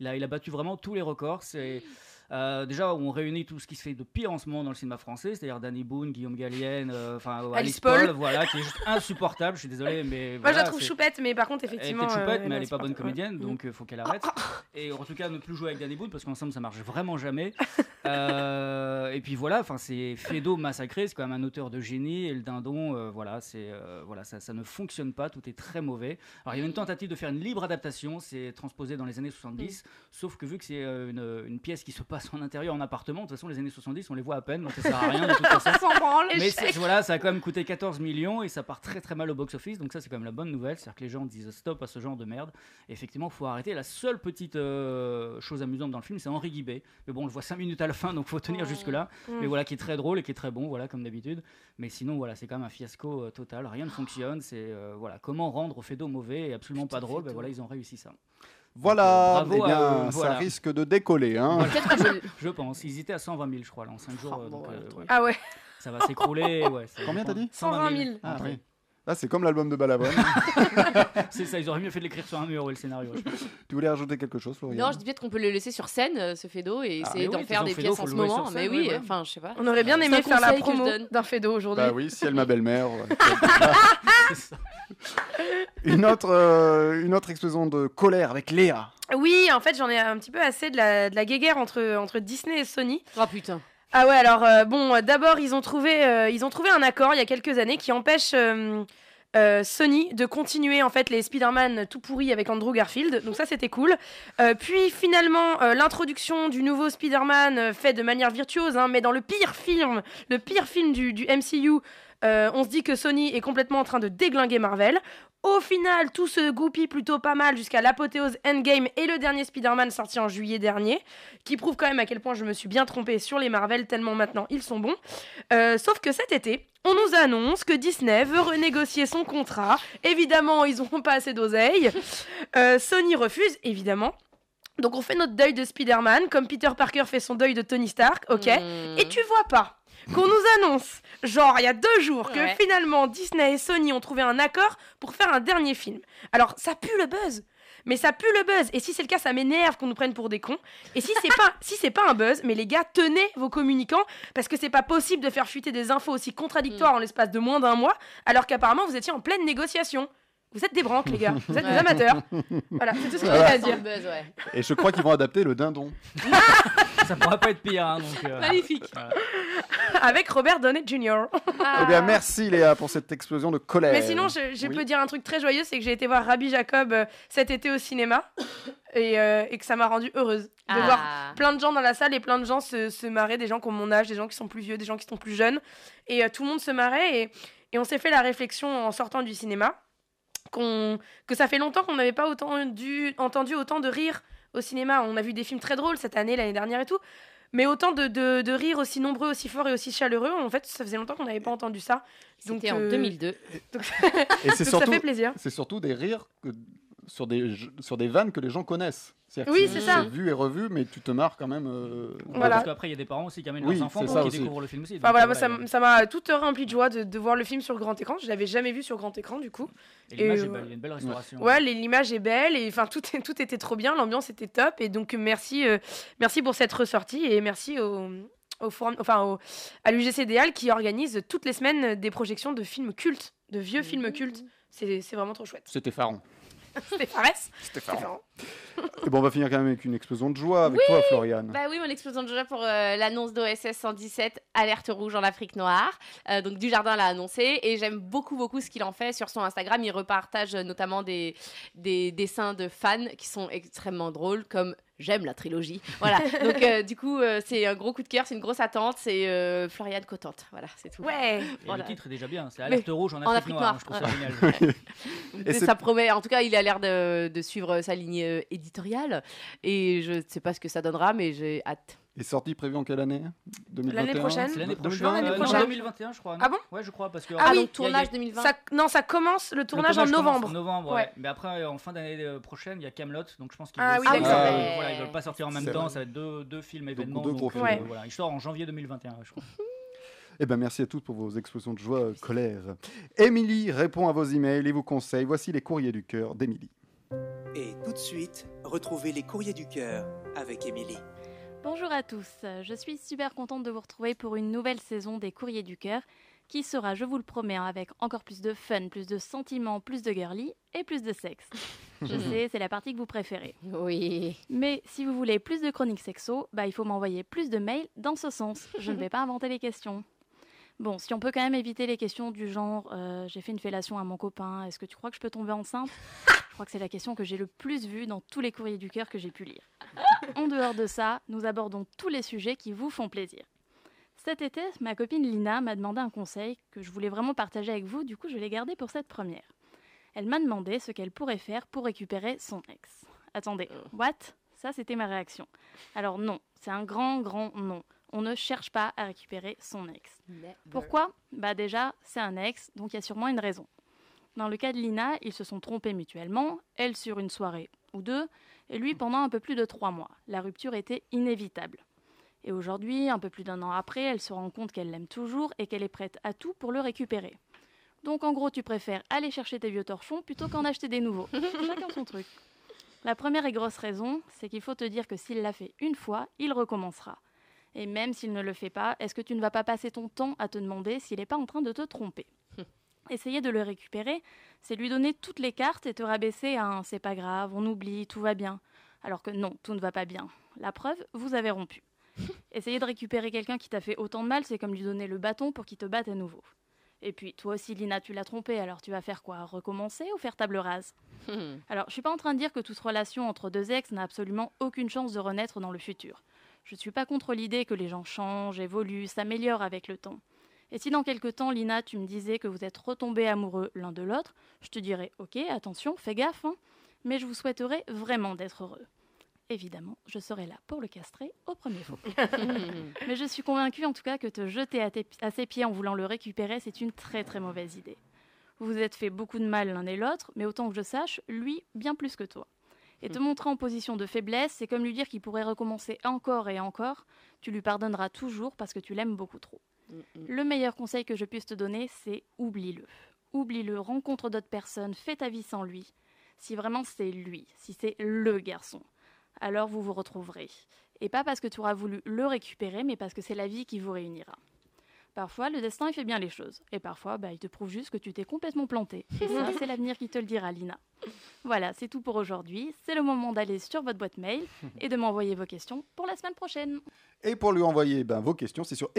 il a, il a battu vraiment tous les records. C'est. euh, déjà, on réunit tout ce qui se fait de pire en ce moment dans le cinéma français, c'est-à-dire Danny Boone, Guillaume Gallienne, euh, enfin euh,
Alice
Alice
Paul.
Paul, voilà, qui est juste insupportable. Je suis désolé, mais
Moi, je
voilà,
la trouve
c'est-
choupette, mais par contre, effectivement.
elle était choupette,
euh,
mais elle
non,
n'est
c'est
pas bonne
top.
comédienne, donc il faut qu'elle
[COUGHS]
arrête. Et en tout cas, ne plus jouer avec Danny Boone parce qu'en somme, ça marche vraiment
[LAUGHS]
jamais. Euh, et puis voilà, enfin, c'est Fedo massacré, c'est quand même un auteur de génie. Et le dindon, euh, voilà, c'est euh, voilà, ça, ça ne fonctionne pas, tout est très mauvais. Alors il y a une tentative de faire une libre adaptation, c'est transposé dans les années 70,
Mm.
sauf que vu que c'est euh, une, une pièce qui se passe en intérieur, en appartement, de toute façon, les années 70, on les voit à peine, donc ça sert à rien de
[LAUGHS]
toute façon.
On s'en branle,
Mais
l'échec.
c'est- voilà, ça a quand même coûté 14 millions et ça part très très mal au box-office. Donc ça, c'est quand même la bonne nouvelle. C'est-à-dire que les gens disent stop à ce genre de merde. Et effectivement, faut arrêter. La seule petite euh, chose amusante dans le film, c'est Henri Guibé. Mais bon, on le voit 5 minutes à la fin, donc faut tenir jusque-là.
Mm.
Mais voilà, qui est très drôle et qui est très bon, voilà, comme d'habitude. Mais sinon, voilà, c'est quand même un fiasco euh, total. Rien ne fonctionne. C'est euh, voilà, comment rendre Fedo mauvais et absolument pas drôle. Ben voilà, ils ont réussi ça.
Voilà,
Donc, euh,
eh
bravo à
bien,
eux,
ça
voilà.
risque de décoller. Hein.
Voilà. [LAUGHS] je, je pense. Ils étaient à 120 000, je crois, là, en 5 jours. euh, donc, euh, ouais.
Ah ouais.
Ça va s'écrouler. [LAUGHS] ouais, ça-
Combien t'as dit
120 000.
Ah,
entrées.
oui. Là, c'est comme l'album de Balavoine. [LAUGHS] Ah,
[LAUGHS] C'est ça, ils auraient mieux fait de l'écrire sur un mur, ouais, le scénario. je pense.
tu voulais rajouter quelque chose, Florian
Non, je dis peut-être qu'on peut le laisser sur scène, euh, ce Fedo, et
Ah,
essayer
mais
d'en
oui,
faire
faisons
des
Fedo,
pièces
faut
en
le
ce
louer sur
moment.
scène,
mais
ouais,
oui,
ouais.
enfin, je sais pas.
On aurait bien
C'est
aimé
un
faire la
conseil que je
promo
donne.
d'un Fedo aujourd'hui.
Bah oui, si elle ma belle-mère.
[LAUGHS]
ouais. une, autre, euh, une autre explosion de colère avec Léa.
Oui, en fait, j'en ai un petit peu assez de la, de la guéguerre entre, entre Disney et Sony.
Ah putain.
Ah ouais, alors euh, bon, euh, d'abord, ils, ont trouvé, euh, ils ont trouvé un accord il y a quelques années qui empêche euh, euh, Sony de continuer en fait les Spider-Man tout pourris avec Andrew Garfield. Donc ça, c'était cool. Euh, puis finalement, euh, l'introduction du nouveau Spider-Man euh, fait de manière virtuose, hein, mais dans le pire film, le pire film du, du MCU. euh, on se dit que Sony est complètement en train de déglinguer Marvel. Au final, tout se goupille plutôt pas mal jusqu'à l'apothéose Endgame et le dernier Spider-Man sorti en juillet dernier, qui prouve quand même à quel point je me suis bien trompée sur les Marvel, tellement maintenant ils sont bons. Euh, sauf que cet été, on nous annonce que Disney veut renégocier son contrat. Évidemment, ils n'auront [LAUGHS] pas assez d'oseille. Euh, Sony refuse, évidemment. Donc on fait notre deuil de Spider-Man, comme Peter Parker fait son deuil de Tony Stark, ok Et tu vois pas qu'on nous annonce, genre il y a deux jours, que
Ouais.
finalement Disney et Sony ont trouvé un accord pour faire un dernier film. Alors ça pue le buzz mais ça pue le buzz et si c'est le cas ça m'énerve qu'on nous prenne pour des cons et si c'est pas si c'est pas un buzz mais les gars tenez vos communicants parce que c'est pas possible de faire fuiter des infos aussi contradictoires en l'espace de moins d'un mois alors qu'apparemment vous étiez en pleine négociation vous êtes des branques les gars vous êtes
[LAUGHS]
des amateurs voilà c'est tout ce que j'ai
Voilà.
à dire
Et je crois qu'ils vont adapter le dindon.
Ça pourra pas être pire. hein, donc, euh,
Magnifique.
voilà.
avec Robert Downey Jr.
Eh bien, merci Léa pour cette explosion de colère.
Ah. Mais sinon, je, je
Oui.
peux dire un truc très joyeux, c'est que j'ai été voir Rabbi Jacob euh, cet été au cinéma et, euh, et que ça m'a rendue heureuse de
Ah.
voir plein de gens dans la salle et plein de gens se, se marrer, des gens qui ont mon âge, des gens qui sont plus vieux, des gens qui sont plus jeunes. Et euh, tout le monde se marrait et, et on s'est fait la réflexion en sortant du cinéma qu'on que ça fait longtemps qu'on n'avait pas autant dû, entendu autant de rire au cinéma. On a vu des films très drôles cette année, l'année dernière et tout. Mais autant de, de, de rires aussi nombreux, aussi forts et aussi chaleureux, en fait, ça faisait longtemps qu'on n'avait pas entendu ça. Donc, euh,
C'était en 2002.
[LAUGHS] donc-
Et c'est
donc
surtout,
ça fait plaisir.
C'est surtout des rires que- sur, des, jeux- sur des vannes que les gens connaissent. C'est-à-dire
Oui,
que
c'est ça.
vu et revu, mais tu te marres quand même. euh,
Voilà.
Parce qu'après, il y a des parents aussi qui amènent
Oui,
leurs enfants
c'est
pour
ça
qu'ils
aussi.
découvrent le film aussi.
Enfin,
donc,
voilà,
euh,
moi, ça m- ça m'a tout rempli de joie de, de voir le film sur grand écran. Je l'avais jamais vu sur grand écran du coup.
Et l'image
euh,
est belle, il y a une belle restauration.
Ouais, les- l'image est belle et enfin tout, est- tout était trop bien, l'ambiance était top et donc merci euh, merci pour cette ressortie et merci au, au forum enfin au- à l'UGCDL qui organise toutes les semaines des projections de films cultes, de
Mmh.
vieux films cultes. C'est c'est vraiment trop chouette. [LAUGHS]
C'était Faron.
C'était Farès.
C'était Faron. Et bon, on va finir quand même avec une explosion de joie avec
Oui
toi, Floriane.
Bah oui, mon explosion de joie pour euh, l'annonce d'OSS 117, alerte rouge en Afrique noire. Euh, donc Dujardin l'a annoncé et j'aime beaucoup beaucoup ce qu'il en fait sur son Instagram. Il repartage euh, notamment des, des dessins de fans qui sont extrêmement drôles, comme j'aime la trilogie. Voilà. donc euh, du coup, euh, c'est un gros coup de cœur, c'est une grosse attente, c'est euh, Floriane Cotente. Voilà, c'est tout.
Ouais.
Et le titre est déjà bien, c'est
Mais-
Alerte rouge en Afrique, noire. hein, Je trouve ça
ouais.
génial.
[LAUGHS]
Mais ça promet. En tout cas, il a l'air de, de suivre sa ligne euh, éditoriale et je ne sais pas ce que ça donnera, mais j'ai hâte.
Et sortie prévue en quelle année 2021
L'année prochaine.
C'est l'année
Non,
prochaine.
l'année
euh, non,
prochaine.
2021, je crois. non
Ah bon
Ouais, je crois. Parce que
Ah oui,
il y a- il y a-
Ça- non, ça commence le
le
tournage, en
commence
novembre.
novembre, ouais.
Ouais.
Mais après, euh, en fin d'année euh, prochaine, il y a Camelot, donc je pense qu'ils
Ah
veulent
oui,
sortir-
d'accord.
euh,
Ouais.
voilà, ils veulent pas sortir en même
C'est
temps.
vrai.
Ça va être deux, deux films événements.
deux
donc,
gros
euh,
films. Ouais.
voilà. Il sort en janvier 2021, je crois.
Eh ben, merci à toutes pour vos explosions de joie, euh, colère. Émilie répond à vos emails et vous conseille. Voici les courriers du cœur d'Émilie.
[LAUGHS] Et tout de suite, retrouvez les courriers du cœur avec Émilie.
Bonjour à tous, je suis super contente de vous retrouver pour une nouvelle saison des Courriers du Cœur qui sera, je vous le promets, hein, avec encore plus de fun, plus de sentiments, plus de girly et plus de sexe. Je sais, c'est la partie que vous préférez.
Oui.
Mais si vous voulez plus de chroniques sexo, bah, il faut m'envoyer plus de mails dans ce sens. Je ne vais pas inventer les questions. Bon, si on peut quand même éviter les questions du genre euh, j'ai fait une fellation à mon copain, est-ce que tu crois que je peux tomber enceinte Je crois que c'est la question que j'ai le plus vue dans tous les courriers du cœur que j'ai pu lire. En dehors de ça, nous abordons tous les sujets qui vous font plaisir. Cet été, ma copine Lina m'a demandé un conseil que je voulais vraiment partager avec vous, du coup je l'ai gardé pour cette première. Elle m'a demandé ce qu'elle pourrait faire pour récupérer son ex. Attendez, what Ça, c'était ma réaction. Alors non, c'est un grand, grand non. On ne cherche pas à récupérer son ex.
Never.
Pourquoi Bah déjà, c'est un ex, donc il y a sûrement une raison. Dans le cas de Lina, ils se sont trompés mutuellement, elle sur une soirée ou deux, et lui pendant un peu plus de trois mois. La rupture était inévitable. Et aujourd'hui, un peu plus d'un an après, elle se rend compte qu'elle l'aime toujours et qu'elle est prête à tout pour le récupérer. Donc en gros, tu préfères aller chercher tes vieux torchons plutôt qu'en acheter des nouveaux. Chacun son truc. La première et grosse raison, c'est qu'il faut te dire que s'il l'a fait une fois, il recommencera. Et même s'il ne le fait pas, est-ce que tu ne vas pas passer ton temps à te demander s'il n'est pas en train de te tromper Essayer de le récupérer, c'est lui donner toutes les cartes et te rabaisser à un c'est pas grave, on oublie, tout va bien. Alors que non, tout ne va pas bien. La preuve, vous avez rompu. Essayer de récupérer quelqu'un qui t'a fait autant de mal, c'est comme lui donner le bâton pour qu'il te batte à nouveau. Et puis, toi aussi, Lina, tu l'as trompé, alors tu vas faire quoi Recommencer ou faire table rase alors, je suis pas en train de dire que toute relation entre deux ex n'a absolument aucune chance de renaître dans le futur. Je ne suis pas contre l'idée que les gens changent, évoluent, s'améliorent avec le temps. Et si dans quelques temps, Lina, tu me disais que vous êtes retombés amoureux l'un de l'autre, je te dirais Ok, attention, fais gaffe, hein, mais je vous souhaiterais vraiment d'être heureux. Évidemment, je serai là pour le castrer au premier
[LAUGHS]
faux. [LAUGHS]
Hmm.
mais je suis convaincue en tout cas que te jeter à, tes- à ses pieds en voulant le récupérer, c'est une très très mauvaise idée. Vous vous êtes fait beaucoup de mal l'un et l'autre, mais autant que je sache, lui, bien plus que toi. Et te
Hmm.
montrer en position de faiblesse, c'est comme lui dire qu'il pourrait recommencer encore et encore. Tu lui pardonneras toujours parce que tu l'aimes beaucoup trop. Le meilleur conseil que je puisse te donner, c'est oublie-le. Oublie-le, rencontre d'autres personnes, fais ta vie sans lui. Si vraiment c'est lui, si c'est le garçon, alors vous vous retrouverez. Et pas parce que tu auras voulu le récupérer, mais parce que c'est la vie qui vous réunira. Parfois, le destin, il fait bien les choses. Et parfois, bah, il te prouve juste que tu t'es complètement planté. Et ça, c'est l'avenir qui te le dira, Lina. Voilà, c'est tout pour aujourd'hui. C'est le moment d'aller sur votre boîte mail et de m'envoyer vos questions pour la semaine prochaine.
Et pour lui envoyer ben, vos questions, c'est sur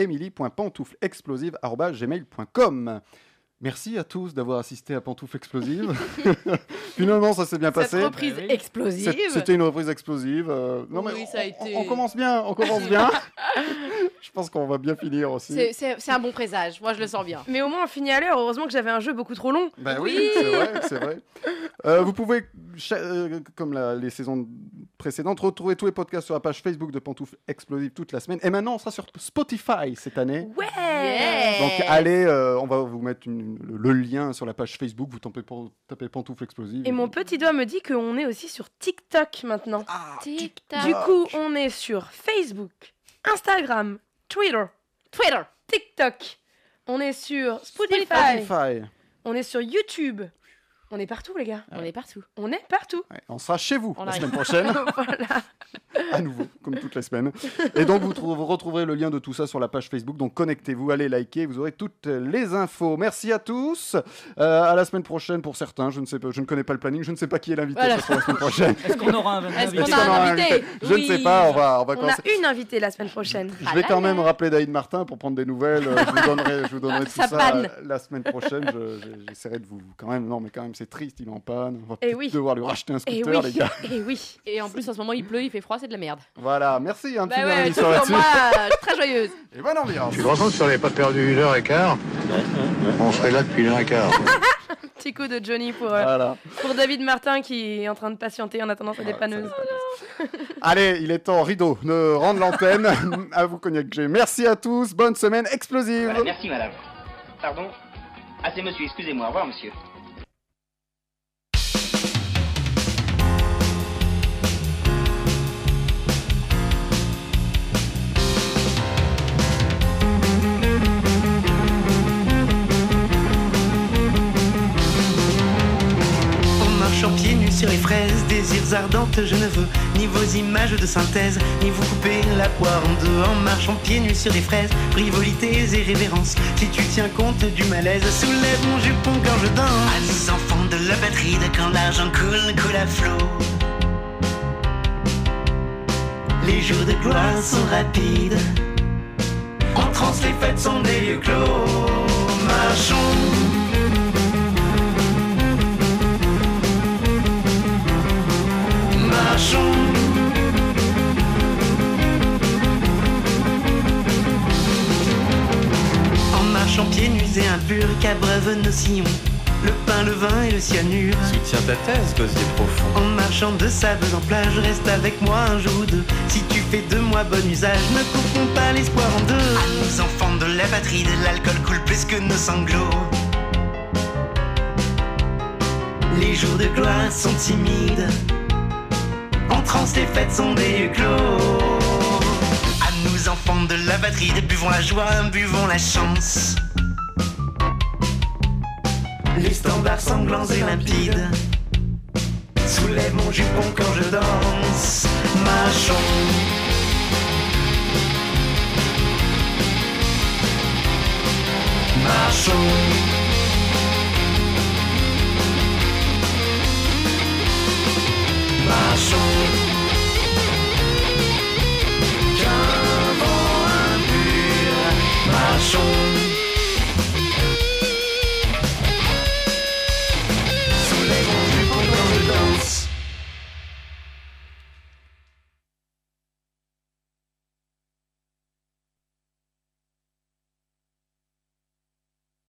emily.pantoufleexplosive.gmail.com. Merci à tous d'avoir assisté à Pantoufle
[LAUGHS]
Explosive. Finalement, ça s'est bien passé.
reprise Bah oui. explosive.
C'est- C'était une reprise explosive. euh, non, mais
Oui, ça a
on- on-
été-
on, commence bien, on
[LAUGHS]
commence
[LAUGHS]
bien. Je pense qu'on va bien finir aussi.
C'est- C'est c'est un bon présage, moi je le sens bien.
Mais au moins, on finit à l'heure. Heureusement que j'avais un jeu beaucoup trop long.
Ben oui, c'est vrai, c'est vrai. Euh, vous pouvez, cha- euh, comme la- les saisons précédentes, retrouver tous les podcasts sur la page Facebook de Pantoufle Explosive toute la semaine. Et maintenant, on sera sur Spotify cette année.
Ouais.
Donc allez, euh, on va vous mettre une- le- le lien sur la page Facebook. Vous tapez, pan- tapez Pantoufle Explosive.
Et mon petit doigt me dit qu'on est aussi sur TikTok maintenant.
Ah,
TikTok.
Du coup, on est sur Facebook, Instagram, Twitter,
Twitter,
TikTok. On est sur Spotify.
Spotify.
On est sur YouTube. On est partout, les gars.
On est partout.
On est partout.
Ouais, on sera chez vous
On
la
arrive.
semaine
[LAUGHS]
prochaine.
Voilà.
à nouveau, comme toutes les semaines. Et donc, vous, trou- vous retrouverez le lien de tout ça sur la page Facebook. Donc, connectez-vous, allez liker, vous aurez toutes les infos. Merci à tous. Euh, à la semaine prochaine pour certains. Je ne sais pas, je ne connais pas le planning, je ne sais pas qui est l'invité
Voilà.
ce sera la semaine
[LAUGHS]
prochaine.
Est-ce qu'on aura un
Ah,
Est-ce
qu'on a un invité Je ne sais pas, on va- on va
a
commencer.
une invitée la semaine prochaine.
Ah
Je vais quand même rappeler David Martin pour prendre des nouvelles. Euh, Je vous donnerai, je vous donnerai tout
Ça
ça
panne.
euh, la semaine prochaine. Je- je- J'essaierai de vous quand même. Non, mais quand même, c'est triste, il est en panne. On va
Eh
peut-être
oui.
devoir lui racheter un
Et
scooter,
oui.
les gars.
Et oui. Et en plus, en ce moment, il pleut, il fait froid, c'est de la merde.
Voilà, merci. hein, Un petit
Bah
dernier
ouais,
soir là-dessus.
toujours moi, je suis très joyeuse.
[LAUGHS] Et bonne ambiance.
Tu te rends compte si on n'avait pas perdu une heure et quart On serait là depuis une heure et quart.
Petit coup de Johnny pour, euh,
Voilà.
pour David Martin qui est en train de patienter en
Ah,
attendant sa dépanneuse.
Allez, il est temps, rideau, de rendre l'antenne à vous, Cognac G. Merci à tous, bonne semaine explosive.
Voilà, merci madame. Pardon Ah c'est monsieur, excusez-moi, au revoir monsieur.
On marche en pieds nus sur les fraises, désirs ardentes, je ne veux ni vos images de synthèse, ni vous couper la poire en deux. En marchant pieds nus sur les fraises, frivolités et révérences, si tu tiens compte du malaise, soulève mon jupon quand je danse. À nos enfants de la batterie, de quand l'argent coule, coule à flot. Les jours de gloire sont rapides. En transe, les fêtes sont des lieux clos. Marchons. marchons. En marchant pieds nus et impurs, qu'abreuvent nos sillons. Le pain, le vin et le cyanure.
Soutiens ta thèse, gosier profond.
En marchant de sable en plage, reste avec moi un jour ou deux. Si tu fais de moi bon usage, ne confonds pas l'espoir en deux. À nos enfants de la batterie, de l'alcool coule plus que nos sanglots. Les jours de gloire sont timides. En transe, les fêtes sont des yeux clos. À nous enfants de la batterie, de buvons la joie, buvons la chance. Les standards sanglants et limpides. Soulève mon jupon quand je danse, marchons. Marchons. Marchons. Qu'un vent impur, marchons.